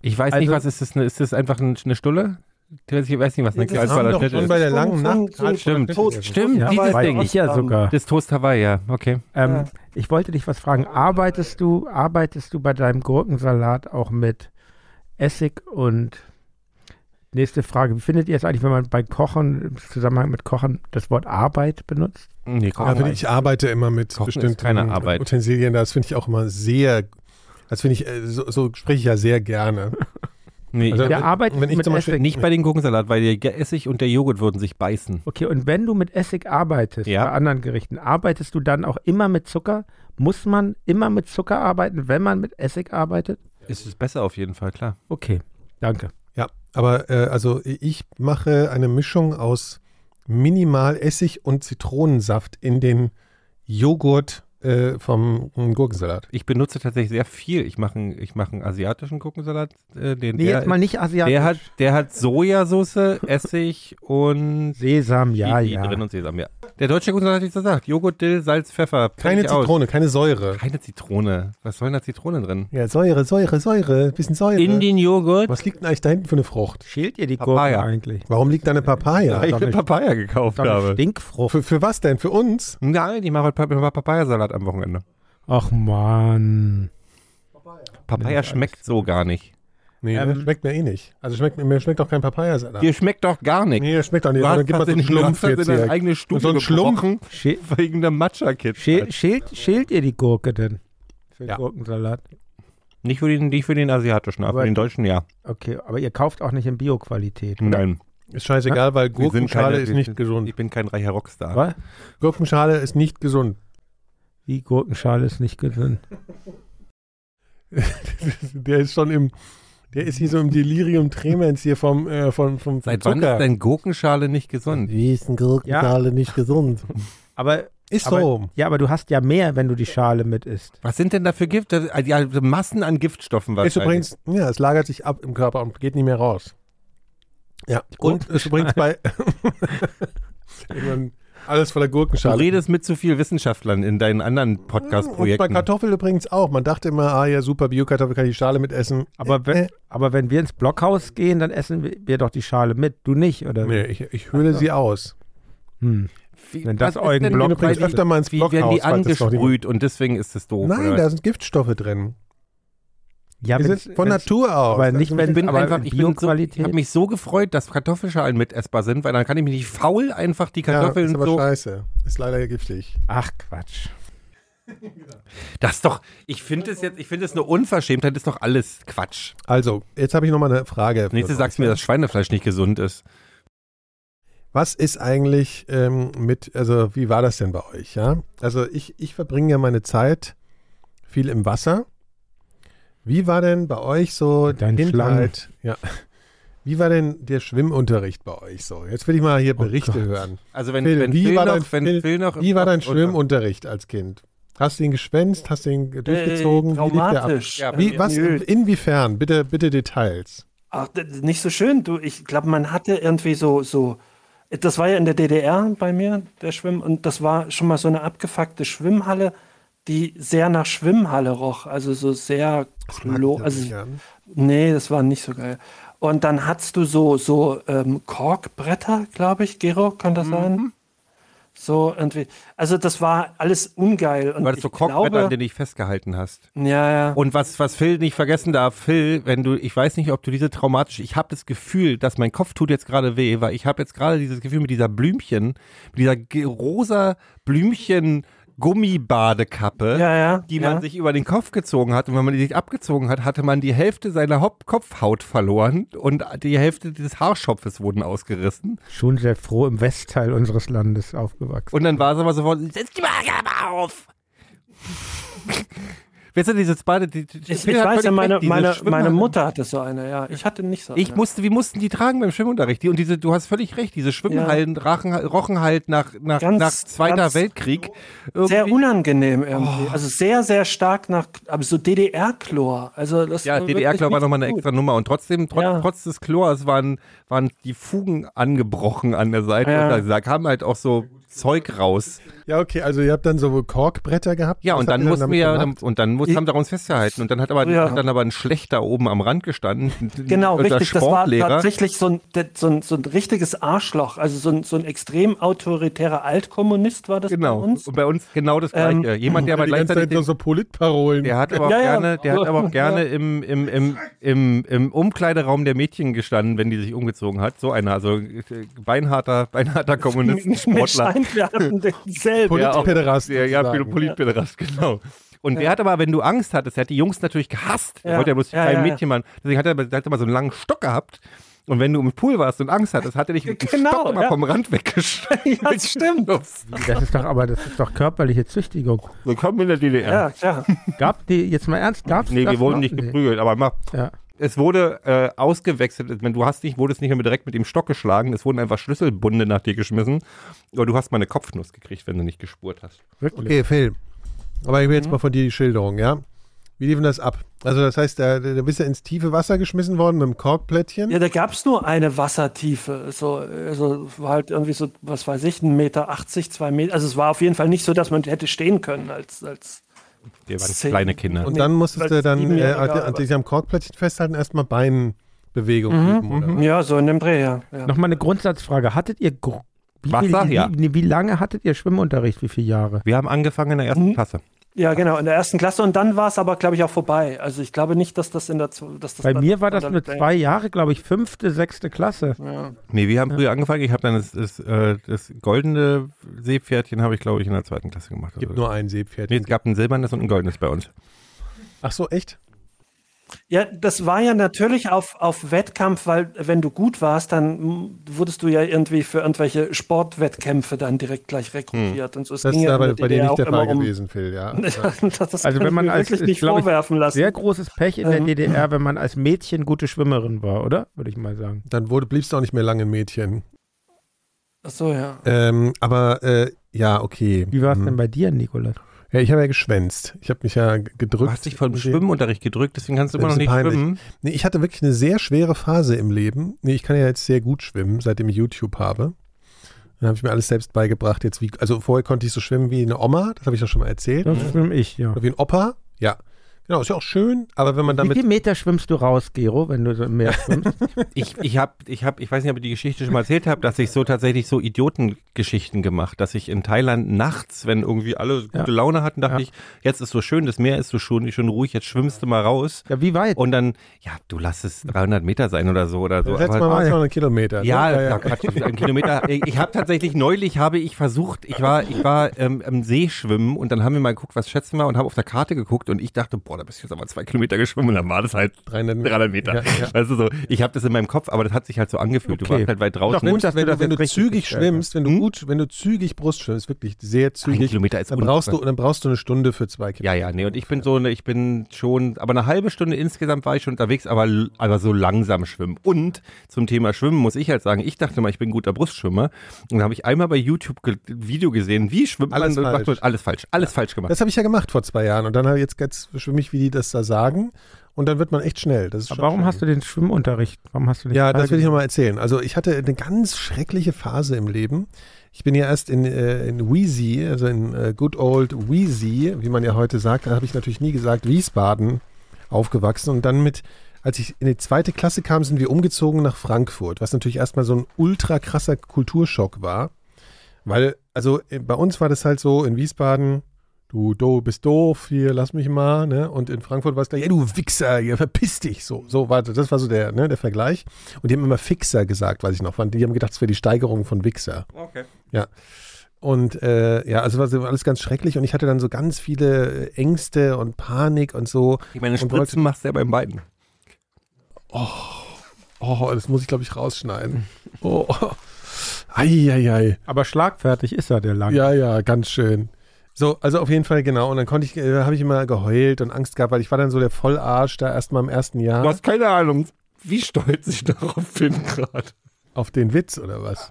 C: Ich weiß nicht,
A: Also-
C: was ist das? Eine, ist das einfach ein- eine Stulle? Ich weiß- ich weiß nicht, was eine
D: Ja, das
B: Wir
C: Karlsbader
B: haben doch
C: Schnitte
B: schon
C: ist.
B: bei der
D: So-
B: langen
D: so-
B: Nacht.
D: so-
B: gerade
C: Stimmt.
B: Schnitzel
D: Tot,
B: gegessen.
C: Stimmt,
A: ja,
C: dieses
A: weiß
C: Ding. ähm,
A: ich ja sogar.
C: Das Toast Hawaii, ja. Okay.
A: Ähm, ich wollte dich was fragen. Arbeitest du, arbeitest du bei deinem Gurkensalat auch mit Essig und nächste Frage. Wie findet ihr es eigentlich, wenn man bei Kochen, im Zusammenhang mit Kochen, das Wort Arbeit benutzt?
C: Nee,
B: Ja,
C: komm,
B: finde Ah, ich, ich arbeite immer mit
C: Kochen ist
B: bestimmten
C: keine Arbeit.
B: Utensilien. Das finde ich auch immer sehr. Das finde ich, äh, so, so spreche ich ja sehr gerne.
C: nee, ich
B: Also,
A: Ja,
B: wenn-
A: Arbeit
B: wenn ich
A: mit
B: zum Beispiel-
A: Essig.
C: nicht bei den Gurkensalat, weil der Essig und der Joghurt würden sich beißen.
A: Okay, und wenn du mit Essig arbeitest,
C: Ja.
A: bei anderen Gerichten, arbeitest du dann auch immer mit Zucker? Muss man immer mit Zucker arbeiten, wenn man mit Essig arbeitet?
C: Ist es besser auf jeden Fall, klar.
A: Okay, danke.
B: Ja, aber äh, also ich mache eine Mischung aus minimal Essig und Zitronensaft in den Joghurt äh, vom mm, Gurkensalat.
C: Ich benutze tatsächlich sehr viel. Ich mache einen, ich mache einen asiatischen Gurkensalat. Äh, den,
A: Nee,
C: der,
A: jetzt mal nicht asiatisch.
C: der hat, der hat Sojasauce, Essig und
A: Sesam, ja,
C: Chili
A: ja.
C: drin und Sesam, ja. Der deutsche Gurkensalat hat nichts gesagt. Joghurt, Dill, Salz, Pfeffer.
B: Keine
C: fertig aus.
B: Zitrone, keine Säure.
C: Keine Zitrone. Was soll denn da Zitrone drin?
B: Ja, Säure, Säure, Säure, bisschen Säure.
C: In den Joghurt.
B: Äh, Was liegt denn eigentlich da hinten für eine Frucht?
A: Schält ihr die Gurken
C: Papaya.
A: eigentlich?
B: Warum liegt da eine Papaya?
C: Weil ich
A: doch
C: eine
A: nicht.
C: Papaya gekauft
A: Doch eine
C: habe.
A: Stinkfrucht.
B: Für, für was denn? Für uns?
C: Nein, ich mache heute halt Pap- Papayasalat am Wochenende.
A: Ach man.
C: Papaya schmeckt so gar nicht.
B: Nee, ne?
A: Ähm,
B: schmeckt mir eh nicht. Also schmeckt, mir schmeckt auch kein Papaya-Salat.
C: Dir schmeckt doch gar nichts.
B: Nee, schmeckt auch nicht.
C: Du
B: Aber
C: hast
B: dann gibt man so einen
C: tatsächlich
B: Schlumpf
C: du hast
B: jetzt
C: in deine
B: hier.
C: eigene Stube
B: So einen Schlumpf.
C: gebrochen
A: Schä
C: wegen der Matcha-Kit.
A: schä schält, schält ihr die Gurke denn? Für
C: Ja.
A: Gurkensalat.
C: Nicht für den, nicht für den asiatischen, aber
A: Aber-
C: für den deutschen ja.
A: Okay, aber ihr kauft auch nicht in Bio-Qualität. oder?
C: Nein.
B: Ist scheißegal, weil
C: wir sind
B: Gurkenschale
C: keine-
B: ist
C: wir
B: nicht
C: sind-
B: gesund.
C: Ich bin kein reicher Rockstar.
A: Was?
B: Gurkenschale ist nicht gesund.
A: Die Gurkenschale ist nicht gesund.
B: der ist schon im, der ist hier so im Delirium tremens hier vom, äh, vom, vom
C: Seit wann
B: Zucker.
C: ist denn Gurkenschale nicht gesund?
E: Wie ist denn Gurkenschale nicht gesund?
A: Aber,
B: Ist
A: aber-
B: so.
A: ja, aber du hast ja mehr, wenn du die Schale mit isst.
C: Was sind denn da für Gift? das- also, Ja, Massen an Giftstoffen
B: Ist übrigens, ja, es lagert sich ab im Körper und geht nicht mehr raus. Ja, und ist übrigens bei Irgendwann alles voller
C: Du
B: Gurkenschale.
C: redest mit zu viel Wissenschaftlern in deinen anderen
B: Mm, und bei
C: Podcast-Projekten.
B: Kartoffel übrigens auch. Man dachte immer, ah ja, super Bio-Kartoffel kann ich die Schale mitessen.
A: Aber wenn,
B: Äh.
A: aber wenn wir ins Blockhaus gehen, dann essen wir- wir doch die Schale mit. Du nicht, oder?
B: Nee, ich, ich höhle sie aus.
A: Hm.
C: Wie-
A: Wenn das
C: was ist
A: Eugen
C: denn-
B: Ich
A: Block-
B: bin
A: Block-
B: übrigens
A: weil die-
B: öfter mal ins
C: Wie werden
B: Blockhaus.
C: die
B: falls das noch nicht-
C: angesprüht und deswegen ist es doof?
B: Nein,
C: oder?
B: da sind Giftstoffe drin.
A: Ja,
B: Die
A: wenn-
B: sind von
A: wenn's-
B: Natur aus. Also,
A: Aber
B: Das
A: nicht,
B: sind
A: wenn
C: ich bin
A: aber
C: einfach,
A: in
C: ich bin so, ich
A: Bioqualität.
C: habe mich so gefreut, dass Kartoffelschalen mitessbar sind, weil dann kann ich mich nicht faul einfach die
B: ja,
C: Kartoffeln
B: ist aber
C: so.
B: scheiße. Ist leider giftig.
A: Ach Quatsch.
C: Das ist doch, ich finde es jetzt, ich finde es eine Unverschämtheit, ist doch alles Quatsch.
B: Also, jetzt habe ich nochmal eine Frage.
C: Als nächstes
B: für
C: sagst du mir, dass Schweinefleisch nicht gesund ist.
B: Was ist eigentlich ähm, mit, also wie war das denn bei euch? Ja? Also ich, ich verbringe ja meine Zeit viel im Wasser. Wie war denn bei euch so
A: Dein
B: Kindheit? Ja. Wie war denn der Schwimmunterricht bei euch so? Jetzt will ich mal hier
A: Oh
B: Berichte
A: Gott.
B: hören.
C: Also wenn,
B: Phil,
C: wenn,
B: wie
C: Phil
B: war
C: noch,
B: dein-
C: wenn
B: Phil,
C: Phil noch,
B: Wie war dein
C: und- und-
B: Schwimmunterricht als Kind? Hast du ihn geschwänzt? Hast du ihn durchgezogen?
D: Äh,
B: wie lief der ab?
D: traumatisch.
C: Ja,
B: Wie, was,
D: Nö,
B: inwiefern? Bitte, bitte Details.
D: Ach, d- d- nicht so schön. Du, ich glaube, man hatte irgendwie so, so, das war ja in der DDR bei mir, der Schwimm, und das war schon mal so eine abgefuckte Schwimmhalle, die sehr nach Schwimmhalle roch. Also so sehr
B: Mag
D: klo.
B: ich
D: Also,
B: das gern.
D: nee, das war nicht so geil. Und dann hattest du so, so ähm, Korkbretter, glaube ich. Gero, kann das
C: Mhm.
D: sein? So irgendwie. Also das war alles ungeil. Und
C: War das
D: ich
C: so
D: glaube-
C: Korkbretter, an denen du dich festgehalten hast?
D: Ja, ja.
C: Und was, was Phil nicht vergessen darf, Phil, wenn du, ich weiß nicht, ob du diese traumatische, ich habe das Gefühl, dass mein Kopf tut jetzt gerade weh, weil ich habe jetzt gerade dieses Gefühl mit dieser Blümchen, mit dieser ge- rosa Blümchen Gummibadekappe,
D: Ja, ja,
C: die
D: ja.
C: man sich über den Kopf gezogen hat. Und wenn man die sich abgezogen hat, hatte man die Hälfte seiner Hop Kopfhaut verloren und die Hälfte des Haarschopfes wurden ausgerissen.
A: Schon sehr froh im Westteil unseres Landes aufgewachsen.
C: Und dann war es aber sofort, setz die Barkappe auf! Weißt du, dieses Bade, die, die-
D: Ich, halt
C: Phil
D: ich
C: hat
D: weiß
C: völlig
D: ja, meine,
C: recht, diese
D: meine, meine
C: Schwimmhalle-
D: Mutter hatte so eine, ja. Ich hatte nicht so eine.
C: Ich musste, wie mussten die tragen beim Schwimmunterricht? Die, und diese, du hast völlig recht, diese Schwimmhallen rachen, rochen halt nach, nach,
D: Ganz-
C: nach Zweiter
D: ganz
C: Weltkrieg.
D: sehr
C: Irgendwie-
D: unangenehm irgendwie. Also sehr, sehr stark nach, aber so DDR-Chlor. Also das
C: ja,
D: war
C: DDR-Chlor war
D: wirklich
C: nochmal eine
D: nicht
C: extra Nummer. Und trotzdem, trotz,
D: Ja.
C: trotz des Chlors waren, waren die Fugen angebrochen an der Seite.
D: Ja.
C: Und da, da kam halt auch so Zeug raus.
B: Ja, okay, also ihr habt dann so Korkbretter gehabt.
C: Ja,
B: Was
C: und
B: habt
C: dann
B: ihr
C: mussten
B: damit
C: wir ja,
B: gemacht?
C: dann- und dann mussten, haben wir uns festgehalten. Und dann hat aber,
D: Ja.
C: hat dann aber ein Schlechter oben am Rand gestanden.
D: gut. Genau,
C: unser
D: richtig. Das war
C: Sportlehrer.
D: tatsächlich so ein, der- so ein, so ein richtiges Arschloch. Also so ein, so ein extrem autoritärer Altkommunist war das
C: Genau.
D: bei uns. Ähm,
C: Und bei uns genau das Gleiche. Jemand, der aber
B: die ganze
C: gleichzeitig
B: Zeit nur so Politparolen.
C: Der hat aber auch
D: Ja, ja.
C: gerne, der hat aber auch gerne im, im, im, im, im Umkleideraum der Mädchen gestanden, wenn die sich umgezogen hat. So einer, also äh, beinharter, beinharter
D: Mir
C: Kommunistensportler.
D: scheint, wir hatten denselben.
B: Polit-
C: Ja, auch-
B: Päderast
C: Ja, ja
B: sozusagen.
C: Politpäderast, genau. Und der hat aber, wenn du Angst hattest, der hat die Jungs natürlich gehasst. Er
D: Ja.
C: wollte ja bloß
D: Ja,
C: kein
D: ja, ja.
C: Mädchen machen. Deswegen hat er, der hat immer so einen langen Stock gehabt. Und wenn du im Pool warst und Angst hattest, hat er dich mit dem
D: Genau,
C: Stock immer
D: ja.
C: vom Rand weggeschlagen.
D: Ja, das stimmt.
A: Das ist doch aber das ist doch körperliche Züchtigung.
C: Willkommen in der DDR.
D: Ja, klar.
A: Gab die jetzt mal ernst? Gab's
C: Nee,
A: das
C: wir wurden
A: noch?
C: nicht
A: Nee.
C: geprügelt, aber mach.
A: Ja.
C: Es wurde äh, ausgewechselt. Ich meine, Du hast nicht, wurdest nicht mehr mit- direkt mit dem Stock geschlagen. Es wurden einfach Schlüsselbunde nach dir geschmissen. Aber du hast mal eine Kopfnuss gekriegt, wenn du nicht gespurt hast.
A: Wirklich.
B: Okay, Phil. Aber ich will jetzt mal von dir die Schilderung, ja? Wie lief denn das ab? Also, das heißt, da, da bist du ins tiefe Wasser geschmissen worden mit dem Korkplättchen.
D: Ja, da gab es nur eine Wassertiefe. So, also war halt irgendwie so, was weiß ich, 1,80 Meter, 2 Meter. Also es war auf jeden Fall nicht so, dass man hätte stehen können als, als
C: Wir waren
D: Zehn.
C: kleine Kinder.
B: und dann musstest du
D: als
B: dann äh,
D: Siebenjähriger,
B: an
D: aber-
B: dich am Korkplättchen festhalten, erstmal Beinbewegung üben, oder?
D: Ja, so in dem Dreh, ja. ja.
A: Nochmal eine Grundsatzfrage. Hattet ihr gr- wie,
C: Wasser?
A: wie,
C: Ja.
A: wie, wie lange hattet ihr Schwimmunterricht? Wie viele Jahre?
D: Mhm.
C: wir haben angefangen in der ersten Klasse.
D: Ja, genau, in der ersten Klasse. Und dann war es aber, glaube ich, auch vorbei. Also ich glaube nicht, dass das in der zw- dass das
A: Bei
D: dann-
A: mir war das
D: dann-
A: nur zwei Jahre, glaube ich, fünfte, sechste Klasse.
D: Ja.
C: Nee, wir haben früher angefangen. Ich habe dann das, das, äh, das goldene Seepferdchen, habe ich glaube ich in der zweiten Klasse gemacht.
B: Gibt
C: Also-
B: nur ein Seepferd.
C: nee, es gab ein silbernes und ein goldenes bei uns.
B: Ach so, echt?
D: ja, das war ja natürlich auf, auf Wettkampf, weil wenn du gut warst, dann m, wurdest du ja irgendwie für irgendwelche Sportwettkämpfe dann direkt gleich
A: Hm.
D: rekrutiert. Und so es
B: Das ist
D: ja in
B: aber
D: der
B: bei dir
D: DDR
B: nicht der
D: auch immer
B: Fall gewesen, Phil, ja. ja.
D: Um, das das
A: Also
D: kann
A: wenn
D: ich
A: man
D: mir
A: als-
D: wirklich
A: ist,
D: nicht
A: glaub ich,
D: vorwerfen lassen.
A: Sehr großes Pech in der
D: Ähm.
A: DDR, wenn man als Mädchen gute Schwimmerin war, oder? Würde ich mal sagen.
B: Dann wurde, bliebst du auch nicht mehr lange Mädchen.
D: Ach so, ja.
B: Ähm, aber äh, ja, okay.
A: Wie war es
B: Hm.
A: denn bei dir, Nikolas?
B: Ja, ich habe ja geschwänzt. Ich habe mich ja g-
C: Du
B: gedrückt.
C: hast dich vom
B: Nee.
C: Schwimmunterricht gedrückt, deswegen kannst du
B: Das
C: immer noch
B: ist
C: nicht
B: peinlich.
C: schwimmen.
B: Nee, ich hatte wirklich eine sehr schwere Phase im Leben. Nee, ich kann ja jetzt sehr gut schwimmen, seitdem ich YouTube habe. Dann habe ich mir alles selbst beigebracht. Jetzt wie, also vorher konnte ich so schwimmen wie eine Oma, das habe ich ja schon mal erzählt.
C: Mhm.
A: Das schwimme ich, ja.
B: Oder wie ein Opa. Ja. Genau, ist ja auch schön, aber wenn man
A: Wie
B: damit.
A: viele Meter schwimmst du raus, Gero, wenn du so im Meer schwimmst?
C: Ich, ich habe, ich hab, ich weiß nicht, ob ich die Geschichte schon mal erzählt habe, dass ich so tatsächlich so Idiotengeschichten gemacht, dass ich in Thailand nachts, wenn irgendwie alle gute
A: Ja.
C: Laune hatten, dachte
A: Ja.
C: ich, jetzt ist so schön, das Meer ist so schön, schon ruhig, jetzt schwimmst du mal raus.
A: ja, wie weit?
C: Und dann, ja, du lass es 300 Meter sein oder so oder so. halt
B: Letztes Mal waren es 200 Kilometer.
C: Ja,
B: ne?
C: ja, Quatsch, ein Kilometer. Ich habe tatsächlich neulich habe ich versucht, ich war, ich war ähm, am See schwimmen und dann haben wir mal geguckt, was schätzen wir und habe auf der Karte geguckt und ich dachte, boah, da bist du jetzt aber zwei Kilometer geschwommen und dann war das halt
B: 300 Meter.
C: 300 Meter.
B: Ja, ja.
C: Weißt du so, ich habe das in meinem Kopf, aber das hat sich halt so angefühlt. Du
A: Okay.
C: warst halt weit draußen.
A: Doch, gut, dass
B: wenn
A: du
B: du,
A: das
B: wenn du
A: jetzt richtig
B: zügig
A: gestellt hast.
B: schwimmst, wenn du gut, wenn du zügig Brust schwimmst, wirklich sehr
C: ein
B: zügig,
C: Kilometer ist
B: dann brauchst du,
C: unfassbar.
B: dann brauchst du eine Stunde für zwei Kilometer.
C: Ja, ja, nee, und ich bin so, eine- ich bin schon, aber eine halbe Stunde insgesamt war ich schon unterwegs, aber, l- aber so langsam schwimmen. Und zum Thema Schwimmen muss ich halt sagen, ich dachte mal, ich bin ein guter Brustschwimmer. Und da habe ich einmal bei YouTube ge ein Video gesehen, wie schwimmt
B: Alles
C: man. und
B: falsch.
C: macht man- alles falsch, alles falsch gemacht.
B: Das habe ich ja gemacht vor zwei Jahren und dann habe ich jetzt ganz schwimme ich, wie die das da sagen und dann wird man echt schnell. Das ist
A: Aber
B: schon
A: warum
B: schön.
A: hast du den Schwimmunterricht? Warum hast du den
B: Ja, das will ich
A: teilgenommen?
B: nochmal erzählen. Also ich hatte eine ganz schreckliche Phase im Leben. Ich bin ja erst in, äh, in Wheezy, also in äh, Good Old Wheezy, wie man ja heute sagt, da habe ich natürlich nie gesagt, Wiesbaden aufgewachsen. Und dann mit, als ich in die zweite Klasse kam, sind wir umgezogen nach Frankfurt, was natürlich erstmal so ein ultra krasser Kulturschock war. Weil, also äh, bei uns war das halt so in Wiesbaden, du do, bist doof, hier, lass mich mal, ne? Und in Frankfurt war es gleich, ja, du Wichser, hier, verpiss dich. So, so war das, das war so der, ne, der Vergleich. Und die haben immer Fixer gesagt, weiß ich noch. Die haben gedacht, es wäre die Steigerung von Wichser.
C: Okay.
B: Ja. Und äh, ja, also war so alles ganz schrecklich und ich hatte dann so ganz viele äh, Ängste und Panik und so.
C: Ich meine,
B: Und
C: Spritzen
B: wollte-
C: machst du ja beim Beiden.
B: Oh, das muss ich, glaube ich, rausschneiden. Oh, oh. Eieiei.
A: Aber schlagfertig ist er, der Lang.
B: Ja, ja, ganz schön. So, also auf jeden Fall genau. Und dann konnte ich, äh, habe ich immer geheult und Angst gehabt, weil ich war dann so der Vollarsch da erstmal im ersten Jahr.
C: Du hast keine Ahnung, wie stolz ich darauf bin gerade.
B: Auf den Witz oder was?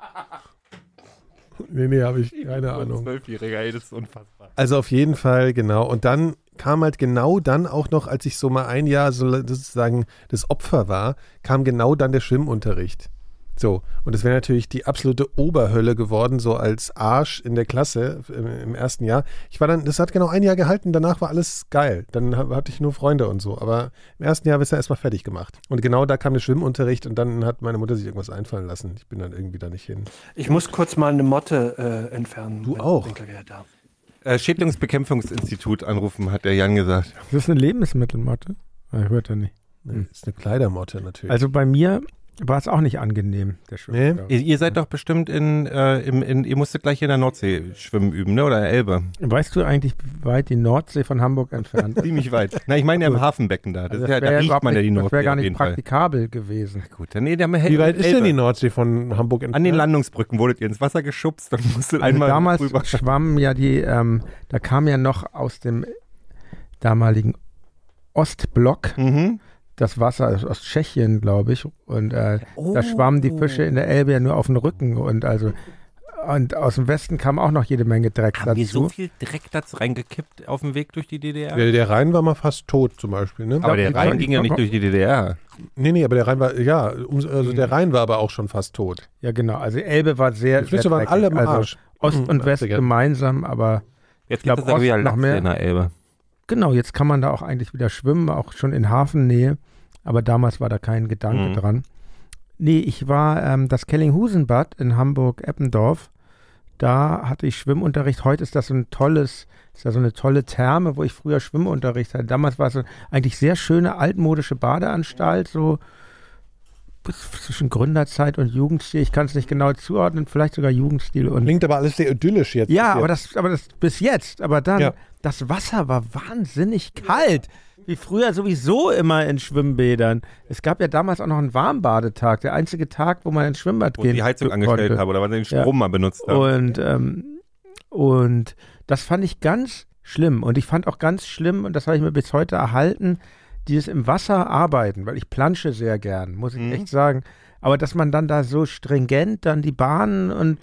B: Nee, nee, habe ich keine Ahnung.
C: Zwölfjähriger, ey, das ist unfassbar.
B: Also auf jeden Fall, genau. Und dann kam halt genau dann auch noch, als ich so mal ein Jahr so sozusagen das Opfer war, kam genau dann der Schwimmunterricht. So, und das wäre natürlich die absolute Oberhölle geworden, so als Arsch in der Klasse im, im ersten Jahr. Ich war dann, das hat genau ein Jahr gehalten, danach war alles geil. Dann ha- hatte ich nur Freunde und so. Aber im ersten Jahr bist du erstmal fertig gemacht. Und genau da kam der Schwimmunterricht und dann hat meine Mutter sich irgendwas einfallen lassen. Ich bin dann irgendwie da nicht hin.
D: Ich muss kurz mal eine Motte äh, entfernen.
B: Du
D: wenn
B: auch.
D: Winkel wieder da.
C: Äh, Schädlingsbekämpfungsinstitut anrufen, hat der Jan gesagt.
A: Ist das eine Lebensmittelmotte? Ah, Hört er nicht.
B: Nee, ist eine Kleidermotte natürlich. Ne?
A: Also bei mir war es auch nicht angenehm, der Schwimmunterricht.
C: Ihr, ihr seid doch bestimmt in, äh, im, in, ihr musstet gleich in der Nordsee schwimmen üben, ne? Oder Elbe.
A: Weißt du eigentlich, wie weit die Nordsee von Hamburg entfernt ist?
C: Ziemlich weit. Na, ich meine ja im Hafenbecken da. Das
A: Also
C: ist ja, da
A: wär
C: riecht
A: überhaupt
C: man ja
A: nicht-
C: die
A: Das
C: Nordsee
A: wäre gar
C: auf
A: nicht
C: jeden Fall.
A: praktikabel gewesen.
C: Gut, dann, nee, dann hätten
B: Wie
C: wir
B: weit ist
C: Elbe.
B: denn die Nordsee von Hamburg entfernt?
C: An den Landungsbrücken wurdet ihr ins Wasser geschubst und musstet
A: Also
C: einmal
A: damals
C: rüber.
A: schwamm ja die, ähm, da kam ja noch aus dem damaligen Ostblock
C: Mhm.
A: das Wasser also aus Tschechien, glaube ich. Und äh, da schwammen die Fische in der Elbe ja nur auf dem Rücken. Und also und aus dem Westen kam auch noch jede Menge Dreck
C: Haben wir so
A: dazu.
C: viel Dreck dazu reingekippt auf dem Weg durch die DDR?
B: Der, der Rhein war mal fast tot zum Beispiel, ne?
C: aber der
A: die-
C: Rhein ging ja nicht durch die DDR.
B: nee, nee, aber der Rhein war, ja, ums- also der Rhein war aber auch schon fast tot.
A: Ja, genau. Also Elbe war sehr.
B: Die Flüsse
A: sehr
B: waren
A: dreckig.
B: alle im
A: also
B: Arsch. Mhm.
A: Ost und West
B: 80er.
A: gemeinsam, aber
C: Jetzt
A: glaub,
C: gibt es aber wieder
A: Ost noch
C: Lachs
A: mehr.
C: in der Elbe.
A: genau, jetzt kann man da auch eigentlich wieder schwimmen, auch schon in Hafennähe. Aber damals war da kein Gedanke
C: Mhm.
A: dran. Nee, ich war ähm, das Kellinghusenbad in Hamburg-Eppendorf. da hatte ich Schwimmunterricht. Heute ist das so ein tolles, ist da so eine tolle Therme, wo ich früher Schwimmunterricht hatte. Damals war es so eigentlich sehr schöne altmodische Badeanstalt, so zwischen Gründerzeit und Jugendstil. Ich kann es nicht genau zuordnen, vielleicht sogar Jugendstil und
B: Klingt aber alles sehr idyllisch jetzt.
A: ja,
B: bis
A: aber
B: jetzt.
A: das, aber das bis jetzt, aber dann,
B: Ja.
A: das Wasser war wahnsinnig kalt. Wie früher sowieso immer in Schwimmbädern. Es gab ja damals auch noch einen Warmbadetag, der einzige Tag, wo man ins Schwimmbad
C: Wo
A: gehen
C: sie die Heizung
A: konnte.
C: angestellt haben oder wann sie den
A: Ja.
C: Strom mal benutzt haben.
A: Und, ähm, und das fand ich ganz schlimm. Und ich fand auch ganz schlimm, und das habe ich mir bis heute erhalten, dieses im Wasser arbeiten, weil ich plansche sehr gern, muss ich echt sagen. Aber dass man dann da so stringent dann die Bahnen und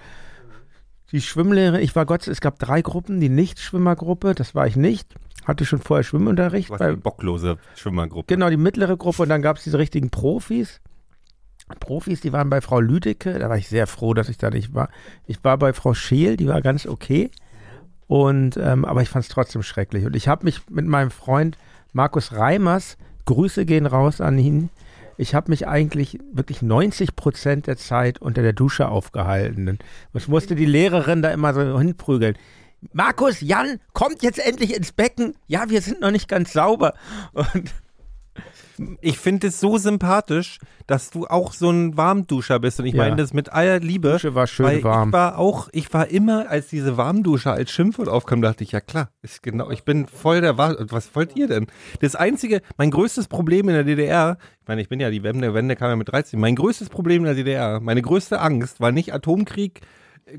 A: die Schwimmlehre, ich war Gott, sei- es gab drei Gruppen, die Nichtschwimmergruppe, das war ich nicht, hatte schon vorher Schwimmunterricht.
C: Du hast
A: bei-
C: die bocklose Schwimmergruppe.
A: Genau, die mittlere Gruppe und dann gab es diese richtigen Profis. Profis, die waren bei Frau Lüdecke, da war ich sehr froh, dass ich da nicht war. Ich war bei Frau Scheel, die war ganz okay. Und, ähm, aber ich fand es trotzdem schrecklich. Und ich habe mich mit meinem Freund Markus Reimers, Grüße gehen raus an ihn, ich habe mich eigentlich wirklich 90 Prozent der Zeit unter der Dusche aufgehalten. Und ich musste die Lehrerin da immer so hinprügeln. Markus, Jan, kommt jetzt endlich ins Becken. Ja, wir sind noch nicht ganz sauber. Und
C: Ich finde es so sympathisch, dass du auch so ein Warmduscher bist. Und ich
A: Ja.
C: meine das mit aller Liebe.
A: Dusche war schön
C: weil
A: warm.
C: Ich war auch, ich war immer, als diese Warmduscher als Schimpfwort aufkam, dachte ich, ja klar, ist genau, ich bin voll der War Was wollt ihr denn? Das einzige, mein größtes Problem in der DDR, ich meine, ich bin ja, die Wende, Wende kam ja mit 13, mein größtes Problem in der DDR, meine größte Angst war nicht Atomkrieg,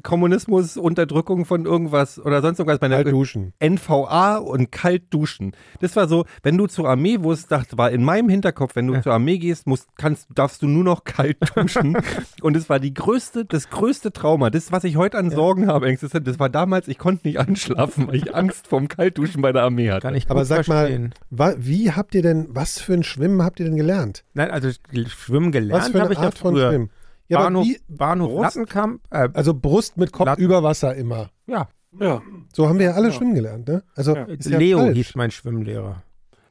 C: Kommunismus, Unterdrückung von irgendwas oder sonst irgendwas. Meine,
B: Kalt duschen.
C: NVA und kalt duschen. Das war so, wenn du zur Armee wusst, dachte, war in meinem Hinterkopf, wenn du zur Armee gehst, musst, kannst, darfst du nur noch kalt duschen. und es war die größte, das größte Trauma. Das, was ich heute an Sorgen habe, Ängste, sind, das war damals, ich konnte nicht anschlafen, weil ich Angst vorm Kaltduschen bei der Armee hatte.
A: Kann ich gut
B: Aber sag
A: verstehen.
B: mal, wa, wie habt ihr denn, was für ein Schwimmen habt ihr denn gelernt?
A: Nein, also schwimmen
B: Was
A: gelernt
B: für
A: habe
B: eine
A: ich ja
B: Art von
A: früher.
B: Schwimmen? Ja, aber
A: Bahnhof,
B: wie,
A: Bahnhof
B: Brust?
A: Lattenkamp. Äh,
B: also Brust mit Kopf
A: Latten-
B: über Wasser immer.
A: ja,
D: Ja.
B: So haben wir ja alle schwimmen gelernt, ne? Also
D: Ja.
B: ist ja
A: Leo
B: falsch.
A: hieß mein Schwimmlehrer.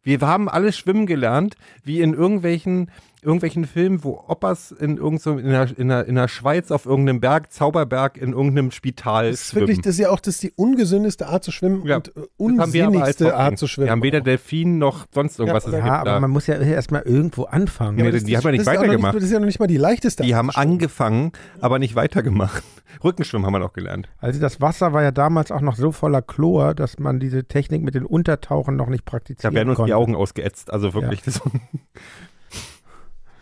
C: Wir haben alle schwimmen gelernt, wie in irgendwelchen, irgendwelchen Filmen, wo Opas in, irgend so, in, der, in, der, in der Schweiz auf irgendeinem Berg, Zauberberg, in irgendeinem Spital
B: Das ist wirklich, das ist ja auch das ist die ungesündeste Art zu schwimmen
C: Ja.
B: und äh,
C: Das haben wir aber als
B: unsinnigste
C: Hoffnung.
B: Art zu schwimmen. Oh.
C: Wir haben weder Delfin noch sonst irgendwas.
B: Ja,
C: es
A: Ja,
C: gibt
A: aber
C: da.
A: man muss ja erstmal irgendwo anfangen.
C: Ja,
A: Ja,
C: aber
B: Das
C: die
B: ist-
C: haben ja nicht
B: das ist auch noch
C: weitergemacht.
B: Das ist ja noch nicht mal die leichteste.
C: Die
B: Art
C: haben
B: zu schwimmen.
C: angefangen, aber nicht weitergemacht. Rückenschwimmen haben wir noch gelernt.
A: also das Wasser war ja damals auch noch so voller Chlor, dass man diese Technik mit den Untertauchen noch nicht
C: Da
A: praktizieren
C: werden uns
A: konnte.
C: die Augen ausgeätzt. Also wirklich. Das,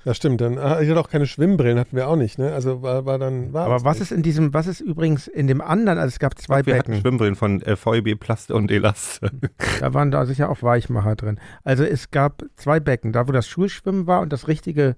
B: Ja, stimmt. Dann ah, ich hatte auch keine Schwimmbrillen, hatten wir auch nicht, ne? Also war, war dann war
A: aber
B: uns
A: was
B: nicht.
A: ist in diesem, was ist übrigens in dem anderen, also es gab zwei
C: wir hatten
A: Becken.
C: Schwimmbrillen von äh, VEB Plast und Elaste.
A: Da waren da sicher auch Weichmacher drin. Also es gab zwei Becken, da wo das Schulschwimmen war und das richtige,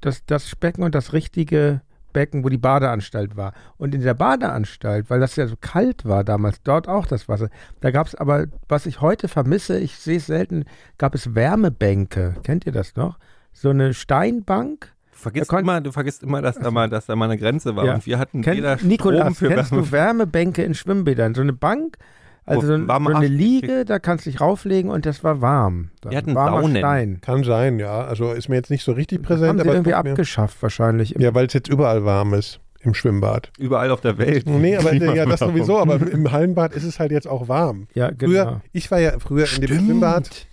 A: das, das Becken und das richtige Becken, wo die Badeanstalt war. Und in der Badeanstalt, weil das ja so kalt war damals, dort auch das Wasser. Da gab es aber, was ich heute vermisse, ich sehe es selten, gab es Wärmebänke. Kennt ihr das noch? So eine Steinbank.
C: Du vergisst,
A: Da kon-
C: immer, du vergisst immer, dass da mal, dass da mal eine Grenze war.
A: Ja.
C: Und wir hatten jeder
A: Kennt,
C: Strom
A: Nikolas,
C: für
A: kennst
C: Wärme.
A: du Wärmebänke in Schwimmbädern? So eine Bank, also
C: Wo
A: so, ein, so
C: warme
A: eine
C: Arsch-
A: Liege, da kannst du dich rauflegen und das war warm.
C: Wir hatten
A: Warmer
C: Saunen.
A: Stein.
B: Kann sein, ja. Also ist mir jetzt nicht so richtig
A: Das haben
B: präsent,
A: sie
B: aber es
A: irgendwie
B: kommt mir-
A: abgeschafft wahrscheinlich.
B: ja, weil es jetzt überall warm ist im Schwimmbad.
C: Überall auf der Welt.
B: Nee, aber ja, das
C: Klimawärmung.
B: sowieso, aber im Hallenbad ist es halt jetzt auch warm.
A: Ja,
B: Früher,
A: genau.
B: ich war ja früher in dem Schwimmbad.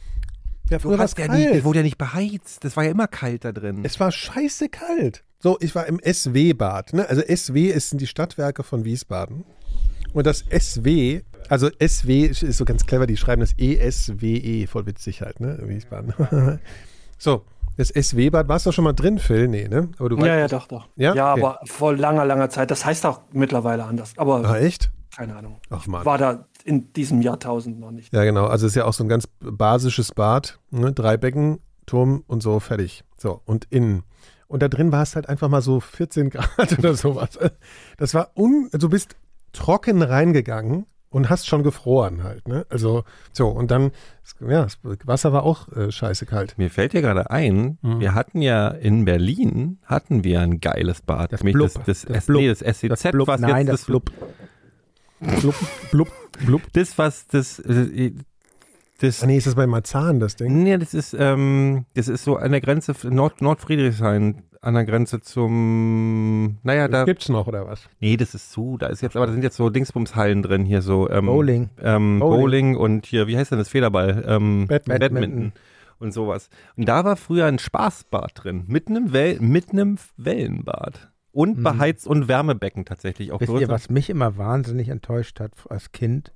B: Ja,
C: Du
B: früher war es
C: hast ja nicht, es
B: kalt.
C: wurde ja nicht beheizt. Das war ja immer kalt da drin.
B: Es war scheiße kalt. So, ich war im SW-Bad. Ne? Also SW ist, sind die Stadtwerke von Wiesbaden. Und das SW, also SW ist, ist so ganz clever, die schreiben das E ESWE, voll witzig halt, ne? Wiesbaden. so, das SW-Bad, warst du schon mal drin, Phil? Nee, ne? Aber du
D: ja, ja, doch, doch.
B: Ja?
D: ja
B: Okay.
D: aber vor langer, langer Zeit. Das heißt auch mittlerweile anders. Aber
B: Ah, echt?
D: keine Ahnung.
B: Ach Mann.
D: War da in diesem Jahrtausend noch nicht.
B: Ja, genau. Also es ist ja auch so ein ganz basisches Bad. Ne? Drei Becken, Turm und so, fertig. So, und innen. Und da drin war es halt einfach mal so 14 Grad oder sowas. Das war un... Du bist trocken reingegangen und hast schon gefroren halt. Ne? Also so, und dann... Ja, das Wasser war auch äh, scheiße kalt.
C: Mir fällt ja gerade ein,
A: Mhm.
C: wir hatten ja in Berlin, hatten wir ein geiles Bad.
A: Das
C: Nämlich
A: Blub.
C: Das, das,
A: Das
C: S-
A: Blub.
C: Nee, das SEZ,
A: Das Blub,
C: was
A: nein,
C: jetzt
A: das Blub.
B: Blub, blub, blub.
C: Das, was das, äh, das
B: Ah, nee, ist das bei Marzahn das Ding?
C: Nee, das ist, ähm, das ist so an der Grenze F- Nord Nordfriedrichshain an der Grenze zum, naja,
B: Das
C: da,
B: gibt's noch, oder was?
C: nee, das ist zu, da ist jetzt, aber da sind jetzt so Dingsbumshallen drin, hier so, ähm,
A: Bowling.
C: Ähm,
A: Bowling.
C: Bowling. und hier, wie heißt denn das Federball? Ähm,
B: Badminton.
A: Badminton.
C: und sowas. Und da war früher ein Spaßbad drin, mit einem, Well mit einem Wellenbad. Und Beheiz- und Wärmebecken tatsächlich auch
A: Mhm. Wisst
C: größer.
A: ihr, was mich immer wahnsinnig enttäuscht hat als Kind?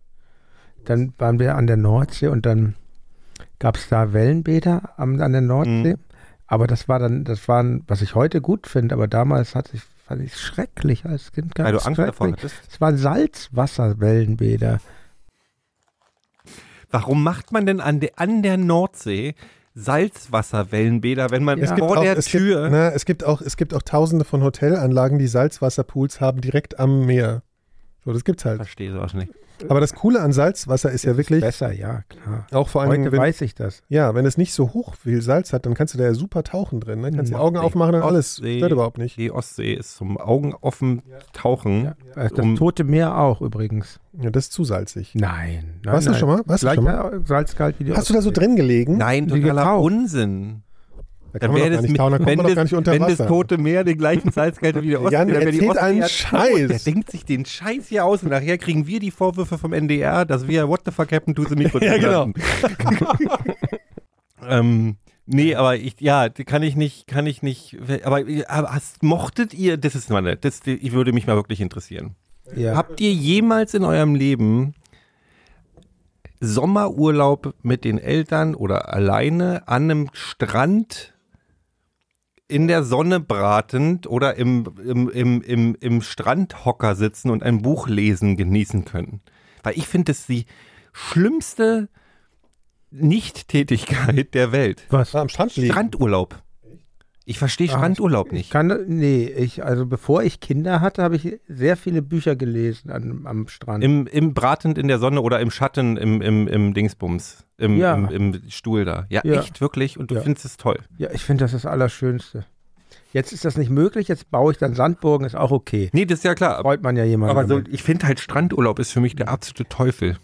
A: Dann waren wir an der Nordsee und dann gab es da Wellenbäder am, an der Nordsee.
C: Mhm.
A: Aber das war dann, das waren, was ich heute gut finde, aber damals hat ich, fand ich es schrecklich als Kind.
C: Weil
A: ganz
C: du Angst davor
A: schrecklich.
C: hattest?
A: Es waren Salzwasserwellenbäder.
C: Warum macht man denn an, der an der Nordsee Salzwasserwellenbäder, wenn man
A: Ja. Es gibt ne-
C: vor
B: auch,
C: der
B: es
C: Tür.
B: Gibt, na, es, gibt auch, es gibt auch tausende von Hotelanlagen, die Salzwasserpools haben direkt am Meer. So, das gibt's halt.
C: Verstehe sowas nicht.
B: Aber das Coole an Salzwasser ist ja wirklich,
A: Besser, ja, klar.
B: auch vor allem,
A: Heute
B: wenn,
A: weiß ich das.
B: ja, wenn es nicht so hoch viel Salz hat, dann kannst du da ja super tauchen drin. Dann kannst du die Augen
C: Ostsee.
B: aufmachen und alles.
C: Ostsee.
B: Stört überhaupt nicht.
C: Die Ostsee ist zum Augen offen tauchen.
A: Ja. Äh, Das
C: Um-
A: Tote Meer auch übrigens.
B: Ja, das ist zu salzig.
A: Nein. nein
B: Warst du
A: nein.
B: schon mal? Warst du
A: Gleicher
B: schon mal?
A: Salzgehalt wie Hm, die
B: Hast du da so
A: Ostsee.
B: drin gelegen?
C: Nein,
A: Die
C: totaler
A: getaucht.
C: Unsinn.
B: da kann man doch gar nicht tauchen, da kommt
C: wenn
B: man doch
C: das-
B: gar nicht unter
C: wenn das
B: Wasser.
C: Tote Meer den gleichen Salzgehalt wie der Ostsee,
B: Jan,
C: dann wäre die
B: erzählt
C: Ostsee
B: einen
C: ja tot.
B: Scheiß.
C: Der denkt sich den Scheiß hier aus und nachher kriegen wir die Vorwürfe vom NDR, dass wir What the fuck happened to the Mikro
B: Ja, genau.
C: ähm, nee, aber ich, ja, die kann ich nicht, kann ich nicht, aber, aber hast, mochtet ihr, das ist mal, eine- das ich würde mich mal wirklich interessieren.
A: Ja.
C: Habt ihr jemals in eurem Leben Sommerurlaub mit den Eltern oder alleine an einem Strand in der Sonne bratend oder im, im, im, im, im Strandhocker sitzen und ein Buch lesen genießen können? Weil ich finde, das ist die schlimmste Nichttätigkeit der Welt.
A: Was?
B: Ah, am Strand liegen.
C: Strandurlaub. Ich verstehe Strandurlaub
A: Ich
C: nicht.
A: kann, nee, ich, also bevor ich Kinder hatte, habe ich sehr viele Bücher gelesen an, am Strand.
C: Im, Im Bratend in der Sonne oder im Schatten im, im, im Dingsbums, im,
A: Ja.
C: im, im Stuhl da. Ja,
A: Ja.
C: echt, wirklich. Und du
A: Ja.
C: findest es toll.
A: ja, ich finde, das ist das Allerschönste. Jetzt ist das nicht möglich, jetzt baue ich dann Sandburgen, ist auch okay.
C: Nee, das ist ja klar.
A: Freut man ja jemanden.
C: aber so,
A: damit.
C: ich finde halt Strandurlaub ist für mich der absolute Teufel.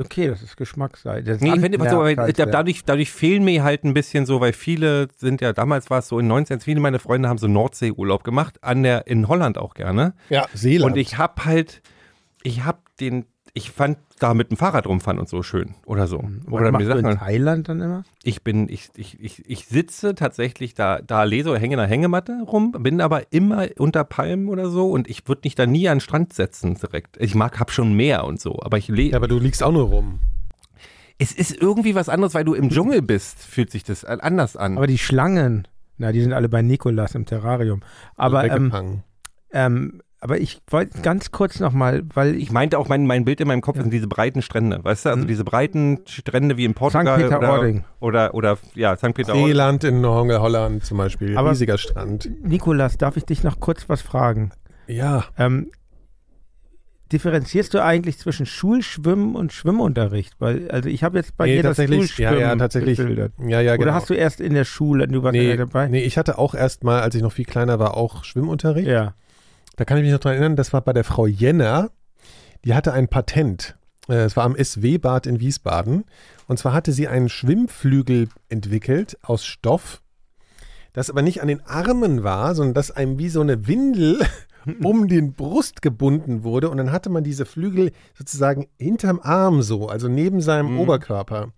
A: okay, das ist Geschmackssache. Der
C: Nee, ich
A: Sand
C: finde, aber
A: nervt
C: so, aber
A: halt
C: also, da-
A: sehr.
C: dadurch, dadurch fehlen mir halt ein bisschen so, weil viele sind ja, damals war es so in 19, viele meiner Freunde haben so Nordseeurlaub gemacht, an der, in Holland auch gerne.
B: Ja, Seeland.
C: Und ich hab halt, ich hab den, ich fand da mit dem Fahrrad rumfahren und so schön oder so.
A: Was
C: Oder mir
A: machst du
C: Sachen
A: in Thailand dann immer?
C: ich bin, ich, ich, ich, ich sitze tatsächlich da, da lese oder hänge in der Hängematte rum, bin aber immer unter Palmen oder so und ich würde mich da nie an den Strand setzen direkt. Ich mag, hab schon Meer und so, aber ich lese.
B: ja, aber du liegst auch nur rum.
C: es ist irgendwie was anderes, weil du im Dschungel bist, fühlt sich das anders an.
B: Hm.
A: Aber die Schlangen, na, die sind alle bei Nikolas im Terrarium. Aber, ähm,
B: Weggehangen.
A: ähm, aber ich wollte ganz kurz nochmal, weil ich
C: ich meinte auch, mein, mein Bild in meinem Kopf sind diese breiten Strände, weißt du? Also
B: Mhm.
C: diese breiten Strände wie in Portugal
A: St. Peter-Ording.
C: oder, oder, oder ja, St. Peter-Ording.
B: Seeland in Holland zum Beispiel.
A: Aber-
B: Riesiger Strand.
A: Nikolas, darf ich dich noch kurz was fragen?
B: Ja.
A: Ähm, differenzierst du eigentlich zwischen Schulschwimmen und Schwimmunterricht? Weil, also ich habe jetzt bei
B: nee,
A: dir das
B: tatsächlich. Ja,
A: Schulschwimmen
B: ja, tatsächlich.
A: geschildert.
B: Ja, ja, genau.
A: Oder hast du erst in der Schule, du warst
B: nee,
A: ja dabei?
B: nee, ich hatte auch erst mal, als ich noch viel kleiner war, auch Schwimmunterricht.
A: Ja.
B: Da kann ich mich noch dran erinnern, das war bei der Frau Jenner. Die hatte ein Patent. Äh, Es war am SW-Bad in Wiesbaden. Und zwar hatte sie einen Schwimmflügel entwickelt aus Stoff, das aber nicht an den Armen war, sondern das einem wie so eine Windel um den Brust gebunden wurde. Und dann hatte man diese Flügel sozusagen hinterm Arm so, also neben seinem
D: Mhm.
B: Oberkörper.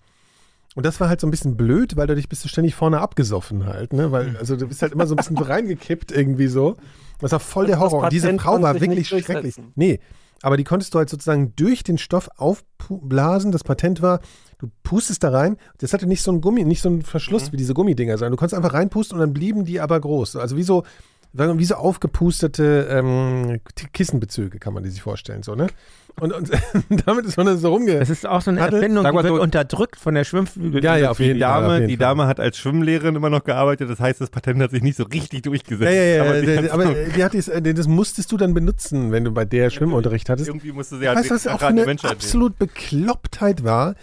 B: Und das war halt so ein bisschen blöd, weil dadurch bist du ständig vorne abgesoffen halt, ne? Weil, also du bist halt immer so ein bisschen reingekippt irgendwie so. Das war voll der
D: Das
B: Horror. Und diese
D: Patent
B: Frau
D: konnte
B: war
D: sich nicht
B: wirklich
D: durchsetzen.
B: schrecklich. Nee, aber die konntest du halt sozusagen durch den Stoff aufblasen. Das Patent war, du pustest da rein. Das hatte nicht so einen Gummi, nicht so einen Verschluss
D: Mhm.
B: wie diese Gummidinger, sondern du konntest einfach reinpusten und dann blieben die aber groß. Also wie so, wie so aufgepustete ähm, T- Kissenbezüge, kann man die sich vorstellen. So, ne? Und, und damit ist man dann so rumge...
A: Das ist auch so eine
B: Hatte-
A: Erfindung,
C: sag
A: die
C: mal
A: wird
C: so-
A: unterdrückt von der Schwimmflügel.
B: Ja, ja, auf jeden
C: Die
B: Fall. auf
C: Dame,
B: jeden
C: die
B: Fall.
C: Dame hat als Schwimmlehrerin immer noch gearbeitet, das heißt, das Patent hat sich nicht so richtig durchgesetzt.
B: Ja, ja, ja,
C: Aber
B: aber,
C: sie
B: der,
C: hat
B: der, aber die hat dies, äh, das musstest du dann benutzen, wenn du bei der Schwimmunterricht hattest.
C: irgendwie musste sie
B: Ja,
C: halt
B: weißt du, was
C: den
B: auch für
C: Rat der
B: eine
C: Menschheit nehmen.
B: absolut Beklopptheit war,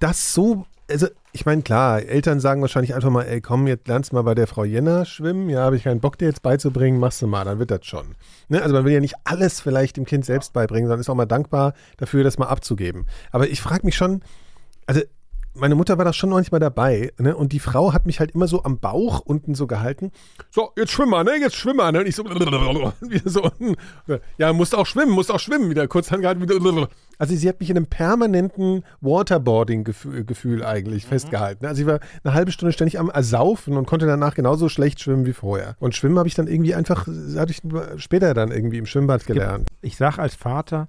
B: das so, also ich meine, klar, Eltern sagen wahrscheinlich einfach mal, ey, komm, jetzt lernst mal bei der Frau Jenner schwimmen, ja, habe ich keinen Bock, dir jetzt beizubringen, machst du mal, dann wird das schon. Ne? Also man will ja nicht alles vielleicht dem Kind selbst beibringen, sondern ist auch mal dankbar dafür, das mal abzugeben. Aber ich frage mich schon, also meine Mutter war da schon manchmal dabei, ne? Und die Frau hat mich halt immer so am Bauch unten so gehalten. So, jetzt schwimm mal, ne? Jetzt schwimm mal, ne? Und ich so, wieder so unten. Ja, musst auch schwimmen, musst auch schwimmen, wieder kurz angehalten. Also sie hat mich in einem permanenten Waterboarding-Gefühl Gefühl
A: Mhm.
B: eigentlich festgehalten. Also ich war eine halbe Stunde ständig am Ersaufen und konnte danach genauso schlecht schwimmen wie vorher. Und schwimmen habe ich dann irgendwie einfach, äh, hatte ich später dann irgendwie im Schwimmbad gelernt.
A: Ich sag als Vater,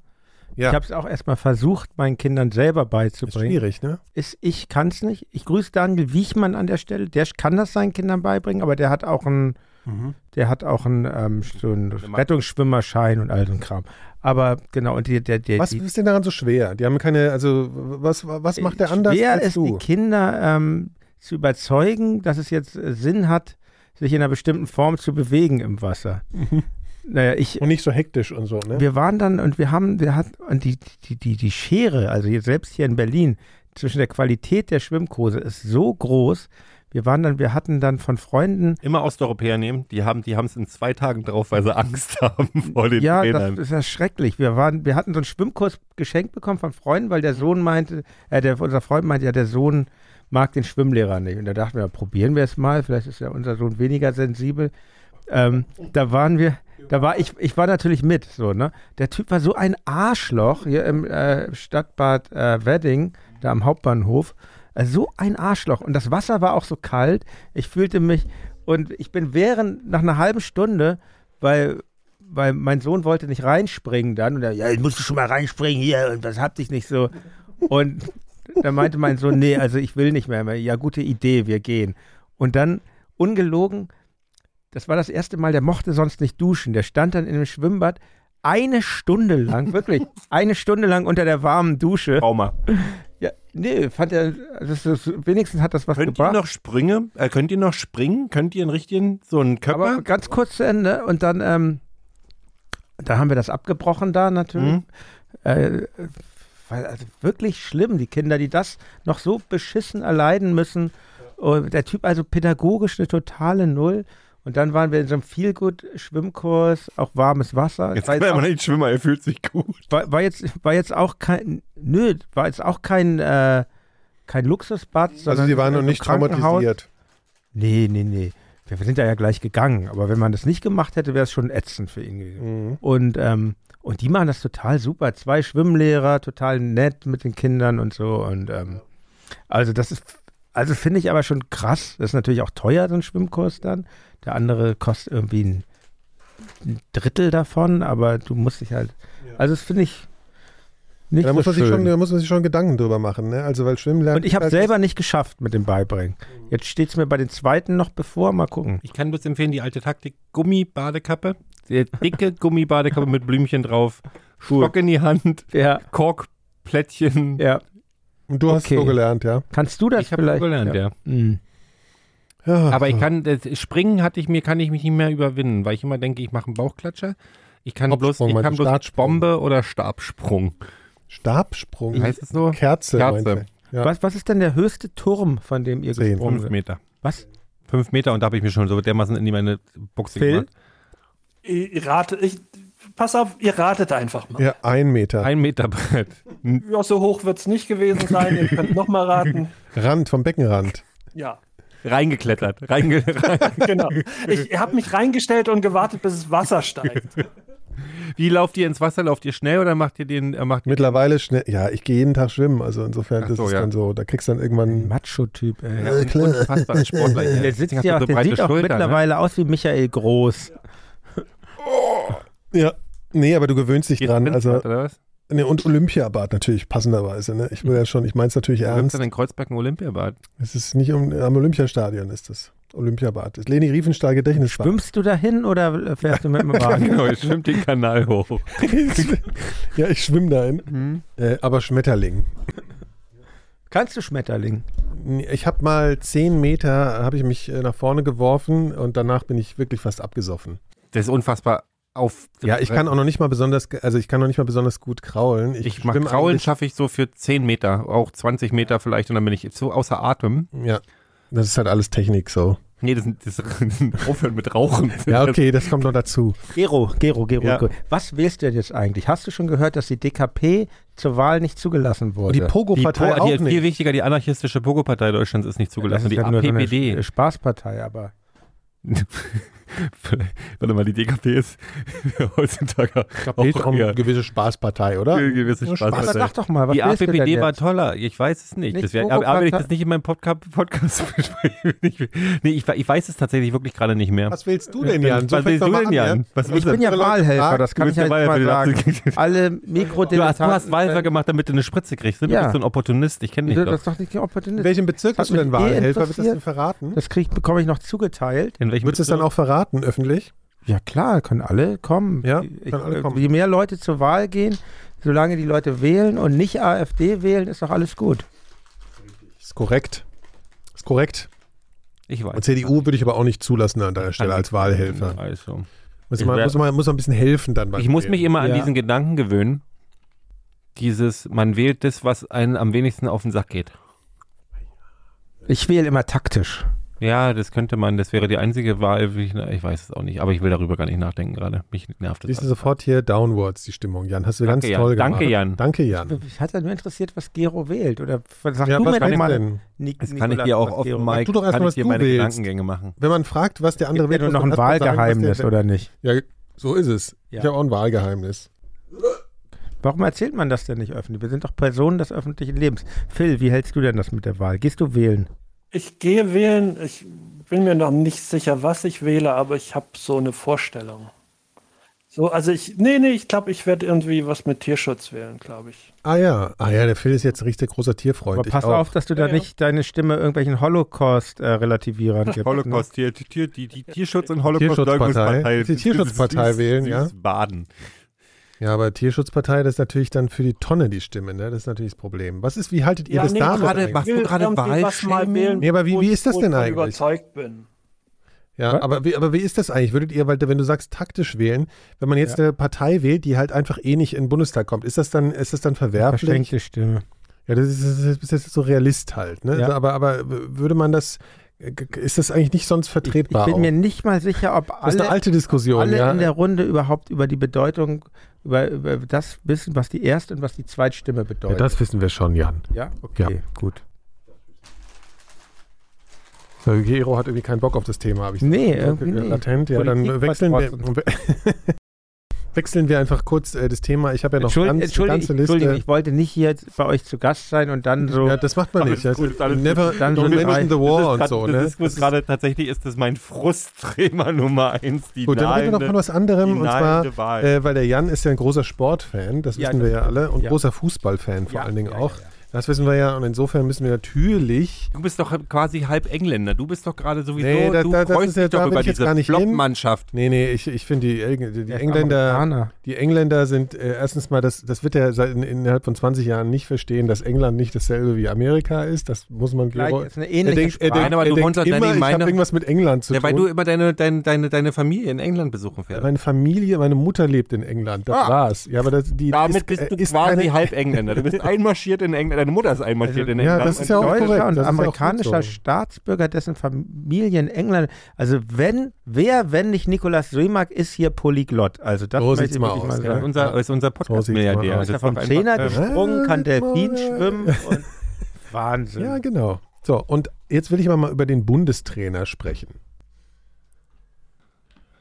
B: Ja,
A: ich habe es auch erstmal versucht, meinen Kindern selber
B: ist
A: beizubringen.
B: schwierig, ne?
A: ist, ich kann es nicht. Ich grüße Daniel Wiechmann an der Stelle. Der kann das seinen Kindern beibringen, aber der hat auch einen,
B: Mhm.
A: der hat auch einen, ähm, so einen Rettungsschwimmerschein und all so ein Kram. Aber genau, und die, der, der,
B: Was
A: die,
B: ist denn daran so schwer? Die haben keine, also was, was macht der anders
A: schwer
B: als
A: ist,
B: du?
A: die Kinder ähm, zu überzeugen, dass es jetzt äh, Sinn hat, sich in einer bestimmten Form zu bewegen im Wasser.
B: Mhm.
A: Naja, ich,
B: Und nicht so hektisch und so, ne?
A: Wir waren dann und wir haben, wir hatten und die, die, die, die Schere, also hier, selbst hier in Berlin, zwischen der Qualität der Schwimmkurse ist so groß. Wir waren dann, wir hatten dann von Freunden,
C: Immer Osteuropäer nehmen, die haben die es in zwei Tagen drauf, weil sie Angst haben vor den
A: ja,
C: Trainern.
A: das ist ja schrecklich. Wir waren, wir hatten so einen Schwimmkurs geschenkt bekommen von Freunden, weil der Sohn meinte, äh, der, unser Freund meinte, ja, der Sohn mag den Schwimmlehrer nicht. Und da dachten wir, ja, probieren wir es mal, vielleicht ist ja unser Sohn weniger sensibel. Ähm, da waren wir, da war ich, ich war natürlich mit, so, ne? Der Typ war so ein Arschloch hier im äh, Stadtbad äh, Wedding, da am Hauptbahnhof. Äh, so ein Arschloch. Und das Wasser war auch so kalt. Ich fühlte mich, und ich bin während, nach einer halben Stunde, weil, weil mein Sohn wollte nicht reinspringen dann. Und er, ja, jetzt musst du schon mal reinspringen hier und was hab dich nicht so. Und da meinte mein Sohn, nee, also ich will nicht mehr. Ja, gute Idee, wir gehen. Und dann, ungelogen, das war das erste Mal, der mochte sonst nicht duschen. Der stand dann in dem Schwimmbad eine Stunde lang, wirklich, eine Stunde lang unter der warmen Dusche.
C: Trauma.
A: Ja, nee, fand er, das ist, wenigstens hat das was
C: Könnt ihr
A: gebracht.
C: noch Sprünge? Äh, könnt ihr noch springen? Könnt ihr einen richtigen, so einen Köpfer?
A: Aber ganz kurz zu Ende und dann, ähm, da haben wir das abgebrochen da
B: Mhm.
A: natürlich. Äh, weil, also wirklich schlimm, die Kinder, die das noch so beschissen erleiden müssen. Und der Typ also pädagogisch eine totale Null. Und dann waren wir in so einem Feelgood-Schwimmkurs, auch warmes Wasser.
C: Jetzt
A: War
C: kann
A: jetzt
C: er
A: auch
C: mal nicht schwimmen, er fühlt sich gut.
A: war, war jetzt war jetzt auch kein nö war jetzt auch kein äh, kein Luxusbad sondern
B: also die waren noch
A: im
B: nicht
A: Krankenhaus.
B: traumatisiert.
A: nee nee nee wir sind da ja gleich gegangen aber wenn man das nicht gemacht hätte wäre es schon ätzend für ihn gewesen
B: Mhm.
A: und ähm, und die machen das total super zwei Schwimmlehrer total nett mit den Kindern und so und ähm, also das ist also finde ich aber schon krass das ist natürlich auch teuer so ein Schwimmkurs dann der andere kostet irgendwie ein, ein Drittel davon aber du musst dich halt also das finde ich nicht
B: Da
A: so
B: muss, man sich
A: schön.
B: schon, da muss man sich schon Gedanken drüber machen, ne? Also weil Schwimmen lernen.
A: Und ich habe
B: halt-
A: selber nicht geschafft mit dem Beibringen.
B: Mhm.
A: Jetzt steht es mir bei den zweiten noch bevor. Mal gucken.
C: Ich kann bloß empfehlen, die alte Taktik, Gummibadekappe. Sehr dicke Gummibadekappe mit Blümchen drauf, Stock in die Hand,
A: Ja,
C: Korkplättchen.
A: ja.
B: Und du hast
A: Okay.
B: so gelernt, ja.
A: Kannst du das
C: Ich habe
A: vielleicht?
C: gelernt, ja.
A: Mm.
B: ja
C: Aber ich kann, das springen hatte ich mir, kann ich mich nicht mehr überwinden, weil ich immer denke, ich mache einen Bauchklatscher. Ich kann bloß,
B: Hauptsprung,
C: ich
B: meinst
C: kann
B: du?
C: bloß
B: Startsprung.
C: Bombe oder Stabsprung.
B: Stabsprung.
C: Heißt es so?
B: Kerze,
C: Kerze.
B: meinte ich. Ja.
A: Was, was ist denn der höchste Turm, von dem ihr
B: Zehn.
A: gesprungen
C: Fünf
A: seid?
C: Meter.
A: Was?
C: Fünf Meter und da habe ich mir schon so dermaßen in die meine Buchse
A: Phil?
C: gemacht.
D: Ihr ratet, ich, pass auf, ihr ratet einfach mal.
B: Ja, ein Meter.
C: Ein Meter Brett.
D: Ja, so hoch wird es nicht gewesen sein. Ihr könnt nochmal raten.
B: Rand, vom Beckenrand.
D: Ja,
C: Reingeklettert. Reinge rein.
D: genau. Ich habe mich reingestellt und gewartet, bis das Wasser steigt.
C: Wie lauft ihr ins Wasser? Lauft ihr schnell oder macht ihr den, äh, macht
B: Mittlerweile schnell. Ja, ich gehe jeden Tag schwimmen, also insofern
C: Ach
B: das
C: so,
B: ist
C: ja.
B: dann so. Da kriegst du dann irgendwann.
A: Macho-Typ, ey.
C: Ja, klar. unfassbar ein Sportler. hier.
A: Der,
C: Deswegen
A: sitzt
C: hast
A: ja
C: du
A: auch,
C: so
A: der
C: breite
A: sieht auch
C: Schultern, ne?
A: mittlerweile aus wie Michael Groß.
B: Ja. Nee, aber du gewöhnst dich
C: Geht
B: dran.
C: Sprint,
B: Also,
C: oder was?
B: nee, und Olympiabad natürlich, passenderweise. Ne? Ich will ja schon, ich meine es natürlich
C: Du sitzt
B: ernst.
C: dann in Kreuzbergen Olympiabad.
B: Es ist nicht um, am Olympiastadion, ist es. Olympiabad. Das Leni Riefenstahl Gedächtnisbad.
A: Schwimmst du dahin oder fährst du mit dem Wagen?
C: Genau, jetzt schwimmt den Kanal hoch.
B: ja, ich schwimme dahin.
C: Mhm.
B: Äh, aber Schmetterling.
A: Kannst du Schmetterling?
B: Ich habe mal 10 Meter habe ich mich äh, nach vorne geworfen und danach bin ich wirklich fast abgesoffen.
C: Das ist unfassbar auf.
B: Ja, ich kann auch noch nicht mal besonders, ge- also ich kann noch nicht mal besonders gut kraulen.
C: halt Ich mach
B: schwimm
C: Kraulen
B: eigentlich-
C: schaffe ich so für 10 Meter, auch 20 Meter vielleicht und dann bin ich so außer Atem.
B: Ja, das ist halt alles Technik so.
C: Nee, das, das, das Aufhören mit Rauchen.
B: Ja, okay, das kommt noch dazu.
A: Gero, Gero, Gero,
B: Ja.
A: Gero. Was wählst du denn jetzt eigentlich? Hast du schon gehört, dass die DKP zur Wahl nicht zugelassen
B: Und die
A: wurde?
C: Die,
B: Pogo-Partei
C: Po- die,
B: auch
C: viel
B: nicht.
C: wichtiger, die anarchistische Pogo-Partei Deutschlands ist nicht zugelassen.
A: ja
C: die
A: nur so eine
C: APPD.
A: Sch- äh, Spaßpartei, aber.
C: Warte mal, die DKP ist heutzutage
B: Geht um
C: Oh ja,
B: eine gewisse Spaßpartei, oder?
C: ge- gewisse
B: Nur
C: Spaß.
A: Aber sag doch mal, was
C: die
A: willst du denn
C: APPD
A: jetzt?
C: war toller. Ich weiß es nicht.
A: Nicht
C: das wär, aber, aber wenn ich
A: Pogo-Partei?
C: das nicht in meinem Podcast, Podcast bespreche, ich, nee, ich, ich weiß es tatsächlich wirklich gerade nicht mehr.
B: Was willst du denn, Jan? So
C: Was
B: fängt's doch
C: willst du
B: mal
C: denn,
B: an,
C: Jan? Was
A: Ich
C: willst
A: bin ja
B: andere Leute
A: Wahlhelfer,
B: fragen,
A: das kann
C: du
A: ich
C: bist ja
A: ja jetzt mal
C: Wahlhelfer,
A: sagen.
C: die Absicht-
A: Alle
C: Du hast, du
A: Mikrodilettanten.
C: hast Wahlhelfer gemacht, damit du eine Spritze kriegst. Ne? Du
A: Ja.
C: bist so ein Opportunist. Ich kenne dich
A: Das
C: doch.
A: ist doch nicht die
B: In
A: Opportunist.
B: welchem Bezirk
A: Hat
B: bist du denn
A: mich eh
B: Wahlhelfer? Willst du das
A: interessiert.
B: denn verraten?
A: Das krieg, bekomme ich noch zugeteilt.
C: In welchem
B: Willst du es dann auch verraten, öffentlich?
A: Ja klar, können alle kommen.
B: Ja,
A: ich, äh,
B: können alle kommen.
A: Je mehr Leute zur Wahl gehen, solange die Leute wählen und nicht AfD wählen, ist doch alles gut.
B: Ist korrekt. Ist korrekt.
C: Ich weiß.
B: Und CDU würde ich aber auch nicht zulassen an deiner Stelle als Wahlhelfer.
C: Also.
B: Muss
C: Ich
B: man,
C: wär-
B: muss man, muss man ein bisschen helfen dann. beim
C: Ich muss
B: Wählen.
C: mich immer an
A: Ja.
C: diesen Gedanken gewöhnen. Dieses, man wählt das, was einem am wenigsten auf den Sack geht.
A: Ich wähle immer taktisch.
C: Ja, das könnte man, das wäre die einzige Wahl, wie ich, ich weiß es auch nicht, aber ich will darüber gar nicht nachdenken gerade. Mich nervt das.
B: Siehst du
C: alles.
B: sofort hier downwards die Stimmung, Jan. Hast du
C: Danke,
B: ganz
C: Jan.
B: toll
C: Danke,
B: gemacht.
C: Jan.
B: Danke, Jan.
A: Mich hat ja nur interessiert, was Gero wählt. Oder sag
B: Ja,
A: du
B: was
A: mir
B: kann
A: doch
B: ich
A: mal.
B: denn?
A: Nic-
C: das kann ich
A: Nikolas,
C: dir auch
A: was
C: auf
A: Gero-
C: Mike,
B: tu doch erst
C: kann
B: mal,
C: ich
B: was
C: dir
B: du
C: meine
B: willst.
C: Gedankengänge machen.
B: Wenn man fragt, was der andere
A: Gibt ja nur
B: muss
A: noch
B: man
A: ein
B: erst mal sagen, was
A: Wahlgeheimnis,
B: der-
A: oder nicht?
B: Ja, so ist es.
A: Ja.
B: Ich habe auch ein Wahlgeheimnis.
A: Warum erzählt man das denn nicht öffentlich? Wir sind doch Personen des öffentlichen Lebens. Phil, wie hältst du denn das mit der Wahl? Gehst du wählen?
D: Ich gehe wählen. Ich bin mir noch nicht sicher, was ich wähle, aber ich habe so eine Vorstellung. So, also ich, nee, nee, ich glaube, ich werde irgendwie was mit Tierschutz wählen, glaube ich.
B: Ah ja, ah ja, der Phil ist jetzt ein richtig großer Tierfreund.
A: Aber
B: Ich
A: pass
B: auch.
A: auf, dass du da
D: Ja, ja.
A: nicht deine Stimme irgendwelchen Holocaust-Relativierern gibst. ne?
C: Tier, Tier, die, die Tierschutz- und
B: Tierschutzpartei. Die Tierschutzpartei
C: Süß-
B: wählen,
C: süß
B: ja.
C: Baden.
B: Ja, aber Tierschutzpartei, das ist natürlich dann für die Tonne die Stimme, ne? Das ist natürlich das Problem. Was ist, wie haltet ihr
D: Ja,
B: das
D: nee,
B: damit?
C: gerade-
B: eigentlich?
C: Machst du
D: Will
C: gerade
D: irgendwie was mal
C: Wahlshaming?
D: wählen,
B: Nee, aber wie-
D: wo
B: wie
D: ich-
B: ist das
D: wo
B: denn
D: ich von
B: eigentlich?
D: überzeugt bin.
B: Ja,
A: Was?
B: aber wie, aber wie ist das eigentlich? Würdet ihr, weil wenn du sagst taktisch wählen, wenn man jetzt eine Partei wählt, die halt einfach eh nicht in den Bundestag kommt, ist das dann, ist das dann verwerflich?
A: Verschenkte Stimme.
B: Ja, das ist, das ist, das ist so Realist halt, ne?
A: Ja.
B: Aber, aber würde man das, ist das eigentlich nicht sonst
A: Ich
B: vertretbar?
A: bin mir
B: auch?
A: nicht mal sicher, ob
B: das ist eine
A: alle,
B: alte Diskussion,
A: alle
B: ja.
A: in der Runde überhaupt über die Bedeutung, über, über das wissen, was die Erst- und was die Zweitstimme
B: ja,
A: bedeutet.
B: das wissen wir schon, Jan.
A: Ja, okay,
B: Ja.
A: gut.
B: So, Gero hat irgendwie keinen Bock auf das Thema, habe ich
A: Nee, irgendwie
B: Ja,
A: nicht.
B: Latent, ja, dann
A: Politik
B: wechseln wir,
A: vertrotzen.
B: wechseln wir einfach kurz äh, das Thema. Ich habe ja noch
A: Entschuldi-
B: ganz,
A: Entschuldigung,
B: ganze
A: Entschuldigung,
B: Liste.
A: ich wollte nicht hier jetzt bei euch zu Gast sein und dann so.
B: Ja, das macht man
C: Alles
B: nicht. Also,
C: gut, ist alles
B: never
A: Dann so
B: don't mention
A: drei-
B: the war und
C: grad-
B: so, ne?
C: das ist, gerade tatsächlich ist das mein Frustthema Nummer eins. Die ne?
B: Gut, dann reden wir noch
C: nahende-
B: von was anderem
C: die
B: und zwar,
C: nahende Wahl.
B: äh, weil der Jan ist ja ein großer Sportfan, das
A: Ja,
B: wissen wir
A: das-
B: ja alle, und
A: ja.
B: großer Fußballfan vor
A: Ja,
B: allen Dingen
A: ja, ja,
B: auch.
A: ja.
B: Das wissen wir ja und insofern müssen wir natürlich
C: Du bist doch quasi halb Engländer. Du bist doch gerade sowieso,
B: Nee, da-
C: du
B: da- das ist
C: freust
B: ja-
C: dich
B: da
C: doch
B: will
C: über
B: ich jetzt
C: diese
B: gar nicht hin.
C: Flop-Mannschaft.
B: Nee, nee, ich, ich finde die, Engl- die, die
A: Der ist
B: Engländer,
A: Amerikaner.
B: die Engländer sind äh, erstens mal, das, das wird er seit, in, innerhalb von 20 Jahren nicht verstehen, dass England nicht dasselbe wie Amerika ist. Das muss man
A: Gleich
B: Gero-
A: ist eine
B: Er
A: ähnliche
B: denkt, er
A: Sprache.
B: denkt,
C: Nein, aber
B: er
C: du
B: denkt
C: wohnst halt
B: immer,
C: nicht
B: ich
C: meine-
B: habe irgendwas mit England zu
C: Ja, weil du
B: tun.
C: immer deine, deine, deine, deine, Familie in England besuchen fährst.
B: Äh, meine Familie, meine Mutter lebt in England. Das
C: Ah.
B: war's. Ja, aber das, die
C: Damit
B: ist,
C: bist du
B: äh, ist
C: quasi
B: keine, Also,
C: halb Engländer. Du bist einmarschiert in England. Deine Mutter ist einmarschiert in
B: ja,
C: England.
B: das ist ja auch-
A: deutscher
B: korrekt,
A: und
B: das ist ja auch gut
A: amerikanischer
B: so.
A: Staatsbürger, dessen Familie in England. Also wenn, wer, wenn nicht Nikolaus Sömak, ist hier Polyglott. Also das
B: So
A: möchte
B: sieht's
A: ich
B: mal
A: wirklich
B: aus,
A: mal
B: ja.
C: Ja,
A: sagen.
C: unser, ist unser
B: So sieht's
C: Podcast-Milliardär.
B: mal aus.
A: Ist
C: Das
A: ja vom
C: macht
A: Zehner
B: Äh,
C: einfach-
A: gesprungen, kann Delfin schwimmen und Wahnsinn.
B: ja, genau. So, und jetzt will ich aber mal über den Bundestrainer sprechen.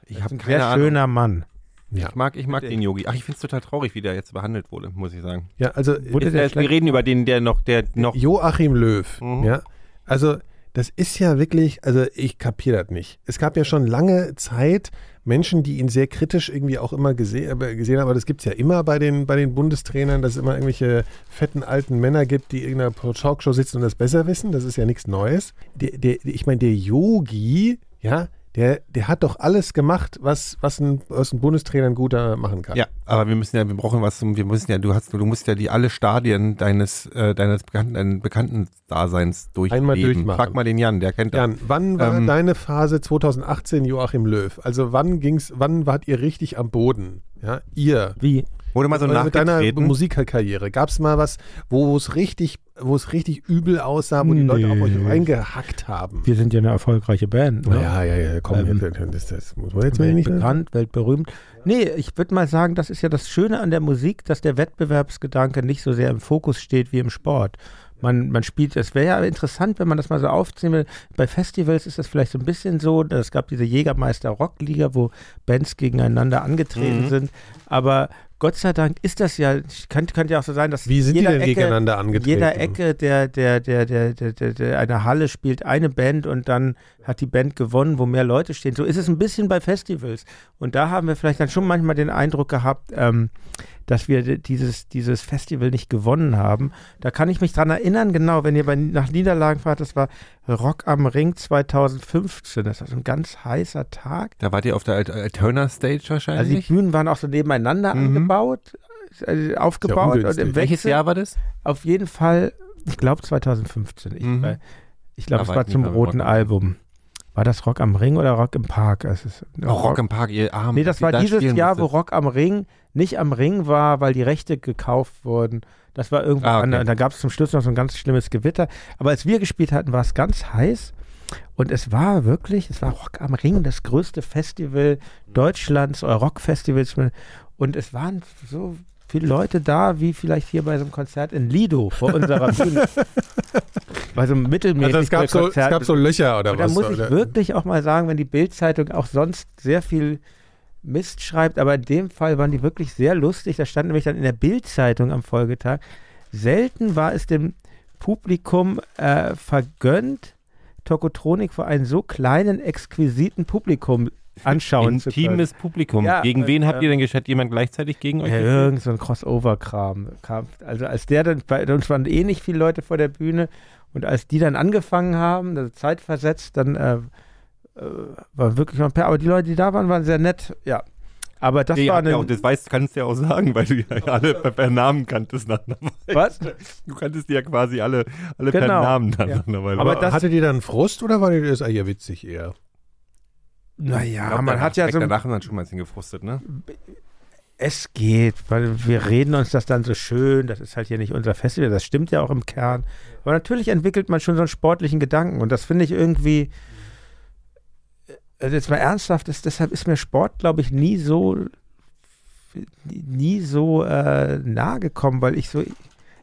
C: Ich habe
A: ein
C: keine
A: sehr
C: Ahnung.
A: schöner Mann.
B: Ja,
C: Ich mag, ich mag den Yogi. Ach, ich finde es total traurig, wie der jetzt behandelt wurde, muss ich sagen.
B: ja also
A: Wurde
C: Jetzt,
A: der
C: erst- wir
A: schlecht-
C: reden über den, der noch, der noch.
B: Joachim Löw.
C: Mhm.
B: Ja, also das ist ja wirklich, also ich kapiere das nicht. Es gab ja schon lange Zeit Menschen, die ihn sehr kritisch irgendwie auch immer gese aber gesehen haben, aber das gibt es ja immer bei den, bei den Bundestrainern, dass es immer irgendwelche fetten alten Männer gibt, die in irgendeiner Talkshow sitzen und das besser wissen. Das ist ja nichts Neues. Der, der, ich meine, der Yogi, ja, der, der hat doch alles gemacht, was, was, ein, was ein Bundestrainer ein guter machen kann.
C: Ja, aber wir müssen ja, wir brauchen was, zum- wir müssen ja, du hast, du musst ja die alle Stadien deines, äh, deines bekannten, deinen bekannten Daseins durchleben.
B: Einmal durchmachen.
C: Frag mal den Jan, der kennt das.
B: Jan, wann war
C: Ähm,
B: deine Phase 2018 Joachim Löw? Also wann ging's, wann wart ihr richtig am Boden? Ja, ihr. Also
A: Wie?
C: Wurde mal so
A: also
B: mit deiner
C: nachgetreten.
B: Musikkarriere. Gab es mal was, wo es richtig wo es richtig übel aussah, wo die Leute auf
A: Nee.
B: euch reingehackt haben.
A: Wir sind ja eine erfolgreiche Band. Ne?
B: Ja, ja, ja, komm,
A: Ähm,
B: jetzt, das, das muss man jetzt mal nicht.
A: Weltbekannt, weltberühmt. Nee, ich würde mal sagen, das ist ja das Schöne an der Musik, dass der Wettbewerbsgedanke nicht so sehr im Fokus steht wie im Sport. Man, man spielt, es wäre ja interessant, wenn man das mal so aufziehen will. Bei Festivals ist das vielleicht so ein bisschen so. Es gab diese Jägermeister-Rockliga, wo Bands gegeneinander angetreten sind. Aber Gott sei Dank ist das ja, kann, kann ja auch so sein, dass
B: Wie sind die
A: jeder
B: denn
A: Ecke,
B: gegeneinander angetreten?
A: jeder Ecke der, der, der, der, der, der, der einer Halle spielt eine Band und dann hat die Band gewonnen, wo mehr Leute stehen. So ist es ein bisschen bei Festivals. Und da haben wir vielleicht dann schon manchmal den Eindruck gehabt, ähm, dass wir d- dieses, dieses Festival nicht gewonnen haben. Da kann ich mich dran erinnern, genau, wenn ihr bei, nach Niederlagen fahrt, das war Rock am Ring 2015. Das war so ein ganz heißer Tag.
C: Da wart ihr auf der Alt- Alterna Stage
A: Also die
C: wahrscheinlich.
A: Bühnen waren auch so nebeneinander
C: Mhm.
A: angebaut, äh, aufgebaut und
B: ungünstig.
A: im
C: Welches
A: Wechsel.
C: Jahr war das?
A: Auf jeden Fall, ich glaube 2015. Ich,
C: Mhm.
A: äh, ich glaube, es
C: Aber
A: war
C: nie
A: zum
C: beim
A: roten
C: Rock am
A: Album. War das Rock am Ring oder Rock im Park? Es ist,
C: Oh, Rock im Park, ihr Arm.
A: nee, das
C: wie ihr
A: war
C: da
A: dieses
C: spielen
A: Jahr, wo
C: musstet.
A: Rock am Ring nicht am Ring war, weil die Rechte gekauft wurden. Das war irgendwo
C: Ah, okay.
A: anders. Da gab es zum Schluss noch so ein ganz schlimmes Gewitter. Aber als wir gespielt hatten, war es ganz heiß. Und es war wirklich, es war Rock am Ring, das größte Festival Deutschlands, euer Rockfestivals. Und es waren so viele Leute da, wie vielleicht hier bei so einem Konzert in Lido vor unserer Bühne. bei so einem
B: Also
A: mittelmäßigen
B: es gab, so, es
A: Konzert.
B: gab so Löcher oder
A: Und da
B: was.
A: muss ich
B: oder?
A: wirklich auch mal sagen, wenn die Bild-Zeitung auch sonst sehr viel Mist schreibt, aber in dem Fall waren die wirklich sehr lustig. Da stand nämlich dann in der Bild-Zeitung am Folgetag, selten war es dem Publikum äh, vergönnt, Tokotronik vor einem so kleinen, exquisiten Publikum anschauen zu können.
C: Intimes Publikum.
A: Ja,
C: gegen
A: äh,
C: wen habt
A: äh,
C: ihr denn geschätzt? Jemand gleichzeitig gegen euch?
A: Ja,
C: gespielt?
A: irgend so ein Crossover-Kram. kam. Also als der dann, bei uns waren eh nicht viele Leute vor der Bühne und als die dann angefangen haben, also zeitversetzt, dann äh, äh, war wirklich noch ein paar, aber die Leute, die da waren, waren sehr nett, ja. Aber das
C: Nee,
A: war
C: habt ihr
A: eine,
C: auch, das weißt, kannst du ja auch sagen, weil du ja alle per, per Namen kanntest. Nach einer Weile.
A: was?
C: Du kanntest die ja quasi alle, alle per
A: Genau.
C: Namen dann
A: Ja.
C: nach einer Weile.
A: Aber das-
B: Hattet ihr dann Frust oder war das eher witzig eher?
A: Naja,
C: Ich glaub,
A: man
C: danach-
A: hat ja
C: direkt
A: so,
C: danach haben wir uns schon mal ein bisschen gefrustet, ne?
A: es geht, weil wir reden uns das dann so schön, das ist halt hier nicht unser Festival, das stimmt ja auch im Kern. Aber natürlich entwickelt man schon so einen sportlichen Gedanken und das finde ich irgendwie, also jetzt mal ernsthaft, das, deshalb ist mir Sport, glaube ich, nie so, nie so äh, nahe gekommen, weil ich so,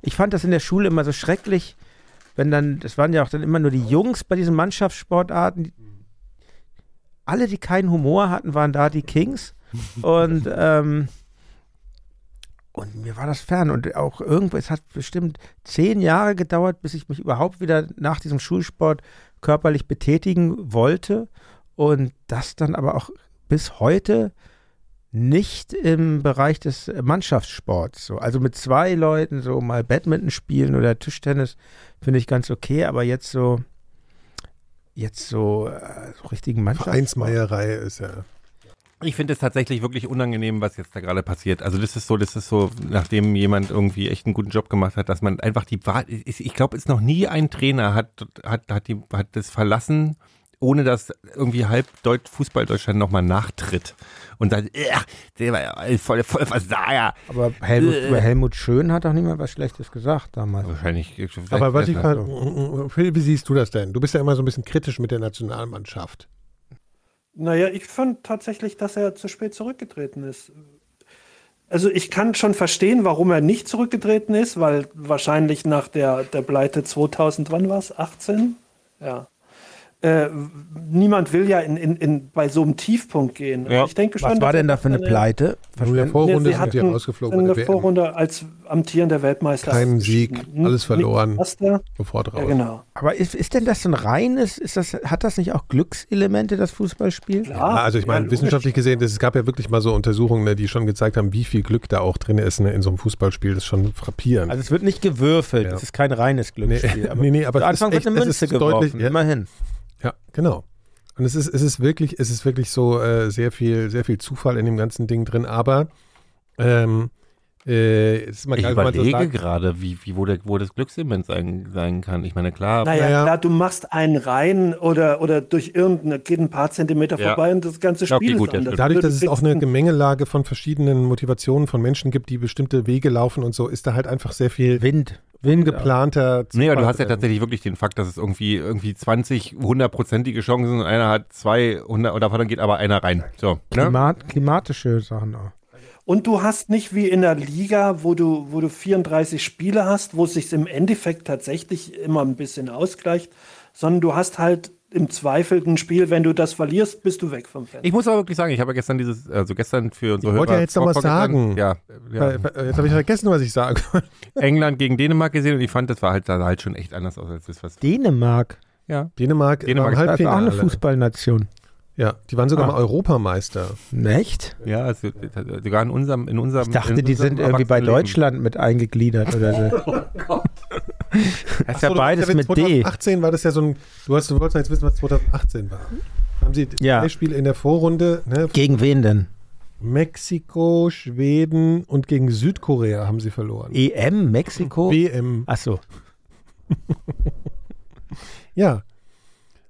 A: ich fand das in der Schule immer so schrecklich, wenn dann, das waren ja auch dann immer nur die Jungs bei diesen Mannschaftssportarten, die, alle, die keinen Humor hatten, waren da die Kings und ähm, und mir war das fern und auch irgendwo, es hat bestimmt zehn Jahre gedauert, bis ich mich überhaupt wieder nach diesem Schulsport körperlich betätigen wollte und das dann aber auch bis heute nicht im Bereich des äh, Mannschaftssports. So. Also mit zwei Leuten so mal Badminton spielen oder Tischtennis finde ich ganz okay, aber jetzt so jetzt so, äh, so richtigen Mannschaftssport.
B: Vereinsmeierei ist ja.
C: Ich finde es tatsächlich wirklich unangenehm, was jetzt da gerade passiert. Also das ist so, das ist so, nachdem jemand irgendwie echt einen guten Job gemacht hat, dass man einfach die Wahl, ich, ich glaube, es noch nie ein Trainer hat, hat, hat, die, hat das verlassen, ohne dass irgendwie halb Deut Fußball-Deutschland nochmal nachtritt. Und dann, äh, der war ja voll, voll Versager.
A: Aber Helmut,
C: Äh.
A: über Helmut Schön hat auch niemand was Schlechtes gesagt damals.
C: Wahrscheinlich. äh,
B: Aber was ich
C: vielleicht-
A: halt-
B: gerade.
A: Also
B: Phil, wie siehst du das denn? Du bist ja immer so ein bisschen kritisch mit der Nationalmannschaft.
D: Naja, ich fand tatsächlich, dass er zu spät zurückgetreten ist. Also ich kann schon verstehen, warum er nicht zurückgetreten ist, weil wahrscheinlich nach der, der Pleite 2000, wann war es? 18? Ja. Äh, w- niemand will ja in, in, in, bei so einem Tiefpunkt gehen.
C: Ja.
D: Ich denke schon,
A: Was war
D: dass
A: denn da
D: er
A: für eine
D: dann-
A: Pleite?
B: In der
A: Verständlich.
B: Vorrunde
D: Nee, sie
B: sind die
D: hatten
B: rausgeflogen. bei
D: In der
B: der WM.
D: Vorrunde als amtierender Weltmeister.
B: Keinen Sieg,
D: abgestiegen.
B: alles verloren.
D: Nicht Erster.
B: Sofort raus.
D: Ja, genau.
A: Aber ist, ist denn das so ein reines, ist das, hat das nicht auch Glückselemente, das Fußballspiel?
D: Klar.
B: Ja, also ich meine,
D: Ja,
B: wissenschaftlich gesehen, das- es gab ja wirklich mal so Untersuchungen, ne, die schon gezeigt haben, wie viel Glück da auch drin ist ne, in so einem Fußballspiel. Das ist schon frappierend.
A: Also es wird nicht gewürfelt,
B: Ja.
A: es ist kein reines Glücksspiel.
B: Nee, nee, nee, aber
A: zu
B: es ist
A: Anfang
B: echt-
A: wird eine
B: es
A: Münze
B: ist
A: geworfen, ne?
B: deutlich- ja.
A: immerhin.
B: Ja, genau. Und es ist, es ist wirklich, es ist wirklich so äh, sehr viel, sehr viel Zufall in dem ganzen Ding drin, aber ähm, Äh, ist mal
C: Ich
B: geil, wenn man so
C: überlege
B: sagt.
C: gerade, wie, wie, wo, der, wo das Glückselement sein, sein kann. Ich meine, klar,
D: Naja,
B: Naja.
D: klar, du machst einen rein oder, oder durch irgendeine, geht ein paar Zentimeter
C: Ja.
D: vorbei und das ganze
C: Ja, okay,
D: Spiel
C: gut,
D: ist
C: das
D: anders.
B: Dadurch,
D: Du
B: dass es auch eine
D: kriegst
B: Gemengelage von verschiedenen Motivationen von Menschen gibt, die bestimmte Wege laufen und so, ist da halt einfach sehr viel
A: Wind.
B: ungeplanter.
C: Nee, aber du
B: Zufall
C: hast ja
B: drin.
C: tatsächlich wirklich den Fakt, dass es irgendwie, irgendwie 20 hundertprozentige Chancen sind und einer hat zwei 100 und davon geht aber einer rein. So, ne?
A: Klimat, klimatische Sachen auch.
D: Und du hast nicht wie in der Liga, wo du, wo du 34 Spiele hast, wo es sich im Endeffekt tatsächlich immer ein bisschen ausgleicht, sondern du hast halt im Zweifel ein Spiel, wenn du das verlierst, bist du weg vom Fenster.
C: Ich muss aber wirklich sagen, ich habe ja gestern dieses, also gestern für unsere
B: Ich wollte
C: Hörer
B: ja jetzt noch was
C: vorgestern-
B: sagen.
C: Ja, ja.
B: Weil- weil- Äh, Jetzt habe ich vergessen, was ich sage.
C: England gegen Dänemark gesehen und ich fand, das war halt, sah halt schon echt anders aus als das, was.
A: Dänemark.
C: Ja.
B: Dänemark,
C: Dänemark
B: war im
C: ist
A: Das ist auch eine
B: Halbfinale.
A: Fußballnation.
B: Ja, die waren sogar
A: Ah.
B: mal Europameister.
A: Echt?
C: Ja, also, äh, sogar in unserem, in unserem.
A: Ich
C: in
A: dachte,
C: unserem
A: die sind irgendwie bei
C: Erwachsenenleben.
A: Deutschland mit eingegliedert oder so. Das ist ja
B: Achso, du-
A: beides
B: wenn
A: mit D.
B: 2018 war das ja so ein. Du, hast, du wolltest jetzt wissen, was 2018 war. Haben sie
A: Ja.
B: drei Spiele in der Vorrunde, ne?
A: Gegen wen denn?
B: Mexiko, Schweden und gegen Südkorea haben sie verloren.
A: E- EM, Mexiko?
B: WM.
A: Achso.
B: Ja.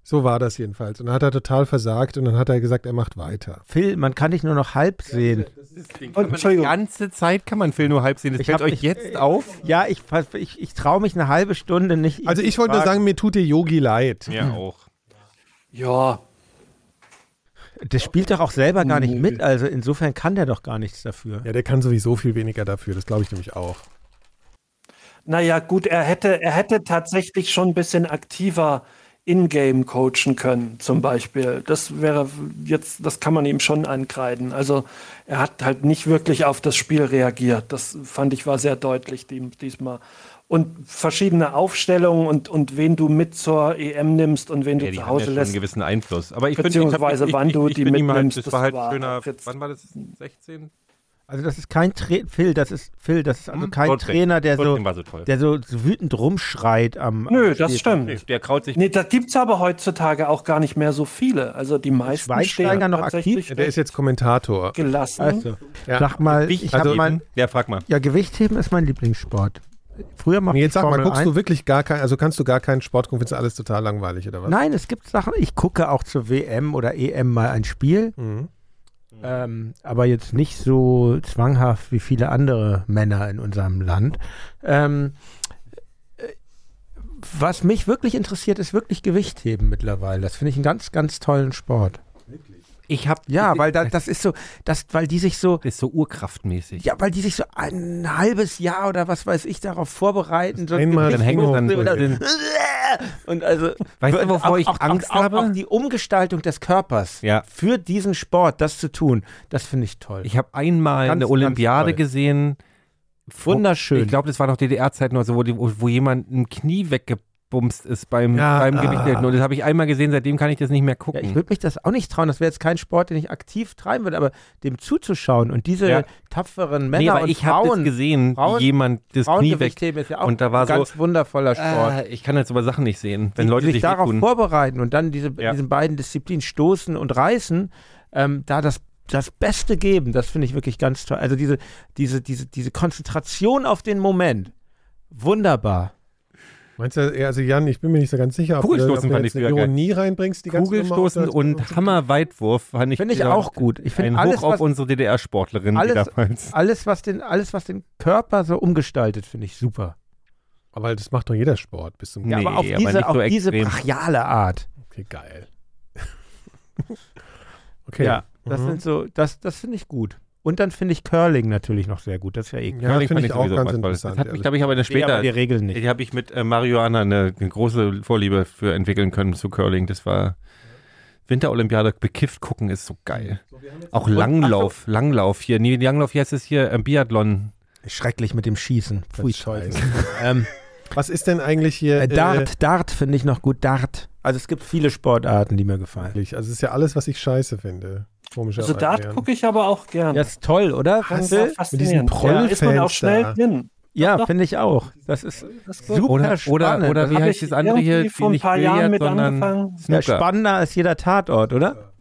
B: So war das jedenfalls. Und dann hat er total versagt und dann hat er gesagt, er macht weiter.
A: Phil, man kann dich nur noch halb sehen.
C: Deswegen kann
D: Oh,
C: man Die
D: Entschuldigung.
C: ganze Zeit kann man Phil nur halb sehen. Das
A: Ich
C: fällt
A: hab-
C: euch
A: ich-
C: jetzt auf.
A: Ja, ich, ich, ich traue mich eine halbe Stunde nicht. ihn
B: Also
A: zu
B: ich wollte nur
A: fragen.
B: sagen, mir tut der Yogi leid.
C: Ja, auch.
D: Ja,
A: Der spielt doch auch selber gar nicht mit, also insofern kann der doch gar nichts dafür.
B: Oh. Ja, der kann sowieso viel weniger dafür. Das glaube ich nämlich auch.
D: Naja, gut, er hätte, er hätte tatsächlich schon ein bisschen aktiver in-game coachen können, zum Beispiel. Das wäre jetzt, das kann man ihm schon ankreiden. Also er hat halt nicht wirklich auf das Spiel reagiert. Das fand ich war sehr deutlich die, diesmal. Und verschiedene Aufstellungen und, und wen du mit zur EM nimmst und wen
C: Ja,
D: du
C: die
D: zu
C: haben ja
D: Hause
C: schon einen
D: lässt.
C: gewissen Einfluss. Aber ich
D: Beziehungsweise,
C: bin, ich hab-
D: wann
C: ich, ich,
D: du
C: ich
D: die
C: bin ihm
D: mitnimmst,
C: halt, das
D: das
C: war halt
D: war
C: schöner.
D: jetzt-
C: Wann war das? 16?
A: Also das ist kein Tra Phil, das ist Phil, das ist also
B: Hm?
A: kein
C: Trotzdem.
A: Trainer, der so,
C: Trotzdem war so toll.
A: der so wütend rumschreit am. am
D: Nö, das
A: Spielfeld.
C: Der,
D: stimmt.
C: der kraut sich.
D: Nee, da gibt es aber heutzutage auch gar nicht mehr so viele. Also die meisten
A: Schweinsteiger noch
D: tatsächlich
B: Ja, Der ist jetzt Kommentator.
D: gelassen.
A: Also,
B: Ja. also-
A: sag mal,
C: Ich,
A: ich
C: hab
A: habe
C: ihn-
A: mein,
C: ja, frag mal.
A: ja Gewichtheben ist mein Lieblingssport. Früher machte
B: Nee, jetzt
A: ich
B: sag mal,
A: Formel
B: guckst
A: 1.
B: du wirklich gar kein, also kannst du gar keinen Sport gucken, findest du alles total langweilig oder was?
A: Nein, es gibt Sachen. Ich gucke auch zur WM oder EM mal ein Spiel,
B: Mhm.
A: ähm, aber jetzt nicht so zwanghaft wie viele andere Männer in unserem Land. Ähm, äh, was mich wirklich interessiert, ist wirklich Gewichtheben mittlerweile. Das finde ich einen ganz, ganz tollen Sport.
C: Ich hab.
A: Ja, weil da, das ist so, das, weil die sich so,
C: Das ist so urkraftmäßig.
A: ja, weil die sich so ein halbes Jahr oder was weiß ich darauf vorbereiten. So ein
B: Einmal-
A: Gewicht-
C: Dann hängen
B: Oh,
C: dann.
A: oder-
C: dann
A: und also,
C: Weißt du, wovor
A: auch-
C: ich
A: auch,
C: Angst
A: auch,
C: habe?
A: Auch die Umgestaltung des Körpers
C: Ja.
A: für diesen Sport, das zu tun, das finde ich toll.
C: ich habe einmal
A: Ganz,
C: eine
A: ganz
C: Olympiade
A: toll.
C: gesehen. wo-
A: Wunderschön.
C: Ich glaube, das war noch DDR-Zeiten oder so, wo, die, wo wo jemand ein Knie weggebumst ist beim,
B: Ja,
C: beim
B: ah.
C: Gewichtheben. Und das habe ich einmal gesehen, seitdem kann ich das nicht mehr
A: ja,
C: gucken.
A: ich würde mich das auch nicht trauen. Das wäre jetzt kein Sport, den ich aktiv treiben würde, aber dem zuzuschauen und diese
C: Ja.
A: tapferen
C: nee,
A: Männer
C: aber
A: und
C: ich habe das
A: Frauen,
C: gesehen,
A: Frauen-
C: wie jemand das Knie weg.
A: Frauengewichtheben ist ja auch
C: Und da war
A: ein ganz
C: so,
A: wundervoller Sport.
C: Ah, ich kann jetzt aber Sachen nicht sehen, wenn
A: Äh, die
C: Leute
A: sich,
C: sich
A: darauf
C: wehtun.
A: vorbereiten und dann diese,
C: Ja.
A: diesen beiden Disziplinen stoßen und reißen, ähm, da das das Beste geben, das finde ich wirklich ganz toll. Also diese, diese, diese, diese Konzentration auf den Moment. Wunderbar.
B: Meinst du, ja, also Jan, ich bin mir nicht so ganz sicher, ob
C: Kugelstoßen
B: du, ob du
C: fand
B: jetzt
C: ich
B: eine
C: früher geil.
B: Ironie reinbringst, die ganze Nummer,
C: Kugelstoßen
B: oder-
C: und Hammerweitwurf fand ich,
A: Finde ich
C: wieder
A: auch gut. Ich
C: ein
A: finde alles,
C: Hoch auf
A: was,
C: unsere DDR-Sportlerin die
A: alles-
C: damals.
A: alles, was den, alles, was den Körper so umgestaltet, finde ich super.
B: Aber das macht doch jeder Sport bis zum
C: Ja,
A: aber auf
C: Nee, aber
A: diese,
C: nicht so
A: auf diese
C: extrem.
A: brachiale Art.
B: Okay, geil. okay.
A: Ja, das
B: Mhm.
A: sind so, das, das finde ich gut. Und dann finde ich Curling natürlich noch sehr gut. Das ist ja eh.
B: Ja,
C: Curling fand
B: finde ich auch
C: sowieso
B: ganz
C: was Tolles.
B: interessant. Also,
C: Das hat mich,
B: ehrlich.
C: glaube ich, aber eine
A: Nee, aber
C: Mhm. später.
A: die Regeln nicht.
C: Die habe ich mit äh, Marihuana eine, eine große Vorliebe für entwickeln können zu Curling. Das war Winterolympiade bekifft gucken ist so geil. Auch Langlauf, Langlauf hier. Nee, Langlauf hier ist es hier ähm, Biathlon.
A: Schrecklich mit dem Schießen. Pfui Teufel. ähm,
B: Was ist denn eigentlich hier?
A: Äh,
B: äh,
A: Dart, Dart finde ich noch gut. Dart. Also es gibt viele Sportarten, die mir gefallen.
B: wirklich? also es ist ja alles, was ich scheiße finde. Komischer
D: Also Dart gucke ich aber auch gern.
A: Ja, ist toll, oder?
D: Das ist
A: Findest du?
D: ja faszinierend.
B: Mit diesen
D: Ja, ist man auch
B: Prollfans
D: schnell
B: da.
D: drin.
A: Ja, finde ich auch. Das ist super
C: Oder,
A: spannend. Also,
C: oder, oder wie
D: Hab
C: heißt
D: ich
C: das andere hier?
D: irgendwie vor ein paar Jahren mit angefangen.
A: ja,
C: Snooker.
A: spannender als jeder Tatort, oder?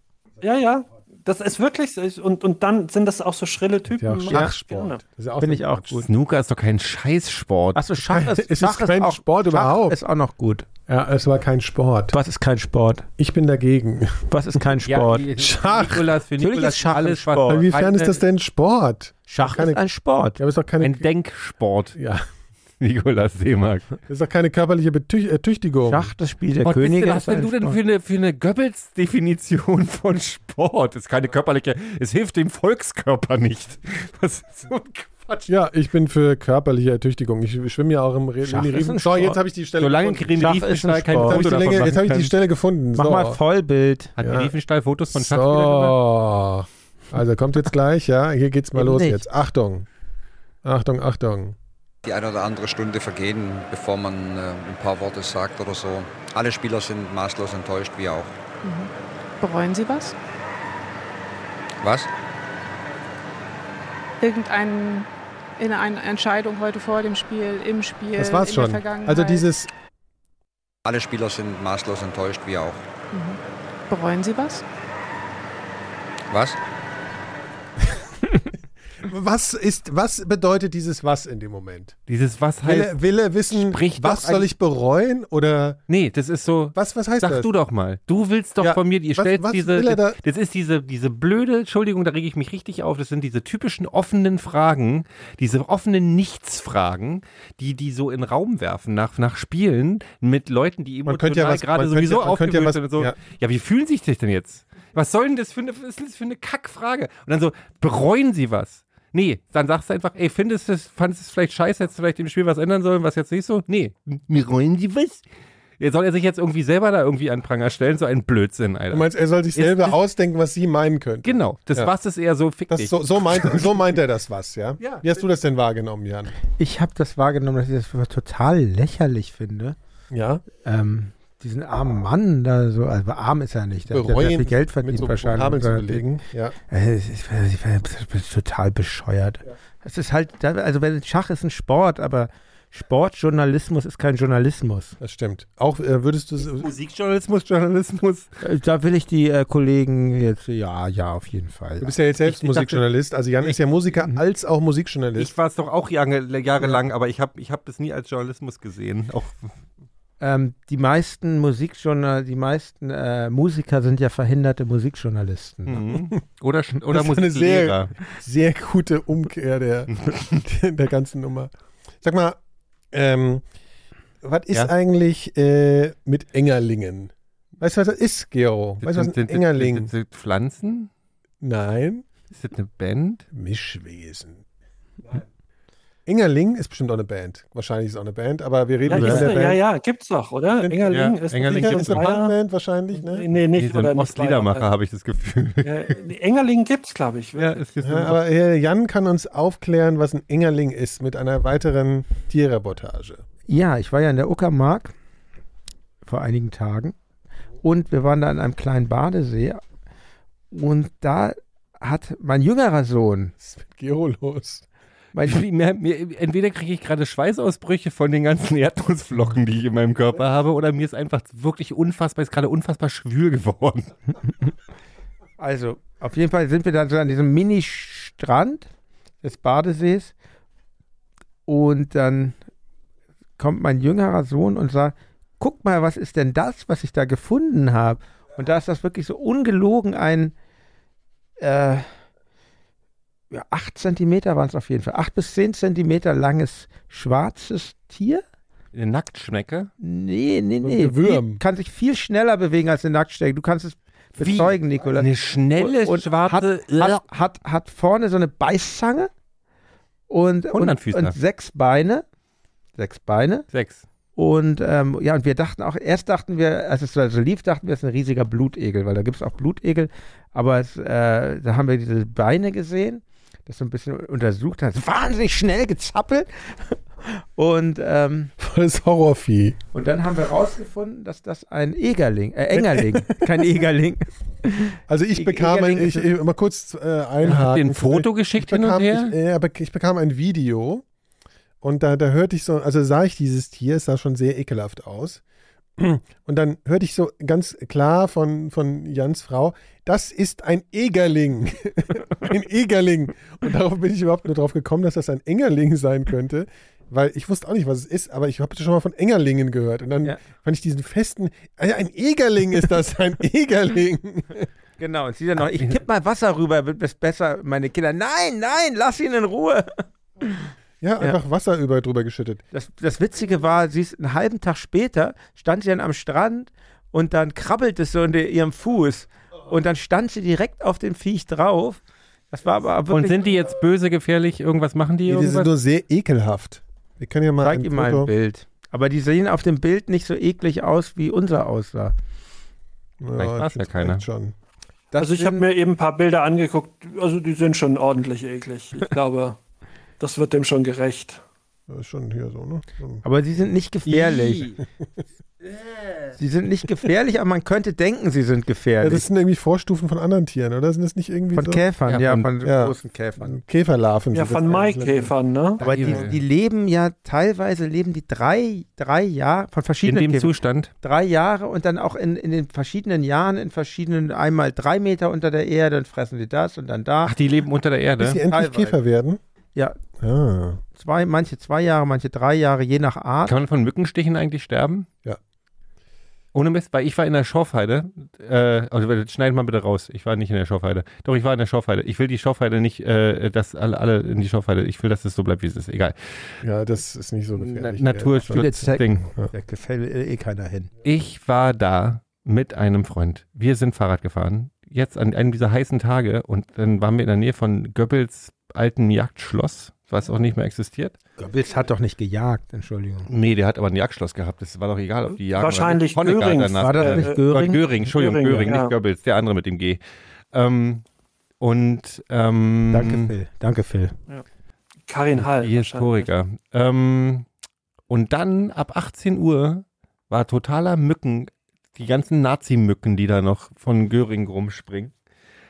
D: Ja, ja. das ist wirklich so. Und, und dann sind das auch so schrille
B: Das ist
D: Typen.
B: ja auch
D: Genau.
B: Schachsport. Das ist ja
A: Finde
B: so
A: ich auch
B: Quatsch.
A: gut.
C: Snooker ist doch kein Scheißsport.
A: Achso, Schach
B: Es
A: ist,
B: ist
A: Schach
B: kein
A: auch,
B: Sport
A: Schach
B: überhaupt.
A: ist auch noch gut.
B: Ja, es war kein Sport.
A: Was ist kein Sport?
B: Ich bin dagegen.
A: Was ist kein Sport?
B: Schach.
C: Nikolas, für
A: Natürlich
C: Nikolas
A: ist Schach ein
C: alles was-
A: Sport.
B: Inwiefern
C: äh,
B: ist das denn Sport?
A: Schach
B: Keine-
A: ist ein Sport.
B: Ja, aber ist doch keine,
C: Ein Denksport,
B: ja,
C: Nikolas Seemark.
B: ist doch keine körperliche Betü äh, Tüchtigung.
A: Schach, das Spiel der
C: Was ist
A: Könige.
C: denn, was
A: ist ein
C: denn du denn
A: Sport.
C: für eine, für eine Goebbels-Definition von Sport? Ist keine körperliche, es hilft dem Volkskörper nicht. Was ist so ein Quatsch?
B: Ja, ich bin für körperliche Ertüchtigung. Ich schwimme ja auch im Re
A: Schach
B: Remi-
A: ist ein
B: So,
A: Sport.
B: jetzt habe ich die Stelle
C: Solange
B: gefunden.
C: Grem
A: Schach
C: Riefenstahl
A: ist ein
C: kein
A: Sport.
B: Jetzt habe
C: Foto
B: ich, die
C: davon
B: Länge- jetzt
C: machen
B: hab ich die
C: kann.
B: Stelle gefunden.
A: Mach
B: so.
A: mal Vollbild.
C: Hat
B: Ja.
C: Riefenstahl Fotos von Schachspielern gemacht?
B: So. Also kommt jetzt gleich, ja. Hier geht's mal
A: Eben
B: los
A: nicht.
B: jetzt. Achtung. Achtung, Achtung.
F: die eine oder andere Stunde vergehen, bevor man äh, ein paar Worte sagt oder so. Alle Spieler sind maßlos enttäuscht, wir auch.
G: Bereuen Sie was?
F: Was?
G: Irgendeine in eine Entscheidung heute vor dem Spiel, im Spiel,
B: Das war's
G: Äh, in
B: schon.
G: der Vergangenheit?
B: Also dieses,
F: Alle Spieler sind maßlos enttäuscht, wir auch.
G: Bereuen Sie was?
F: Was?
B: was ist, was bedeutet dieses was in dem Moment?
C: Dieses, was
B: Will,
C: heißt.
B: will er wissen,
C: sprich doch
B: was soll
C: ein-
B: ich bereuen oder
C: Nee, das ist so.
B: was, was heißt
C: Sag
B: das?
C: du doch mal. Du willst doch
B: Ja,
C: von mir, ihr
B: was-
C: stellst
B: was will
C: diese.
B: er da-
C: Das ist diese, diese blöde, Entschuldigung, da rege ich mich richtig auf. Das sind diese typischen offenen Fragen, diese offenen Nichtsfragen, die die so in den Raum werfen nach, nach Spielen mit Leuten, die
B: Man
C: emotional
B: könnte ja was-
C: gerade
B: man könnte
C: sowieso
B: ja- man könnte ja
C: aufgewühlt
B: was-
C: sind. Und so.
B: ja.
C: ja. wie fühlen sich dich denn jetzt? Was soll denn das für eine, was ist denn das für eine Kackfrage? Und dann so, bereuen sie was? Nee, dann sagst du einfach, ey, findest du es, fandest du es vielleicht scheiße, hättest du vielleicht im Spiel was ändern sollen, was jetzt nicht so? Nee, bereuen sie was? Jetzt soll er sich jetzt irgendwie selber da irgendwie an Pranger stellen? So ein Blödsinn, Alter.
B: Du meinst, er soll sich
C: Ist-
B: selber
C: ist-
B: ausdenken, was sie meinen können.
C: genau, das
B: Ja.
C: was ist eher so fick
B: Das,
C: dich.
B: so, so, meint, so meint er das was, ja?
C: Ja.
B: Wie hast du das denn wahrgenommen, Jan?
A: Ich habe das wahrgenommen, dass ich das total lächerlich finde.
B: Ja.
A: Ähm, diesen armen Mann da so, also arm ist er nicht, der hat ja sehr viel Geld verdient
B: mit so
A: wahrscheinlich.
B: Vokabeln zu belegen. Ja.
A: Äh, es ist- äh, Ich bin total bescheuert. Es ist halt, da- also wenn- Schach ist ein Sport, aber Sportjournalismus ist kein Journalismus.
B: Das stimmt. Auch äh, würdest du.
C: Musikjournalismus, Journalismus.
A: Äh, Da will ich die äh, Kollegen jetzt, ja, ja, auf jeden Fall.
B: Du bist ja jetzt selbst
C: Ich- ich dachte-
B: Musikjournalist. Also Jan ist ja Musiker als auch Musikjournalist.
C: Ich war es doch auch Jahre, jahrelang, aber ich habe ich hab das nie als Journalismus gesehen. Auch
A: Ähm, die meisten Musikjournal, die meisten äh, Musiker sind ja verhinderte Musikjournalisten.
C: mhm. oder Sch- oder
B: Das ist eine
C: Musiklehrer.
B: Sehr gute Umkehr der, der ganzen Nummer. Sag mal, ähm, was ist
C: Ja?
B: eigentlich äh, mit Engerlingen? Weißt du, was das ist, Gero? Weißt du, was ein
C: Sind- sind-
B: Engerling
C: Sind, sind Pflanzen?
B: Nein.
C: Ist das eine Band?
B: Mischwesen. Engerling ist bestimmt auch eine Band. Wahrscheinlich ist es auch eine Band, aber wir
D: Ja,
B: reden
D: ist,
B: über eine
D: ne- ja,
B: Band.
D: ja, gibt's doch, oder?
B: Sind-
D: Engerling
C: ja,
D: ist
C: Engerling
B: Sicher
D: sicher
B: ist eine
D: Bayer.
B: Punkband wahrscheinlich, ne?
D: Nee,
C: Die
D: nicht.
C: sind
D: Oder nicht
C: Ostliedermacher,
D: Bayer.
C: habe ich das Gefühl.
D: Äh, Engerling gibt's, glaube ich.
C: es gibt
B: Ja, aber äh, Jan kann uns aufklären, was ein Engerling ist mit einer weiteren Tierreportage.
A: Ja, ich war ja in der Uckermark vor einigen Tagen und wir waren da in einem kleinen Badesee und da hat mein jüngerer Sohn,
B: Was ist mit Gero los?
A: mein,
C: Wie- Mir, mir, entweder kriege ich gerade Schweißausbrüche von den ganzen Erdnussflocken, die ich in meinem Körper habe, oder mir ist einfach wirklich unfassbar, ist gerade unfassbar schwül geworden.
A: also auf jeden Fall sind wir dann so an diesem Mini-Strand des Badesees und dann kommt mein jüngerer Sohn und sagt, guck mal, was ist denn das, was ich da gefunden habe? Und da ist das wirklich so ungelogen ein äh, ja, 8 Zentimeter waren es auf jeden Fall. 8 bis 10 Zentimeter langes schwarzes Tier.
C: Eine Nacktschnecke?
A: Nee, nee,
B: So ein
A: nee.
B: Gewürm.
A: Viel, kann sich viel schneller bewegen als eine Nacktschnecke. Du kannst es
C: Wie?
A: bezeugen, Nikola.
C: Eine schnelle,
A: Und
C: schwarze...
A: Hat, hat, hat vorne so eine Beißzange und, und,
C: Hundertfüßler.
A: und sechs Beine. Sechs Beine.
C: Sechs.
A: Und ähm, ja, und wir dachten auch, erst dachten wir, als es so also lief, dachten wir, es ist ein riesiger Blutegel, weil da gibt es auch Blutegel. Aber es, äh, da haben wir diese Beine gesehen, das so ein bisschen untersucht, hat wahnsinnig schnell gezappelt. Und, ähm,
B: Volles Horrorvieh.
A: und dann haben wir rausgefunden, dass das ein Egerling, äh, Engerling, kein Egerling.
B: Also ich
A: Ich-
B: bekam ein,
A: Engerling
B: ich,
A: ist-
B: ich, mal kurz äh,
C: Hat
B: einhaken.
C: dir ein Foto geschickt hin und
B: bekam,
C: her?
B: Ich, äh, aber ich bekam ein Video und da, da hörte ich so, also sah ich dieses Tier, es sah schon sehr ekelhaft aus. Und dann hörte ich so ganz klar von, von Jans Frau, das ist ein Egerling. ein Egerling. Und darauf bin ich überhaupt nur drauf gekommen, dass das ein Engerling sein könnte. Weil ich wusste auch nicht, was es ist, aber ich habe schon mal von Engerlingen gehört. Und dann
A: Ja.
B: fand ich diesen festen, also ein Egerling ist das, ein Egerling.
A: Genau, und sie dann noch, ich kipp mal Wasser rüber, wird es besser. Meine Kinder, nein, nein, lass ihn in Ruhe.
B: Ja, einfach Wasser über drüber geschüttet.
A: Das, das Witzige war, sie ist einen halben Tag später, stand sie dann am Strand und dann krabbelt es so unter ihrem Fuß. Und dann stand sie direkt auf dem Viech drauf. Das war aber
H: Und
A: wirklich,
H: sind die jetzt böse, gefährlich? Irgendwas machen die?
B: Die, die sind
H: Irgendwas?
B: nur sehr ekelhaft. Wir können ja mal
A: zeig
B: ein
A: ihm mal ein
B: Foto-
A: Bild. Aber die sehen auf dem Bild nicht so eklig aus, wie unser aussah.
H: Vielleicht war's
B: ich find's
H: ja keiner.
B: echt Schon.
D: Also ich habe mir eben ein paar Bilder angeguckt. Also die sind schon ordentlich eklig. Ich glaube, das wird dem schon gerecht.
B: Das ist schon hier so, ne? So.
A: Aber sie sind nicht gefährlich. sie sind nicht gefährlich, aber man könnte denken, sie sind
B: Ja,
A: gefährlich.
B: das sind irgendwie Vorstufen von anderen Tieren, oder? Sind das nicht irgendwie
A: von
B: so?
A: Käfern,
H: Ja,
A: ja,
H: von-
A: von,
B: ja.
A: großen Käfern.
B: Käferlarven.
D: Ja,
B: sind das
D: von
B: eigentlich.
D: Maikäfern, ne?
A: Aber die,
H: Ja.
A: die leben ja teilweise leben die drei, drei Jahre von
H: in
A: verschiedenen
H: dem
A: Käfern.
H: Zustand?
A: drei Jahre und dann auch in, in den verschiedenen Jahren in verschiedenen einmal drei Meter unter der Erde und fressen die das und dann da.
H: Ach, die leben unter der
B: Bis sie
H: Erde.
A: Teilweise.
B: endlich Käfer werden?
A: Ja,
B: Ah.
A: zwei, manche zwei Jahre, manche drei Jahre, je nach Art.
H: Kann man von Mückenstichen eigentlich sterben?
B: Ja.
H: Ohne Mist, weil ich war in der Schorfheide. Äh, also das schneid mal bitte raus. Ich war nicht in der Schorfheide. Doch, ich war in der Schorfheide. Ich will die Schorfheide nicht, äh, dass alle, alle in die Schorfheide. Ich will, dass es so bleibt, wie es ist. Egal.
B: Ja, das ist nicht so
H: Na,
B: gefährlich.
A: Viele
H: Naturschutzding.
A: Da gefällt eh keiner hin.
H: Ich war da mit einem Freund. Wir sind Fahrrad gefahren. Jetzt an einem dieser heißen Tage und dann waren wir in der Nähe von Goebbels alten Jagdschloss, was auch nicht mehr existiert.
A: Goebbels hat doch nicht gejagt, Entschuldigung.
H: Nee, der hat aber ein Jagdschloss gehabt. Das war doch egal, ob die Jagd
D: Wahrscheinlich
H: oder Honecker
D: Göring.
H: danach.
A: War das
H: Äh,
A: nicht
H: Göring?
A: Göring?
H: Göring, Entschuldigung, Göring,
D: Göring, ja.
H: nicht Goebbels, der andere mit dem G. Ähm, und ähm,
A: Danke, Phil. Danke, Phil.
D: Karin Hall.
H: Die Historiker. Ähm, und dann ab 18 Uhr war totaler Mücken, die ganzen Nazi-Mücken, die da noch von Göring rumspringen,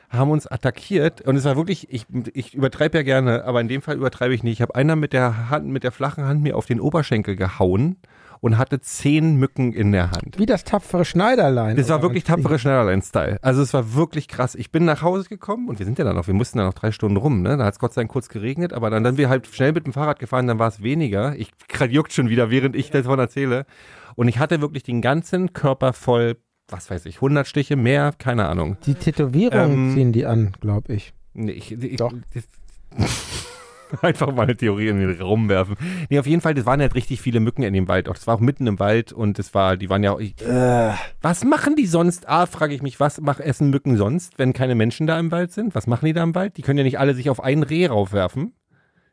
H: haben uns attackiert. Und es war wirklich, ich, ich übertreibe ja gerne, aber in dem Fall übertreibe ich nicht. Ich habe einer mit der Hand, mit der flachen Hand mir auf den Oberschenkel gehauen und hatte zehn Mücken in der Hand.
A: Wie das tapfere Schneiderlein.
H: Das war
A: Oder
H: wirklich
A: was?
H: tapfere Schneiderlein-Style. Also es war wirklich krass. Ich bin nach Hause gekommen und wir sind ja dann noch, wir mussten dann noch drei Stunden rum. Ne? Da hat es Gott sei Dank kurz geregnet, aber dann, dann wir halt schnell mit dem Fahrrad gefahren, dann war es weniger. Ich grad juckt schon wieder, während ich davon erzähle. Und ich hatte wirklich den ganzen Körper voll, was weiß ich, 100 Stiche mehr, keine Ahnung.
A: Die Tätowierungen
H: Ähm,
A: ziehen die an, glaube ich.
H: Nee, ich, ich,
B: Doch.
H: Das, einfach mal eine Theorie in den Raum werfen. Nee, auf jeden Fall, das waren halt richtig viele Mücken in dem Wald. Auch das war auch mitten im Wald und das war, die waren ja auch. Ich,
B: Äh.
H: Was machen die sonst? A, frage ich mich, was mach, essen Mücken sonst, wenn keine Menschen da im Wald sind? Was machen die da im Wald? Die können ja nicht alle sich auf ein Reh raufwerfen.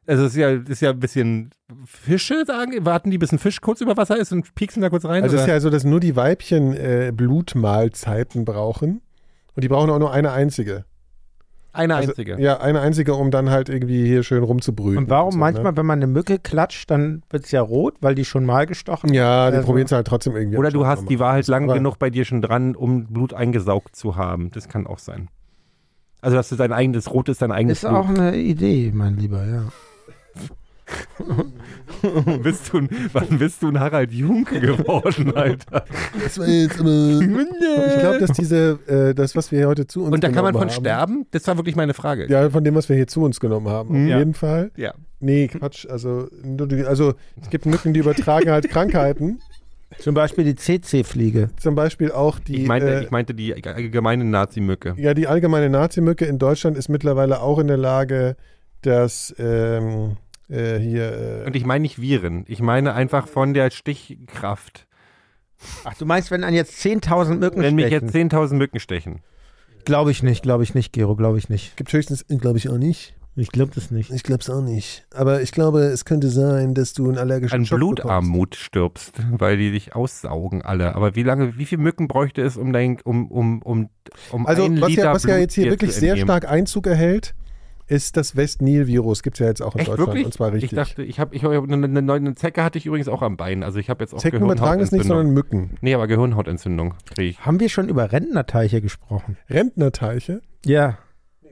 H: Also es ist ja, das ist ja ein bisschen Fische, sagen, warten die, bis ein Fisch kurz über Wasser ist und pieksen da kurz rein.
B: Also es ist
H: oder?
B: ja so, dass nur die Weibchen äh, Blutmahlzeiten brauchen. Und die brauchen auch nur eine einzige.
H: eine
B: Also,
H: einzige.
B: Ja, eine einzige, um dann halt irgendwie hier schön rumzubrüten.
A: Und warum
B: so, ne?
A: manchmal, wenn man eine Mücke klatscht, dann wird es ja rot, weil die schon mal gestochen
B: Ja, die
A: Also-
B: probieren es halt trotzdem irgendwie.
H: Oder du
B: anscheinend
H: hast, die
B: nochmal.
H: war halt lang
B: Aber-
H: genug bei dir schon dran, um Blut eingesaugt zu haben. Das kann auch sein. Also, dass du dein eigenes Rot ist, dein eigenes
A: Ist auch
H: Blut.
A: eine Idee, mein Lieber, ja.
H: bist du ein, wann bist du ein Harald Junke geworden, Alter?
B: Das war jetzt, äh, Ich glaube, dass diese, äh, das, was wir heute zu uns
H: Und da kann man
B: genommen
H: von
B: haben,
H: sterben? Das war wirklich meine Frage.
B: Ja, von dem, was wir hier zu uns genommen haben. Auf
H: Mhm. Ja.
B: jeden Fall.
H: Ja.
B: Nee, Quatsch. Also, nur die- also es gibt Mücken, die übertragen halt Krankheiten.
A: Zum Beispiel die CC-Fliege.
B: Zum Beispiel auch die.
H: Ich meinte,
B: äh,
H: ich meinte die allgemeine Nazi-Mücke.
B: ja, die allgemeine Nazi-Mücke in Deutschland ist mittlerweile auch in der Lage, dass ähm, äh, hier. Äh,
H: Und ich meine nicht Viren. Ich meine einfach von der Stichkraft.
A: Ach, du meinst, wenn an jetzt 10.000 Mücken
H: Wenn mich jetzt
A: stechen?
H: 10.000 Mücken stechen.
A: Glaube ich nicht, glaube ich nicht, Gero, glaube ich nicht.
B: gibt höchstens, glaube ich, auch nicht.
A: Ich glaube das nicht.
B: Ich glaube es auch nicht. Aber ich glaube, es könnte sein, dass du einen allergischen
H: An
B: Schock bekommst.
H: Blutarmut stirbst, weil die dich aussaugen alle. Aber wie lange, wie viele Mücken bräuchte es, um dein, um, um, um, um
B: Also,
H: ein
B: was
H: Liter
B: ja, was ja
H: Blut
B: jetzt hier
H: dir
B: wirklich
H: zu
B: sehr
H: entnehmen?
B: stark Einzug erhält, ist das West-Nil-Virus. Gibt es ja jetzt auch in
H: Echt
B: Deutschland.
H: wirklich?
B: Und zwar richtig.
H: Ich dachte, ich habe ich hab, eine, eine, neue- eine Zecke hatte ich übrigens auch am Bein. Also ich habe jetzt auch
B: Zecken übertragen es nicht, sondern Mücken.
H: nee, aber Gehirnhautentzündung kriege ich.
A: Haben wir schon über Rentnerteiche gesprochen?
B: Rentnerteiche?
A: Ja.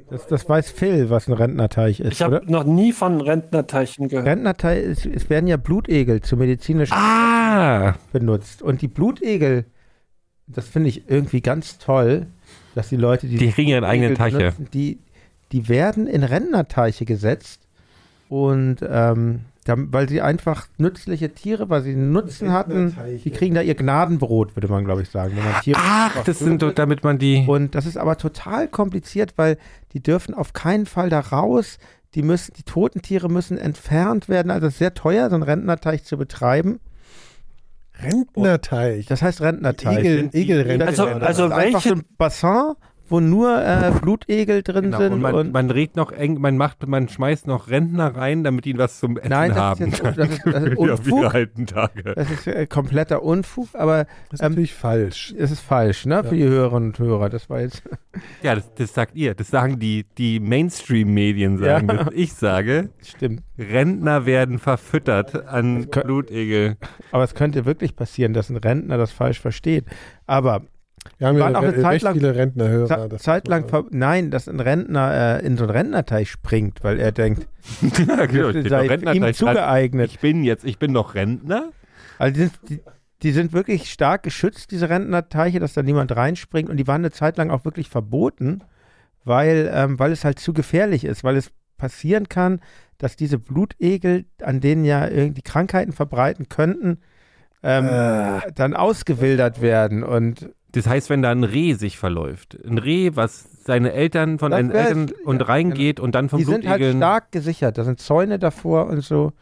A: Das, das weiß Phil, was ein Rentnerteich ist,
D: Ich
A: oder?
D: habe noch nie von Rentnerteichen gehört.
A: Rentnerteich, ist, es werden ja Blutegel zu medizinischen
H: Ah!
A: benutzt. Und die Blutegel, das finde ich irgendwie ganz toll, dass die Leute, die
H: Die kriegen ihren eigenen
A: Blutegel
H: Teiche.
A: benutzen, die, die werden in Rentnerteiche gesetzt. Und ähm, dam- weil sie einfach nützliche Tiere, weil sie einen Nutzen hatten, die kriegen da ihr Gnadenbrot, würde man, glaube ich, sagen. Wenn man Tiere
D: Ah.
H: Ach, das sind doch, damit man die.
A: Und das ist aber total kompliziert, weil die dürfen auf keinen Fall da raus. Die müssen, die toten Tiere müssen entfernt werden. Also es ist sehr teuer, so einen Rentnerteich zu betreiben.
B: Rentnerteich.
A: Das heißt Rentnerteich.
B: Egel- Egelrentner.
A: Das-
D: Also- also
A: das ist einfach
D: welche-
A: so ein Bassin, wo nur äh, Blutegel drin sind.
H: Genau, und man,
A: und
H: man regt noch eng, man macht, man schmeißt noch Rentner rein, damit die was zum Essen
A: nein, das
H: haben.
A: ist, jetzt, das ist, das ist
H: die
A: Unfug.
H: alten Tage.
A: Das ist äh, kompletter Unfug, aber
B: Das ist
A: ähm,
B: natürlich falsch.
A: es ist falsch, ne? Für die Hörerinnen und Hörer. Das war jetzt.
H: Ja, das, das sagt ihr. Das sagen die, die Mainstream-Medien sagen.
A: Ja.
H: das. Ich sage,
A: Stimmt.
H: Rentner werden verfüttert an
A: kö-
H: Blutegel.
A: Aber es könnte wirklich passieren, dass ein Rentner das falsch versteht. Aber
B: Wir haben
A: waren
B: ja
A: auch eine
B: re-
A: Zeit
B: recht
A: lang-
B: viele Rentnerhörer.
A: Ze-
B: das-
A: Zeitlang, ver nein, dass ein Rentner äh, in so einen Rentnerteich springt, weil er denkt,
H: ja, genau,
A: das
H: steht
A: sei
H: doch
A: ihm
H: Rentnerteich dran.
A: zugeeignet.
H: Ich bin jetzt, ich bin noch Rentner.
A: Also die sind, die, die sind wirklich stark geschützt, diese Rentnerteiche, dass da niemand reinspringt. Und die waren eine Zeit lang auch wirklich verboten, weil, ähm, weil es halt zu gefährlich ist, weil es passieren kann, dass diese Blutegel, an denen ja irgendwie Krankheiten verbreiten könnten, ähm, dann ausgewildert werden. Und
H: Das heißt, wenn da ein Reh sich verläuft, ein Reh, was seine Eltern von
A: Das
H: den
A: wär-
H: Eltern und reingeht und dann vom
A: die sind halt
H: Blutegeln
A: stark gesichert. Da sind Zäune davor und so.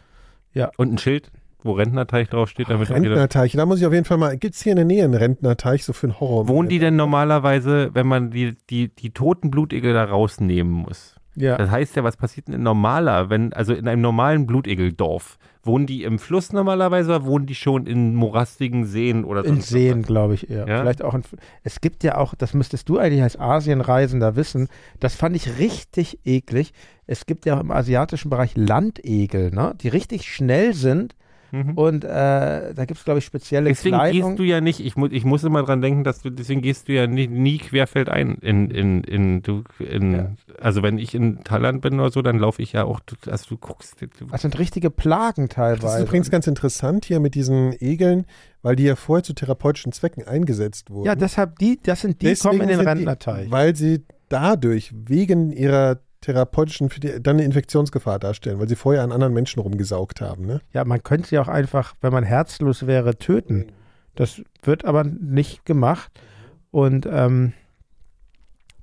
H: und ein Schild, wo Rentnerteich draufsteht, damit man wieder
B: Rentnerteich. Da muss ich auf jeden Fall mal. Gibt es hier in der Nähe einen Rentnerteich, so für einen Horror?
H: Wohnen die denn normalerweise, wenn man die, die, die toten Blutegel da rausnehmen muss?
A: Ja.
H: Das Also heißt ja, was passiert denn in normaler, wenn, also in einem normalen Blutegeldorf? Wohnen die im Fluss normalerweise oder wohnen die schon in morastigen Seen oder
A: In
H: sonst
A: Seen, glaube ich eher.
H: Ja?
A: Vielleicht auch in, es gibt ja auch, das müsstest du eigentlich als Asienreisender wissen, das fand ich richtig eklig. Es gibt ja auch im asiatischen Bereich Landegel, ne? die richtig schnell sind
H: was? Mhm.
A: und äh, da gibt es, glaube ich, spezielle
H: Deswegen
A: Kleidung.
H: gehst du ja nicht, ich, mu ich muss immer dran denken, dass du, deswegen gehst du ja nie, nie querfeld ein in, in, in, du, in also wenn ich in Thailand bin oder so, dann laufe ich ja auch, du- also du guckst, du,
A: das sind richtige Plagen
B: Das
A: teilweise.
B: ist übrigens ganz interessant hier mit diesen Egeln, weil die ja vorher zu therapeutischen Zwecken eingesetzt wurden.
A: ja, deshalb, die, das sind die,
B: Deswegen
A: kommen in den
B: sind die-
A: Rentnerteich.
B: Weil sie dadurch wegen ihrer therapeutischen, für die, dann eine Infektionsgefahr darstellen, weil sie vorher an anderen Menschen rumgesaugt haben. Ne?
A: Ja, man könnte sie auch einfach, wenn man herzlos wäre, töten. Das wird aber nicht gemacht. Und ähm,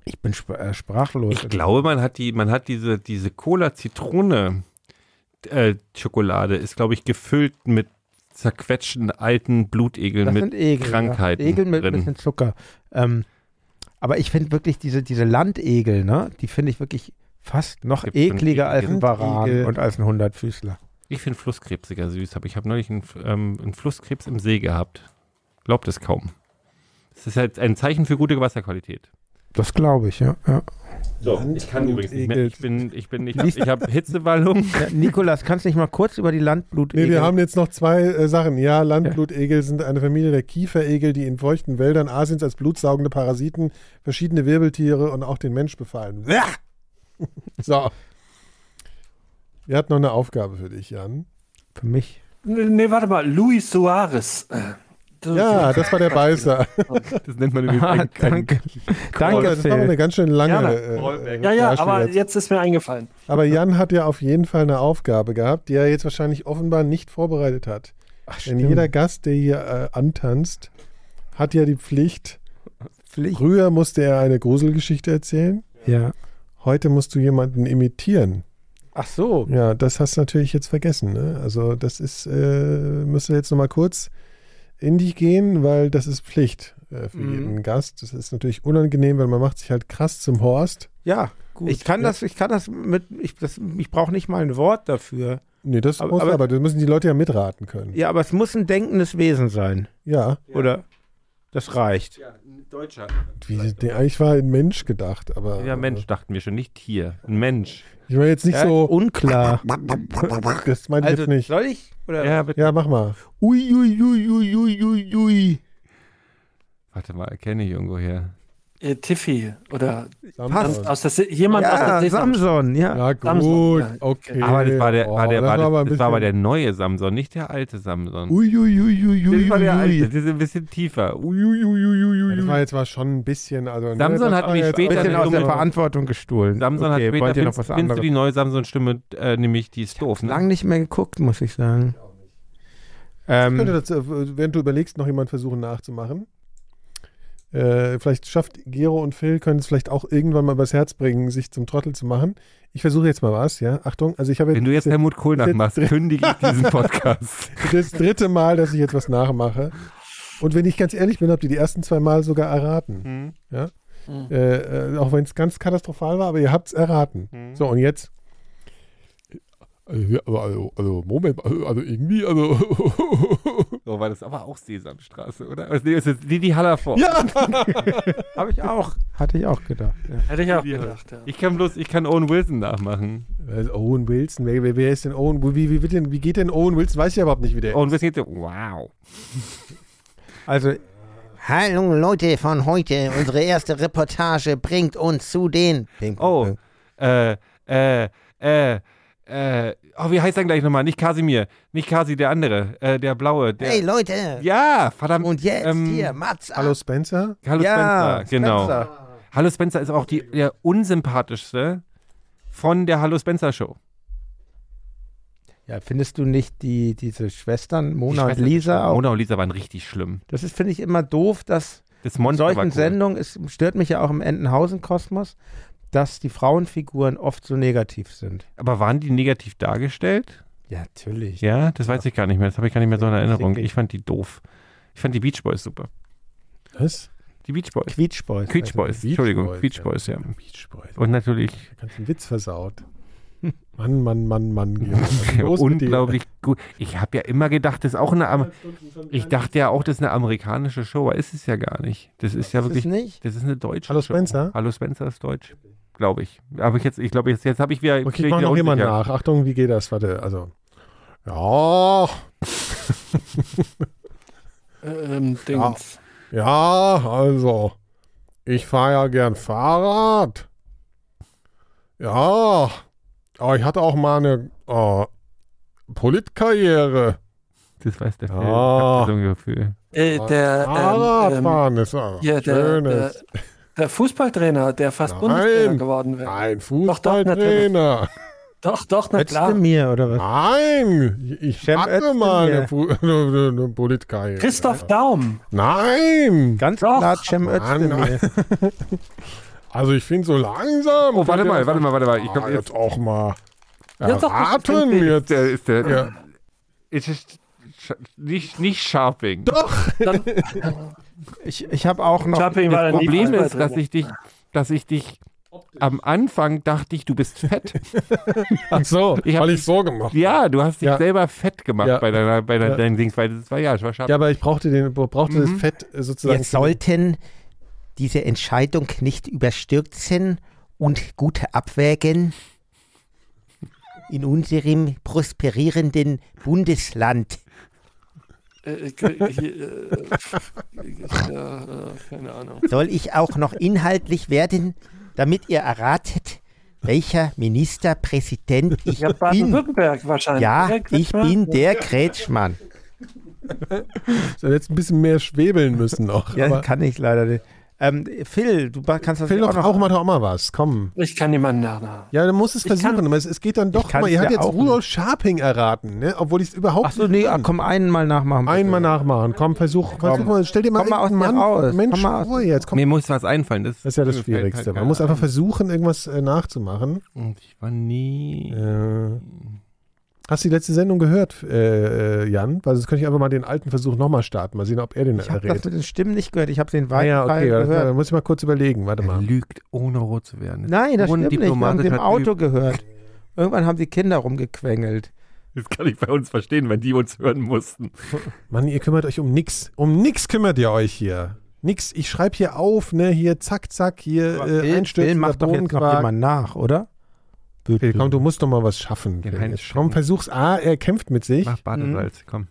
A: ich bin sp äh, sprachlos.
H: Ich glaube, man hat die, man hat diese, diese Cola-Zitrone-Schokolade ist, glaube ich, gefüllt mit zerquetschten alten Blutegeln
A: das
H: mit
A: sind Egel,
H: Krankheiten
A: Ja. Egel mit
H: drin.
A: ein bisschen Zucker. Ähm, aber ich finde wirklich diese, diese Landegel, ne, die finde ich wirklich fast noch
H: Gibt's einen
A: ekliger als ein
H: ekligen
A: Varan
B: Landegel?
A: und als ein Hundertfüßler.
H: Ich finde Flusskrebs sogar süß, aber ich habe neulich einen, ähm, einen Flusskrebs im See gehabt. Glaubt es kaum. Es ist halt ein Zeichen für gute Wasserqualität.
A: Das glaube ich, ja. ja.
H: So, ich kann übrigens nicht mehr. Ich bin, ich bin, ich habe ich hab Hitzewallung.
A: ja Nikolas, kannst du nicht mal kurz über die Landblutegel?
B: Nee, wir haben jetzt noch zwei äh, Sachen. Ja, Landblutegel sind eine Familie der Kieferegel, die in feuchten Wäldern Asiens als blutsaugende Parasiten verschiedene Wirbeltiere und auch den Mensch befallen. Bäh! So. Wir hatten noch eine Aufgabe für dich, Jan.
A: Für mich.
D: Nee, warte mal. Luis Suarez. Äh, so-
B: Ja, das war der Beißer.
H: Das nennt man übrigens
A: Ah,
H: ein, ein,
A: danke. danke,
B: Das war aber
A: Phil.
B: eine ganz schön lange.
D: Gerne.
B: äh,
D: ja, ja, aber
B: Darstellung.
D: jetzt ist mir eingefallen.
B: aber Jan hat ja auf jeden Fall eine Aufgabe gehabt, die er jetzt wahrscheinlich offenbar nicht vorbereitet hat.
A: Ach,
B: Denn
A: stimmt.
B: jeder Gast, der hier äh, antanzt, hat ja die Pflicht.
A: Pflicht.
B: Früher musste er eine Gruselgeschichte erzählen.
A: Ja.
B: Heute musst du jemanden imitieren.
A: Ach so.
B: Ja, das hast du natürlich jetzt vergessen. Ne? Also das ist, äh, müsst ihr jetzt nochmal kurz in dich gehen, weil das ist Pflicht äh, für
A: Mhm.
B: jeden Gast. Das ist natürlich unangenehm, weil man macht sich halt krass zum Horst.
A: Ja, gut. Ich kann
B: ja.
A: das, ich kann das mit, ich, das- ich brauche nicht mal ein Wort dafür.
B: Nee, das
A: Aber-
B: muss
A: aber-
B: aber, das müssen die Leute ja mitraten können.
A: Ja, aber es muss ein denkendes Wesen sein.
B: Ja,
A: Oder? Das reicht.
H: Deutscher.
B: Wie, der, eigentlich war ein Mensch gedacht, aber
H: Ja, Mensch, dachten wir schon, nicht Tier. Ein Mensch.
B: ich war jetzt nicht
A: Ja,
B: so,
A: unklar.
B: das meine ich
A: Also
B: jetzt nicht.
A: soll ich? Oder?
H: Ja, bitte.
B: Ja, mach mal.
A: Ui, ui, ui, ui, ui, ui, ui.
H: Warte mal, erkenne ich irgendwo her.
D: äh, Tiffy oder
B: Samson.
D: aus der Se- jemand aus der
A: Ja,
D: Saison.
A: Samson, ja.
B: Ja, gut,
D: Samson, ja.
B: okay.
C: Aber das war der, war der,
B: Oh,
C: war das,
B: aber
C: war
B: ein
C: das war aber der
B: bisschen-
C: neue Samson, nicht der alte Samson. das war der alte,
A: Uiuiuiuiui.
C: das ist ein bisschen tiefer. Uiuiuiuiui.
B: Ja, Das war jetzt war schon ein bisschen. Also, ne,
C: Samson
B: das
C: hat
B: war
C: mich
B: jetzt-
C: später-
A: Bisschen aus der
C: Dumme-
A: Verantwortung gestohlen.
C: Samson
A: okay,
C: hat später,
A: wollt ihr noch
C: findest,
A: was
C: findest
A: anderes?
C: du die neue Samson-Stimme, äh, nämlich die ist doof. Ne?
A: Lang nicht mehr geguckt, muss ich sagen.
B: Könnte
A: Ähm,
B: das, äh, während du überlegst, noch jemand versuchen nachzumachen? Äh, vielleicht schafft Gero und Phil, können es vielleicht auch irgendwann mal übers Herz bringen, sich zum Trottel zu machen. Ich versuche jetzt mal was, ja. Achtung, also ich habe
C: Wenn du jetzt Helmut Kohl
B: das-
C: nachmachst, kündige ich diesen Podcast.
B: das dritte Mal, dass ich jetzt was nachmache. Und wenn ich ganz ehrlich bin, habt ihr die ersten zwei Mal sogar erraten. Ja? Äh, äh, auch wenn es ganz katastrophal war, aber ihr habt es erraten. So, und jetzt. Also, Hm. ja, aber also, also Moment, also, also irgendwie, also.
C: So war das aber auch Sesamstraße, oder? Also, nee, es ist Didi Hallervor.
B: ja!
A: Habe ich auch. Hatte ich auch gedacht. Ja.
D: Hätte ich auch gedacht, ja.
C: Ich kann bloß, ich kann Owen Wilson nachmachen.
B: Also Owen Wilson, wer, wer, wer ist denn Owen? Wie, wie, wird denn, wie geht denn Owen Wilson? Weiß ich überhaupt nicht, wie der
C: Owen Wilson geht so, wow.
A: Also,
I: Hallo Leute von heute. Unsere erste Reportage bringt uns zu den.
C: Oh, äh, äh, äh, äh, oh, wie heißt er gleich nochmal? Nicht Kasimir, nicht Kasi, der andere, äh, der blaue. Der,
I: Hey Leute.
C: ja, verdammt.
I: Und jetzt
C: ähm,
I: hier, Mats. ab.
B: Hallo Spencer?
C: Hallo
A: ja,
C: Spencer, genau. Hallo Spencer ist auch die, der unsympathischste von der Hallo Spencer Show.
A: Ja, findest du nicht die, diese Schwestern,
C: Die
A: Mona und
C: Schwestern-
A: Lisa? Auch?
C: Mona und Lisa waren richtig schlimm.
A: Das ist, finde ich, immer doof, dass
C: Das
A: in
C: Monster war
A: solchen
C: cool.
A: Sendungen, es stört mich ja auch im Entenhausen-Kosmos, dass die Frauenfiguren oft so negativ sind.
C: Aber waren die negativ dargestellt?
A: Ja, natürlich.
C: Ja, das weiß ich gar nicht mehr. Das habe ich gar nicht mehr so in Erinnerung.
A: Sickig.
C: Ich fand die doof. Ich fand die Beach Boys super.
B: Was?
C: Die Beach Boys.
A: Quietsch Boys.
C: Beach Boys,
B: Beach
C: Entschuldigung,
B: Boys,
C: Beach
B: ja.
C: Boys, ja.
B: Beach Boys.
C: Und natürlich
B: Der ganze Witz versaut. Mann, Mann, Mann, Mann. Gero. Was ist
C: Ja,
B: los mit dir?
C: unglaublich gut. Ich habe ja immer gedacht, das ist auch eine. Amer- Ich dachte ja auch, das ist eine amerikanische Show, aber ist es ja gar nicht. Das ist ja
A: Ist es
C: wirklich.
A: nicht?
C: Das ist eine deutsche.
B: Hallo
C: Show.
B: Spencer?
C: Hallo Spencer ist deutsch, glaube ich. Aber ich jetzt, ich glaube jetzt, jetzt habe ich wieder.
B: Okay,
C: bin
B: ich mach
C: wieder
B: noch jemand
C: unsicher.
B: nach. Achtung, wie geht das? Warte, also. Ja,
D: Ähm, Dings.
B: ja, also. Ich fahre ja gern Fahrrad. Ja, aber ich hatte auch mal eine äh, Politkarriere.
C: Das weiß der Phil. Ich
B: Ah.
C: hab so ein Gefühl.
D: Äh, der, ähm, ähm,
B: Fahrradfahren ist aber
D: hier, der, der,
B: schönes.
D: der Fußballtrainer, der fast
B: Nein.
D: Bundestrainer geworden wäre.
B: Ein
D: Doch, doch, natürlich.
B: Fußballtrainer.
D: Doch, doch, na
A: Özdemir
D: klar.
A: mir oder was?
B: Nein, ich- ich
A: Cem
B: hatte
A: Özdemir.
B: mal eine, Fu- eine, eine Politkarriere.
D: Christoph Daum.
B: Nein!
A: Ganz
D: Doch.
A: klar Cem Özdemir.
B: Also ich finde so langsam.
C: Oh, warte mal, warte mal, warte mal. Ich
B: Ah,
C: glaube
B: jetzt
C: jetzt.
B: auch mal.
D: Ja, doch, das
B: Erraten
D: ist
B: Ah, jetzt.
C: Der ist der.
B: Ja.
C: Es ist sch- nicht nicht Sharping.
A: Ich, ich habe auch noch.
D: Chapin war
C: Das
D: der
C: Problem ist,
D: Fußballtrainer.
C: dass ich dich, dass ich dich am Anfang dachte ich, du bist fett.
B: Ach so,
C: Ich hab-
B: weil ich so gemacht
C: Ja, du hast dich
B: Ja.
C: selber fett gemacht
B: Ja.
C: bei deiner, bei deiner,
B: Ja.
C: deinen Dings, weil das war ja, das war schade.
B: Ja, aber ich brauchte, den, brauchte das Fett äh, sozusagen.
I: Wir sollten diese Entscheidung nicht überstürzen und gut abwägen. In unserem prosperierenden Bundesland.
D: Äh, äh, hier, äh, ja, äh, keine Ahnung.
I: Soll ich auch noch inhaltlich werden, damit ihr erratet, welcher Ministerpräsident ich
D: Ja,
I: bin?
D: Baden-Württemberg wahrscheinlich. ne?
I: Ja,
D: Der
I: ich
D: Kretschmer?
I: bin der Kretschmann.
B: Ich hätte jetzt ein bisschen mehr schwebeln müssen noch.
A: Ja,
B: aber
A: kann ich leider nicht. Ähm, Phil, du ba- kannst das
B: Phil,
A: ja
B: doch, auch mal doch auch mal was. Komm.
D: Ich kann niemanden nachmachen.
B: Ja, du musst es versuchen. aber es, es geht dann doch.
A: Ich
B: Guck mal,
A: kann's
B: ihr habt
A: ja
B: jetzt
A: auch
B: Rudolf Scharping erraten, ne? obwohl ich es überhaupt
A: Achso, nee, ah, komm, einen mal nachmachen. bitte.
B: Einmal nachmachen. Komm, versuch. versuch mal, stell dir mal
A: Komm mal aus
B: einen
A: dir raus.
B: Mensch,
A: Komm mal aus-
B: Ruhe jetzt. Komm.
C: Mir muss was einfallen. Das,
B: Das ist ja das
C: mir fällt
B: Schwierigste.
C: halt
B: Man muss
C: keiner
B: einfach versuchen, irgendwas äh, nachzumachen.
C: ein. Und ich war nie.
B: Äh, hast du die letzte Sendung gehört, äh, äh, Jan? Weil sonst könnte ich einfach mal den alten Versuch nochmal starten. Mal sehen, ob er den
A: Ich habe das
B: errät.
A: mit den Stimmen nicht gehört. Ich habe den
B: Ah
A: weiten
B: ja, okay.
A: Teil
B: Das,
A: gehört. Äh.
B: da muss ich mal kurz überlegen. Warte
C: Er
B: mal.
C: lügt, ohne rot zu werden.
A: Nein, das
C: ist
A: stimmt nicht. Wir haben sie im
C: undiplomatischer
A: Auto gehört. Irgendwann haben die Kinder rumgequengelt.
C: Typ. Das kann ich bei uns verstehen, wenn die uns hören mussten.
B: Mann, ihr kümmert euch um nix. Um nix kümmert ihr euch hier. Nix. Ich schreibe hier auf, ne? Hier, zack, zack, hier
A: Aber
B: äh,
A: Phil,
B: einstürzen.
A: Phil macht doch jetzt noch jemand nach, oder? Bitte.
B: Phil, komm, du musst doch mal was schaffen.
C: Den
B: Phil.
C: Heinz
B: Komm,
C: schicken.
B: versuch's. Ah, er kämpft mit sich.
C: Mach Badesalz, komm.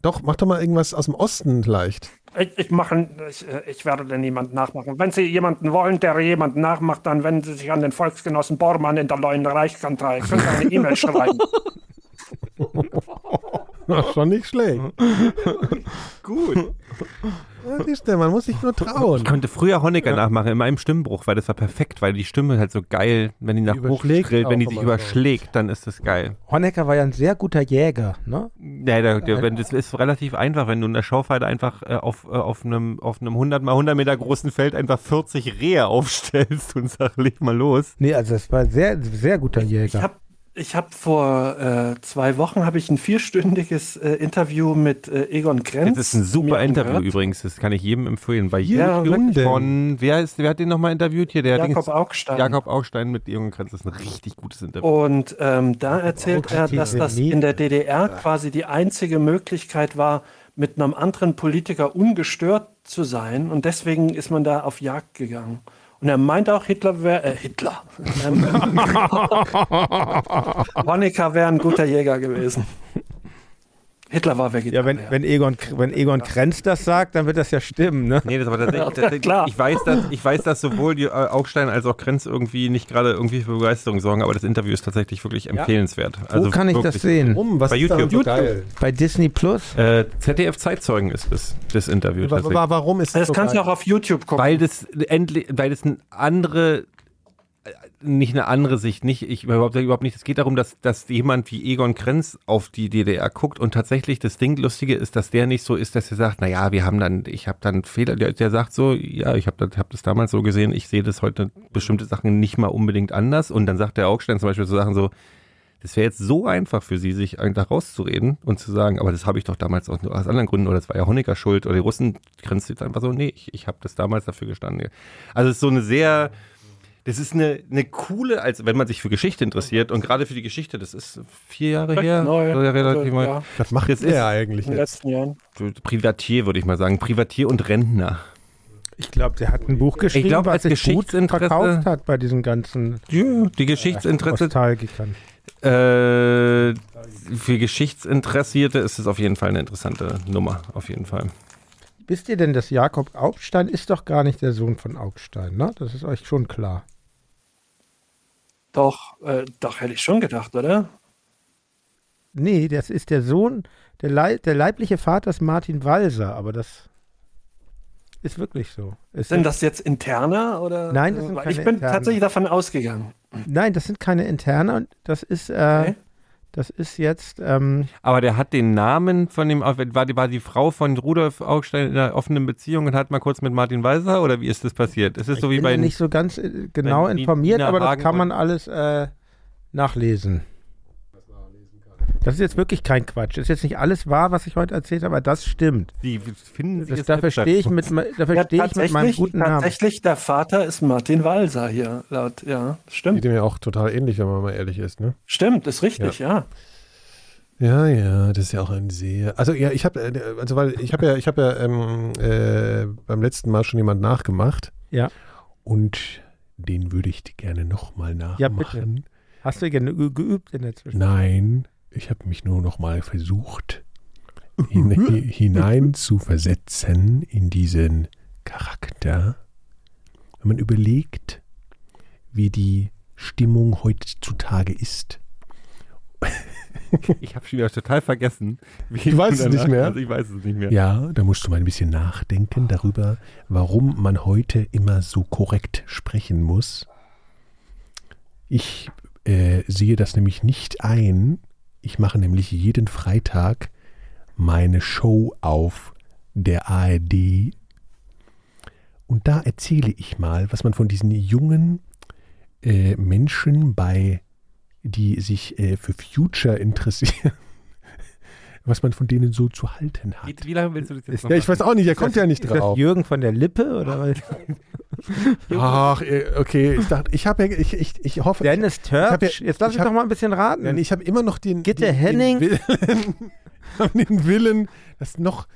B: Doch, mach doch mal irgendwas aus dem Osten vielleicht.
D: ich, ich, machen, ich, äh, ich werde denn niemand nachmachen. Wenn Sie jemanden wollen, der jemanden nachmacht, dann wenden Sie sich an den Volksgenossen Bormann in der neuen Reichskanzlei. Können Sie eine E-Mail schreiben.
B: Na, schon nicht schlecht.
H: Gut.
B: Ja, siehst du, man muss sich nur
H: Ich
B: trauen.
H: konnte früher Honecker nachmachen in meinem Stimmbruch, weil das war perfekt, weil die Stimme halt so geil, wenn die nach
B: Die
H: hoch
B: überschlägt
H: schrillt, wenn die
B: auch
H: sich
B: immer so.
H: überschlägt, dann ist das geil.
A: Honecker war ja ein sehr guter Jäger, ne?
H: Nee, da, da, wenn, das ist relativ einfach, wenn du in der Schaufeile einfach äh, auf, äh, auf einem, auf einem 100 mal 100 Meter großen Feld einfach 40 Rehe aufstellst und sagst, leg mal los.
A: Nee, also das war ein sehr, sehr guter
D: Ich
A: Jäger.
D: habe ich hab vor äh, zwei Wochen hab ich ein vierstündiges äh, Interview mit äh, Egon Krenz.
H: Das ist ein super
D: mir
H: Interview
D: angehört.
H: übrigens, das kann ich jedem empfehlen. Bei
D: Ja,
H: YouTube
B: wirklich.
H: von, wer, ist, wer hat den nochmal interviewt hier? Der
D: Jakob
H: Dings-
D: Augstein.
H: Jakob Augstein mit Jürgen Krenz, das ist ein richtig gutes Interview.
D: Und ähm, da erzählt er, dass das in der DDR quasi die einzige Möglichkeit war, mit einem anderen Politiker ungestört zu sein. Und deswegen ist man da auf Jagd gegangen. Und er meint auch, Hitler wäre, äh, Hitler. Ähm, Honecker wäre ein guter Jäger gewesen. Hitler war Vegetarier.
A: Ja, wenn, wenn Egon, wenn Egon Krenz das sagt, dann wird das ja stimmen, ne?
H: Nee, das war tatsächlich,
D: Ja,
H: tatsächlich
D: klar.
H: ich weiß, dass, ich weiß, dass sowohl die, äh, Augstein als auch Krenz irgendwie nicht gerade irgendwie für Begeisterung sorgen, aber das Interview ist tatsächlich wirklich empfehlenswert. Also
A: Wo kann ich das sehen?
B: Um, was
H: Bei
B: ist daran
H: YouTube.
B: so geil?
A: Bei Disney Plus?
H: Äh, ZDF Zeitzeugen ist das, das Interview
B: Wa-
H: tatsächlich.
B: wa- Warum ist das
D: Also das
B: so
D: kannst du
B: geil?
D: auch auf YouTube gucken.
H: Weil das endlich, weil das eine andere, äh, nicht eine andere Sicht, nicht, ich überhaupt, überhaupt nicht. Es geht darum, dass, dass jemand wie Egon Krenz auf die DDR guckt und tatsächlich das Ding Lustige ist, dass der nicht so ist, dass er sagt, naja, wir haben dann, ich habe dann Fehler. Der, der sagt so, ja, ich habe das, hab das damals so gesehen, ich sehe das heute bestimmte Sachen nicht mal unbedingt anders. Und dann sagt der Augstein zum Beispiel so Sachen so, das wäre jetzt so einfach für sie, sich einfach rauszureden und zu sagen, aber das habe ich doch damals auch nur aus anderen Gründen oder das war ja Honecker schuld oder die Russen grenzt jetzt einfach so, nee, ich, ich habe das damals dafür gestanden. Also es ist so eine sehr, das ist eine, eine coole, als wenn man sich für Geschichte interessiert und gerade für die Geschichte, das ist vier Jahre her,
D: Neu.
H: oder relativ neu. Also,
D: ja,
B: Was macht
H: Jetzt
B: jetzt
H: ist-
B: er eigentlich
D: in den
B: jetzt?
D: letzten Jahren.
H: Privatier würde ich mal sagen, Privatier und Rentner.
A: Ich glaube, der hat ein Buch geschrieben,
H: glaub, als
A: was sich gut
H: Geschichtsinteresse-
A: verkauft hat bei diesem ganzen
H: Ja, die Geschichtsinteresse
A: Nostalgikern.
H: Äh, für Geschichtsinteressierte ist es auf jeden Fall eine interessante Nummer, auf jeden Fall.
A: Wisst ihr denn, dass Jakob Augstein ist doch gar nicht der Sohn von Augstein, ne? Das ist euch schon klar.
D: Doch, äh, doch hätte ich schon gedacht, oder?
A: Nee, das ist der Sohn, der, Lei- der leibliche Vater ist Martin Walser, aber das ist wirklich so. Es
D: Sind
A: ist,
D: das jetzt interne oder?
A: Nein, das sind
D: Weil
A: keine
D: ich bin
A: internen.
D: tatsächlich davon ausgegangen.
A: nein, das sind keine interne und das ist, äh,
D: Okay.
A: das ist jetzt, ähm,
H: Aber der hat den Namen von dem, war die, war die Frau von Rudolf Augstein in einer offenen Beziehung und hat mal kurz mit Martin Weiser oder wie ist das passiert? Ist es so wie
A: bin
H: bei
A: ja nicht so ganz äh, genau
H: bei Ni-
A: informiert,
H: Nina
A: aber das
H: Hagen
A: kann
H: und-
A: man alles äh, nachlesen. Das ist jetzt wirklich kein Quatsch. Das ist jetzt nicht alles wahr, was ich heute erzählt habe, aber das stimmt.
H: die finden sich
A: Das,
H: es
A: dafür
H: selbst.
A: stehe ich, mit, me- dafür stehe ich mit meinem guten Namen.
D: tatsächlich, der Vater ist Martin Walser hier, laut, ja,
B: Sieht
D: stimmt.
B: ihm ja auch total ähnlich, wenn man mal ehrlich ist, ne?
D: Stimmt, ist richtig, ja.
B: Ja, ja, das ist ja auch ein sehr. Also ja, ich habe also weil ich habe ja, ich habe ja ähm, äh, beim letzten Mal schon jemand nachgemacht
A: Ja.
B: und den würde ich gerne nochmal
A: Ja,
B: nachmachen.
A: Hast du genü- geübt in der Zwischenzeit?
B: Nein, ich habe mich nur nochmal versucht hin, hi- hinein zu versetzen in diesen Charakter. Wenn man überlegt, wie die Stimmung heutzutage ist.
H: Ich habe schon wieder total vergessen. wie
B: Du weißt es
H: danach-
B: nicht mehr?
H: Also ich weiß es nicht mehr.
B: Ja, da musst du mal ein bisschen nachdenken darüber, warum man heute immer so korrekt sprechen muss. Ich äh, sehe das nämlich nicht ein. Ich mache nämlich jeden Freitag meine Show auf der ARD. Und da erzähle ich mal, was man von diesen jungen äh, Menschen bei, die sich äh, für Future interessieren, was man von denen so zu halten hat.
H: Wie, wie lange willst du das jetzt
B: Ja, ich weiß auch nicht, er kommt ja nicht
A: Ist das
B: drauf.
A: Jürgen von der Lippe oder was?
B: Ach, eh, okay, ich dachte, ich habe ja, ich, ich, ich hoffe,
A: Dennis
B: hab ja-
A: Turch? Jetzt lass
B: ich
A: mich
B: hab-
A: doch mal ein bisschen raten.
B: Nein, ich habe immer noch den
A: Gitte
B: den,
A: Henning.
B: den Willen, den Willen, das noch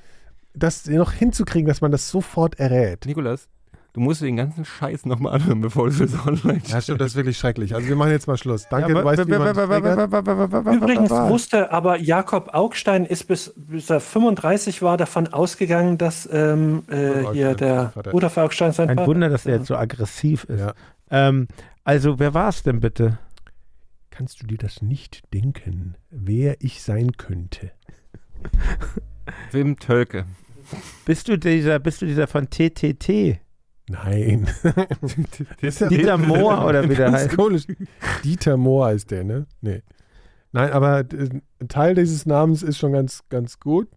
B: das noch hinzukriegen, dass man das sofort errät.
H: Nikolas, Du musst dir den ganzen Scheiß nochmal anhören, bevor du es online
B: Ja, stimmt, das ist wirklich schrecklich. Also wir machen jetzt mal Schluss. Danke,
A: Ja,
B: du weißt, wie
A: wa-
B: man
A: wa- wa- wa-
B: triggert.
A: wa- wa- wa- wa- wa-
D: Übrigens
A: wa- wa-
D: wusste aber Jakob Augstein ist bis, bis er 35 war davon ausgegangen, dass ähm, äh,
B: Rudolf
D: hier
B: Augstein,
D: der
B: sein Vater.
D: Rudolf Augstein sein
A: Ein
D: Vater
A: Wunder, dass
D: ist.
A: der jetzt so aggressiv ist.
B: Ja.
A: Ähm, also, wer war es denn bitte?
B: Kannst du dir das nicht denken, wer ich sein könnte?
H: Wim Tölke.
A: Bist du dieser, bist du dieser von TTT?
B: Nein.
A: Dieter Mohr oder wie der
B: Ganz
A: heißt?
B: komisch. Dieter Mohr ist der, ne? Nee. Nein, aber äh, ein Teil dieses Namens ist schon ganz, ganz gut.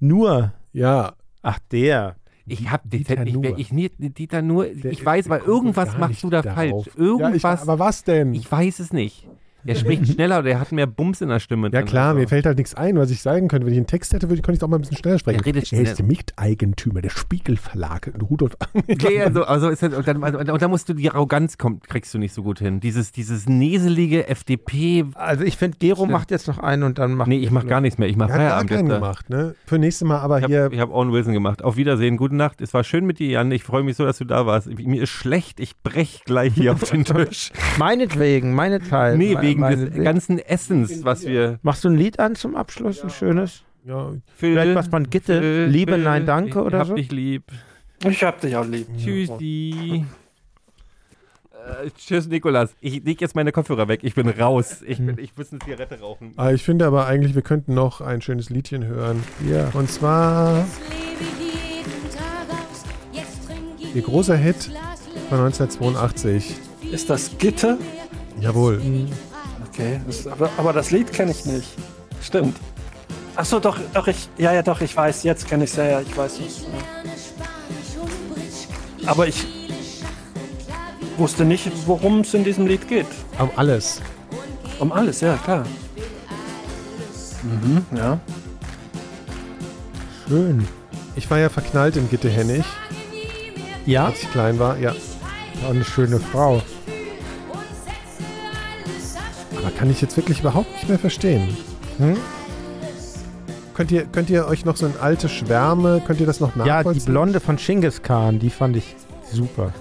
A: Nur.
B: Ja.
A: Ach, der.
H: Ich hab
B: Dieter
H: Dieter ich,
B: Nuhr.
H: ich, nie- Dieter nur,
B: Der-
H: ich weiß,
B: der
H: weil
B: kommt wohl
H: irgendwas
B: gar
H: machst
B: nicht
H: du da
B: darauf.
H: falsch.
B: ja ich,
H: Irgendwas,
B: aber was denn?
H: ich, weiß es nicht. Der spricht schneller, der hat mehr Bums in der Stimme.
B: ja
H: drin
B: klar,
H: oder
B: mir
H: so.
B: fällt halt nichts ein, was ich sagen könnte. Wenn ich einen Text hätte, würde ich, könnte ich auch mal ein bisschen schneller sprechen.
H: Der redet
B: er ist
H: schnell.
B: Miteigentümer der Spiegel Verlag. Rudolf
H: Okay, also, also ist das, und, dann, also, und dann musst du die Arroganz kommt, kriegst du nicht so gut hin. Dieses, dieses neselige FDP.
A: Also, ich finde, Gero
H: Stimmt.
A: macht jetzt noch einen und dann macht.
H: Nee, ich mach gar nichts mehr. Ich mach
B: Er hat gar
H: Feierabend.
B: keinen
H: jetzt, ne?
B: gemacht, ne? Für nächstes Mal aber
H: Ich
B: hier
H: habe hab eh Owen Wilson gemacht. Auf Wiedersehen, gute Nacht. Es war schön mit dir, Jan. Ich freue mich so, dass du da warst. Ich, mir ist schlecht. Ich brech gleich hier auf den Tisch.
A: Meinetwegen, meinethalb.
H: Nee,
A: Me-
H: wegen des
A: meinetwegen.
H: ganzen Essens, was wir.
A: Machst du ein Lied an zum Abschluss? Ein schönes?
B: ja,
A: Vielleicht was von Gitte.
B: Äh,
H: Phil,
A: Liebe,
H: Phil,
A: nein, danke
H: ich
A: oder
H: hab
A: so?
H: dich lieb.
D: Ich hab dich auch lieb.
H: Tschüssi. Äh, tschüss, Nikolas. Ich leg jetzt meine Kopfhörer weg. Ich bin raus. Ich,
A: Hm.
H: bin, ich muss eine Zigarette rauchen.
B: Ah, Ich finde aber eigentlich, wir könnten noch ein schönes Liedchen hören. Ja. Und zwar
J: Ihr großer Hit
B: von
J: von
B: 1982.
D: Ist das Gitte?
B: Jawohl.
A: Mhm.
D: Okay, das, aber, aber das Lied kenne ich nicht. Stimmt. Ach so, doch, doch, ich, ja, ja, doch, ich weiß, jetzt kenne ich ja, ja, ich weiß nicht. Aber ich wusste nicht, worum es in diesem Lied geht.
B: Um alles.
D: Um alles, ja, klar. Mhm, ja.
A: Schön.
B: Ich war ja verknallt in Gitte Hennig,
A: Ja?
B: als ich klein war. Ja.
A: Auch eine schöne Frau.
B: Aber kann ich jetzt wirklich überhaupt nicht mehr verstehen. Hm? Könnt ihr, könnt ihr euch noch so ein alte Schwärme, könnt ihr das noch
A: Ja, die
B: nachvollziehen?
A: Blonde von Genghis Khan, die fand ich super.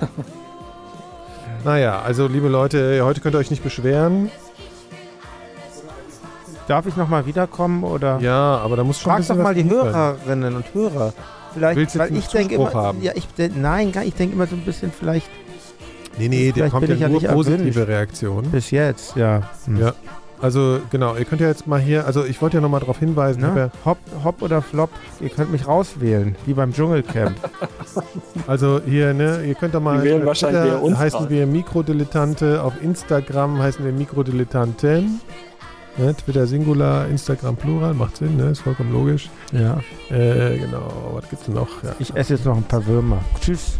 B: naja, also liebe Leute, heute könnt ihr euch nicht beschweren.
A: Darf ich nochmal wiederkommen oder?
B: Ja, aber da muss schon ein
A: Frag
B: bisschen
A: doch mal
B: was
A: die
B: liefern.
A: Hörerinnen und Hörer. Vielleicht,
B: Willst du
A: weil
B: jetzt
A: ich
B: einen
A: denke
B: Zuspruch
A: immer,
B: haben?
A: ja, ich de- nein, gar- ich denke immer so ein bisschen vielleicht
B: Nee, nee, da
A: Vielleicht
B: kommt
A: bin
B: ja
A: ich ja
B: nur
A: nicht
B: positive
A: erwünscht.
B: Reaktionen.
A: bis jetzt, ja. Hm.
B: Ja. Also genau, ihr könnt ja jetzt mal hier, also ich wollte ja nochmal darauf hinweisen, ich hab ja
A: Ne? Hop, Hop oder Flop, ihr könnt mich rauswählen, wie beim Dschungelcamp.
B: Also hier, ne, ihr könnt doch mal
D: Die wählen
B: bei
D: wahrscheinlich
B: Twitter
D: eher uns
B: heißen
D: raus.
B: wir Mikrodilettante, auf Instagram heißen wir Mikrodilettanten. Ne, Twitter Singular, Instagram Plural, macht Sinn, ne? Ist vollkommen logisch.
A: ja.
B: Äh, genau, was gibt's denn noch? Ja.
A: Ich esse jetzt noch ein paar Würmer. Tschüss.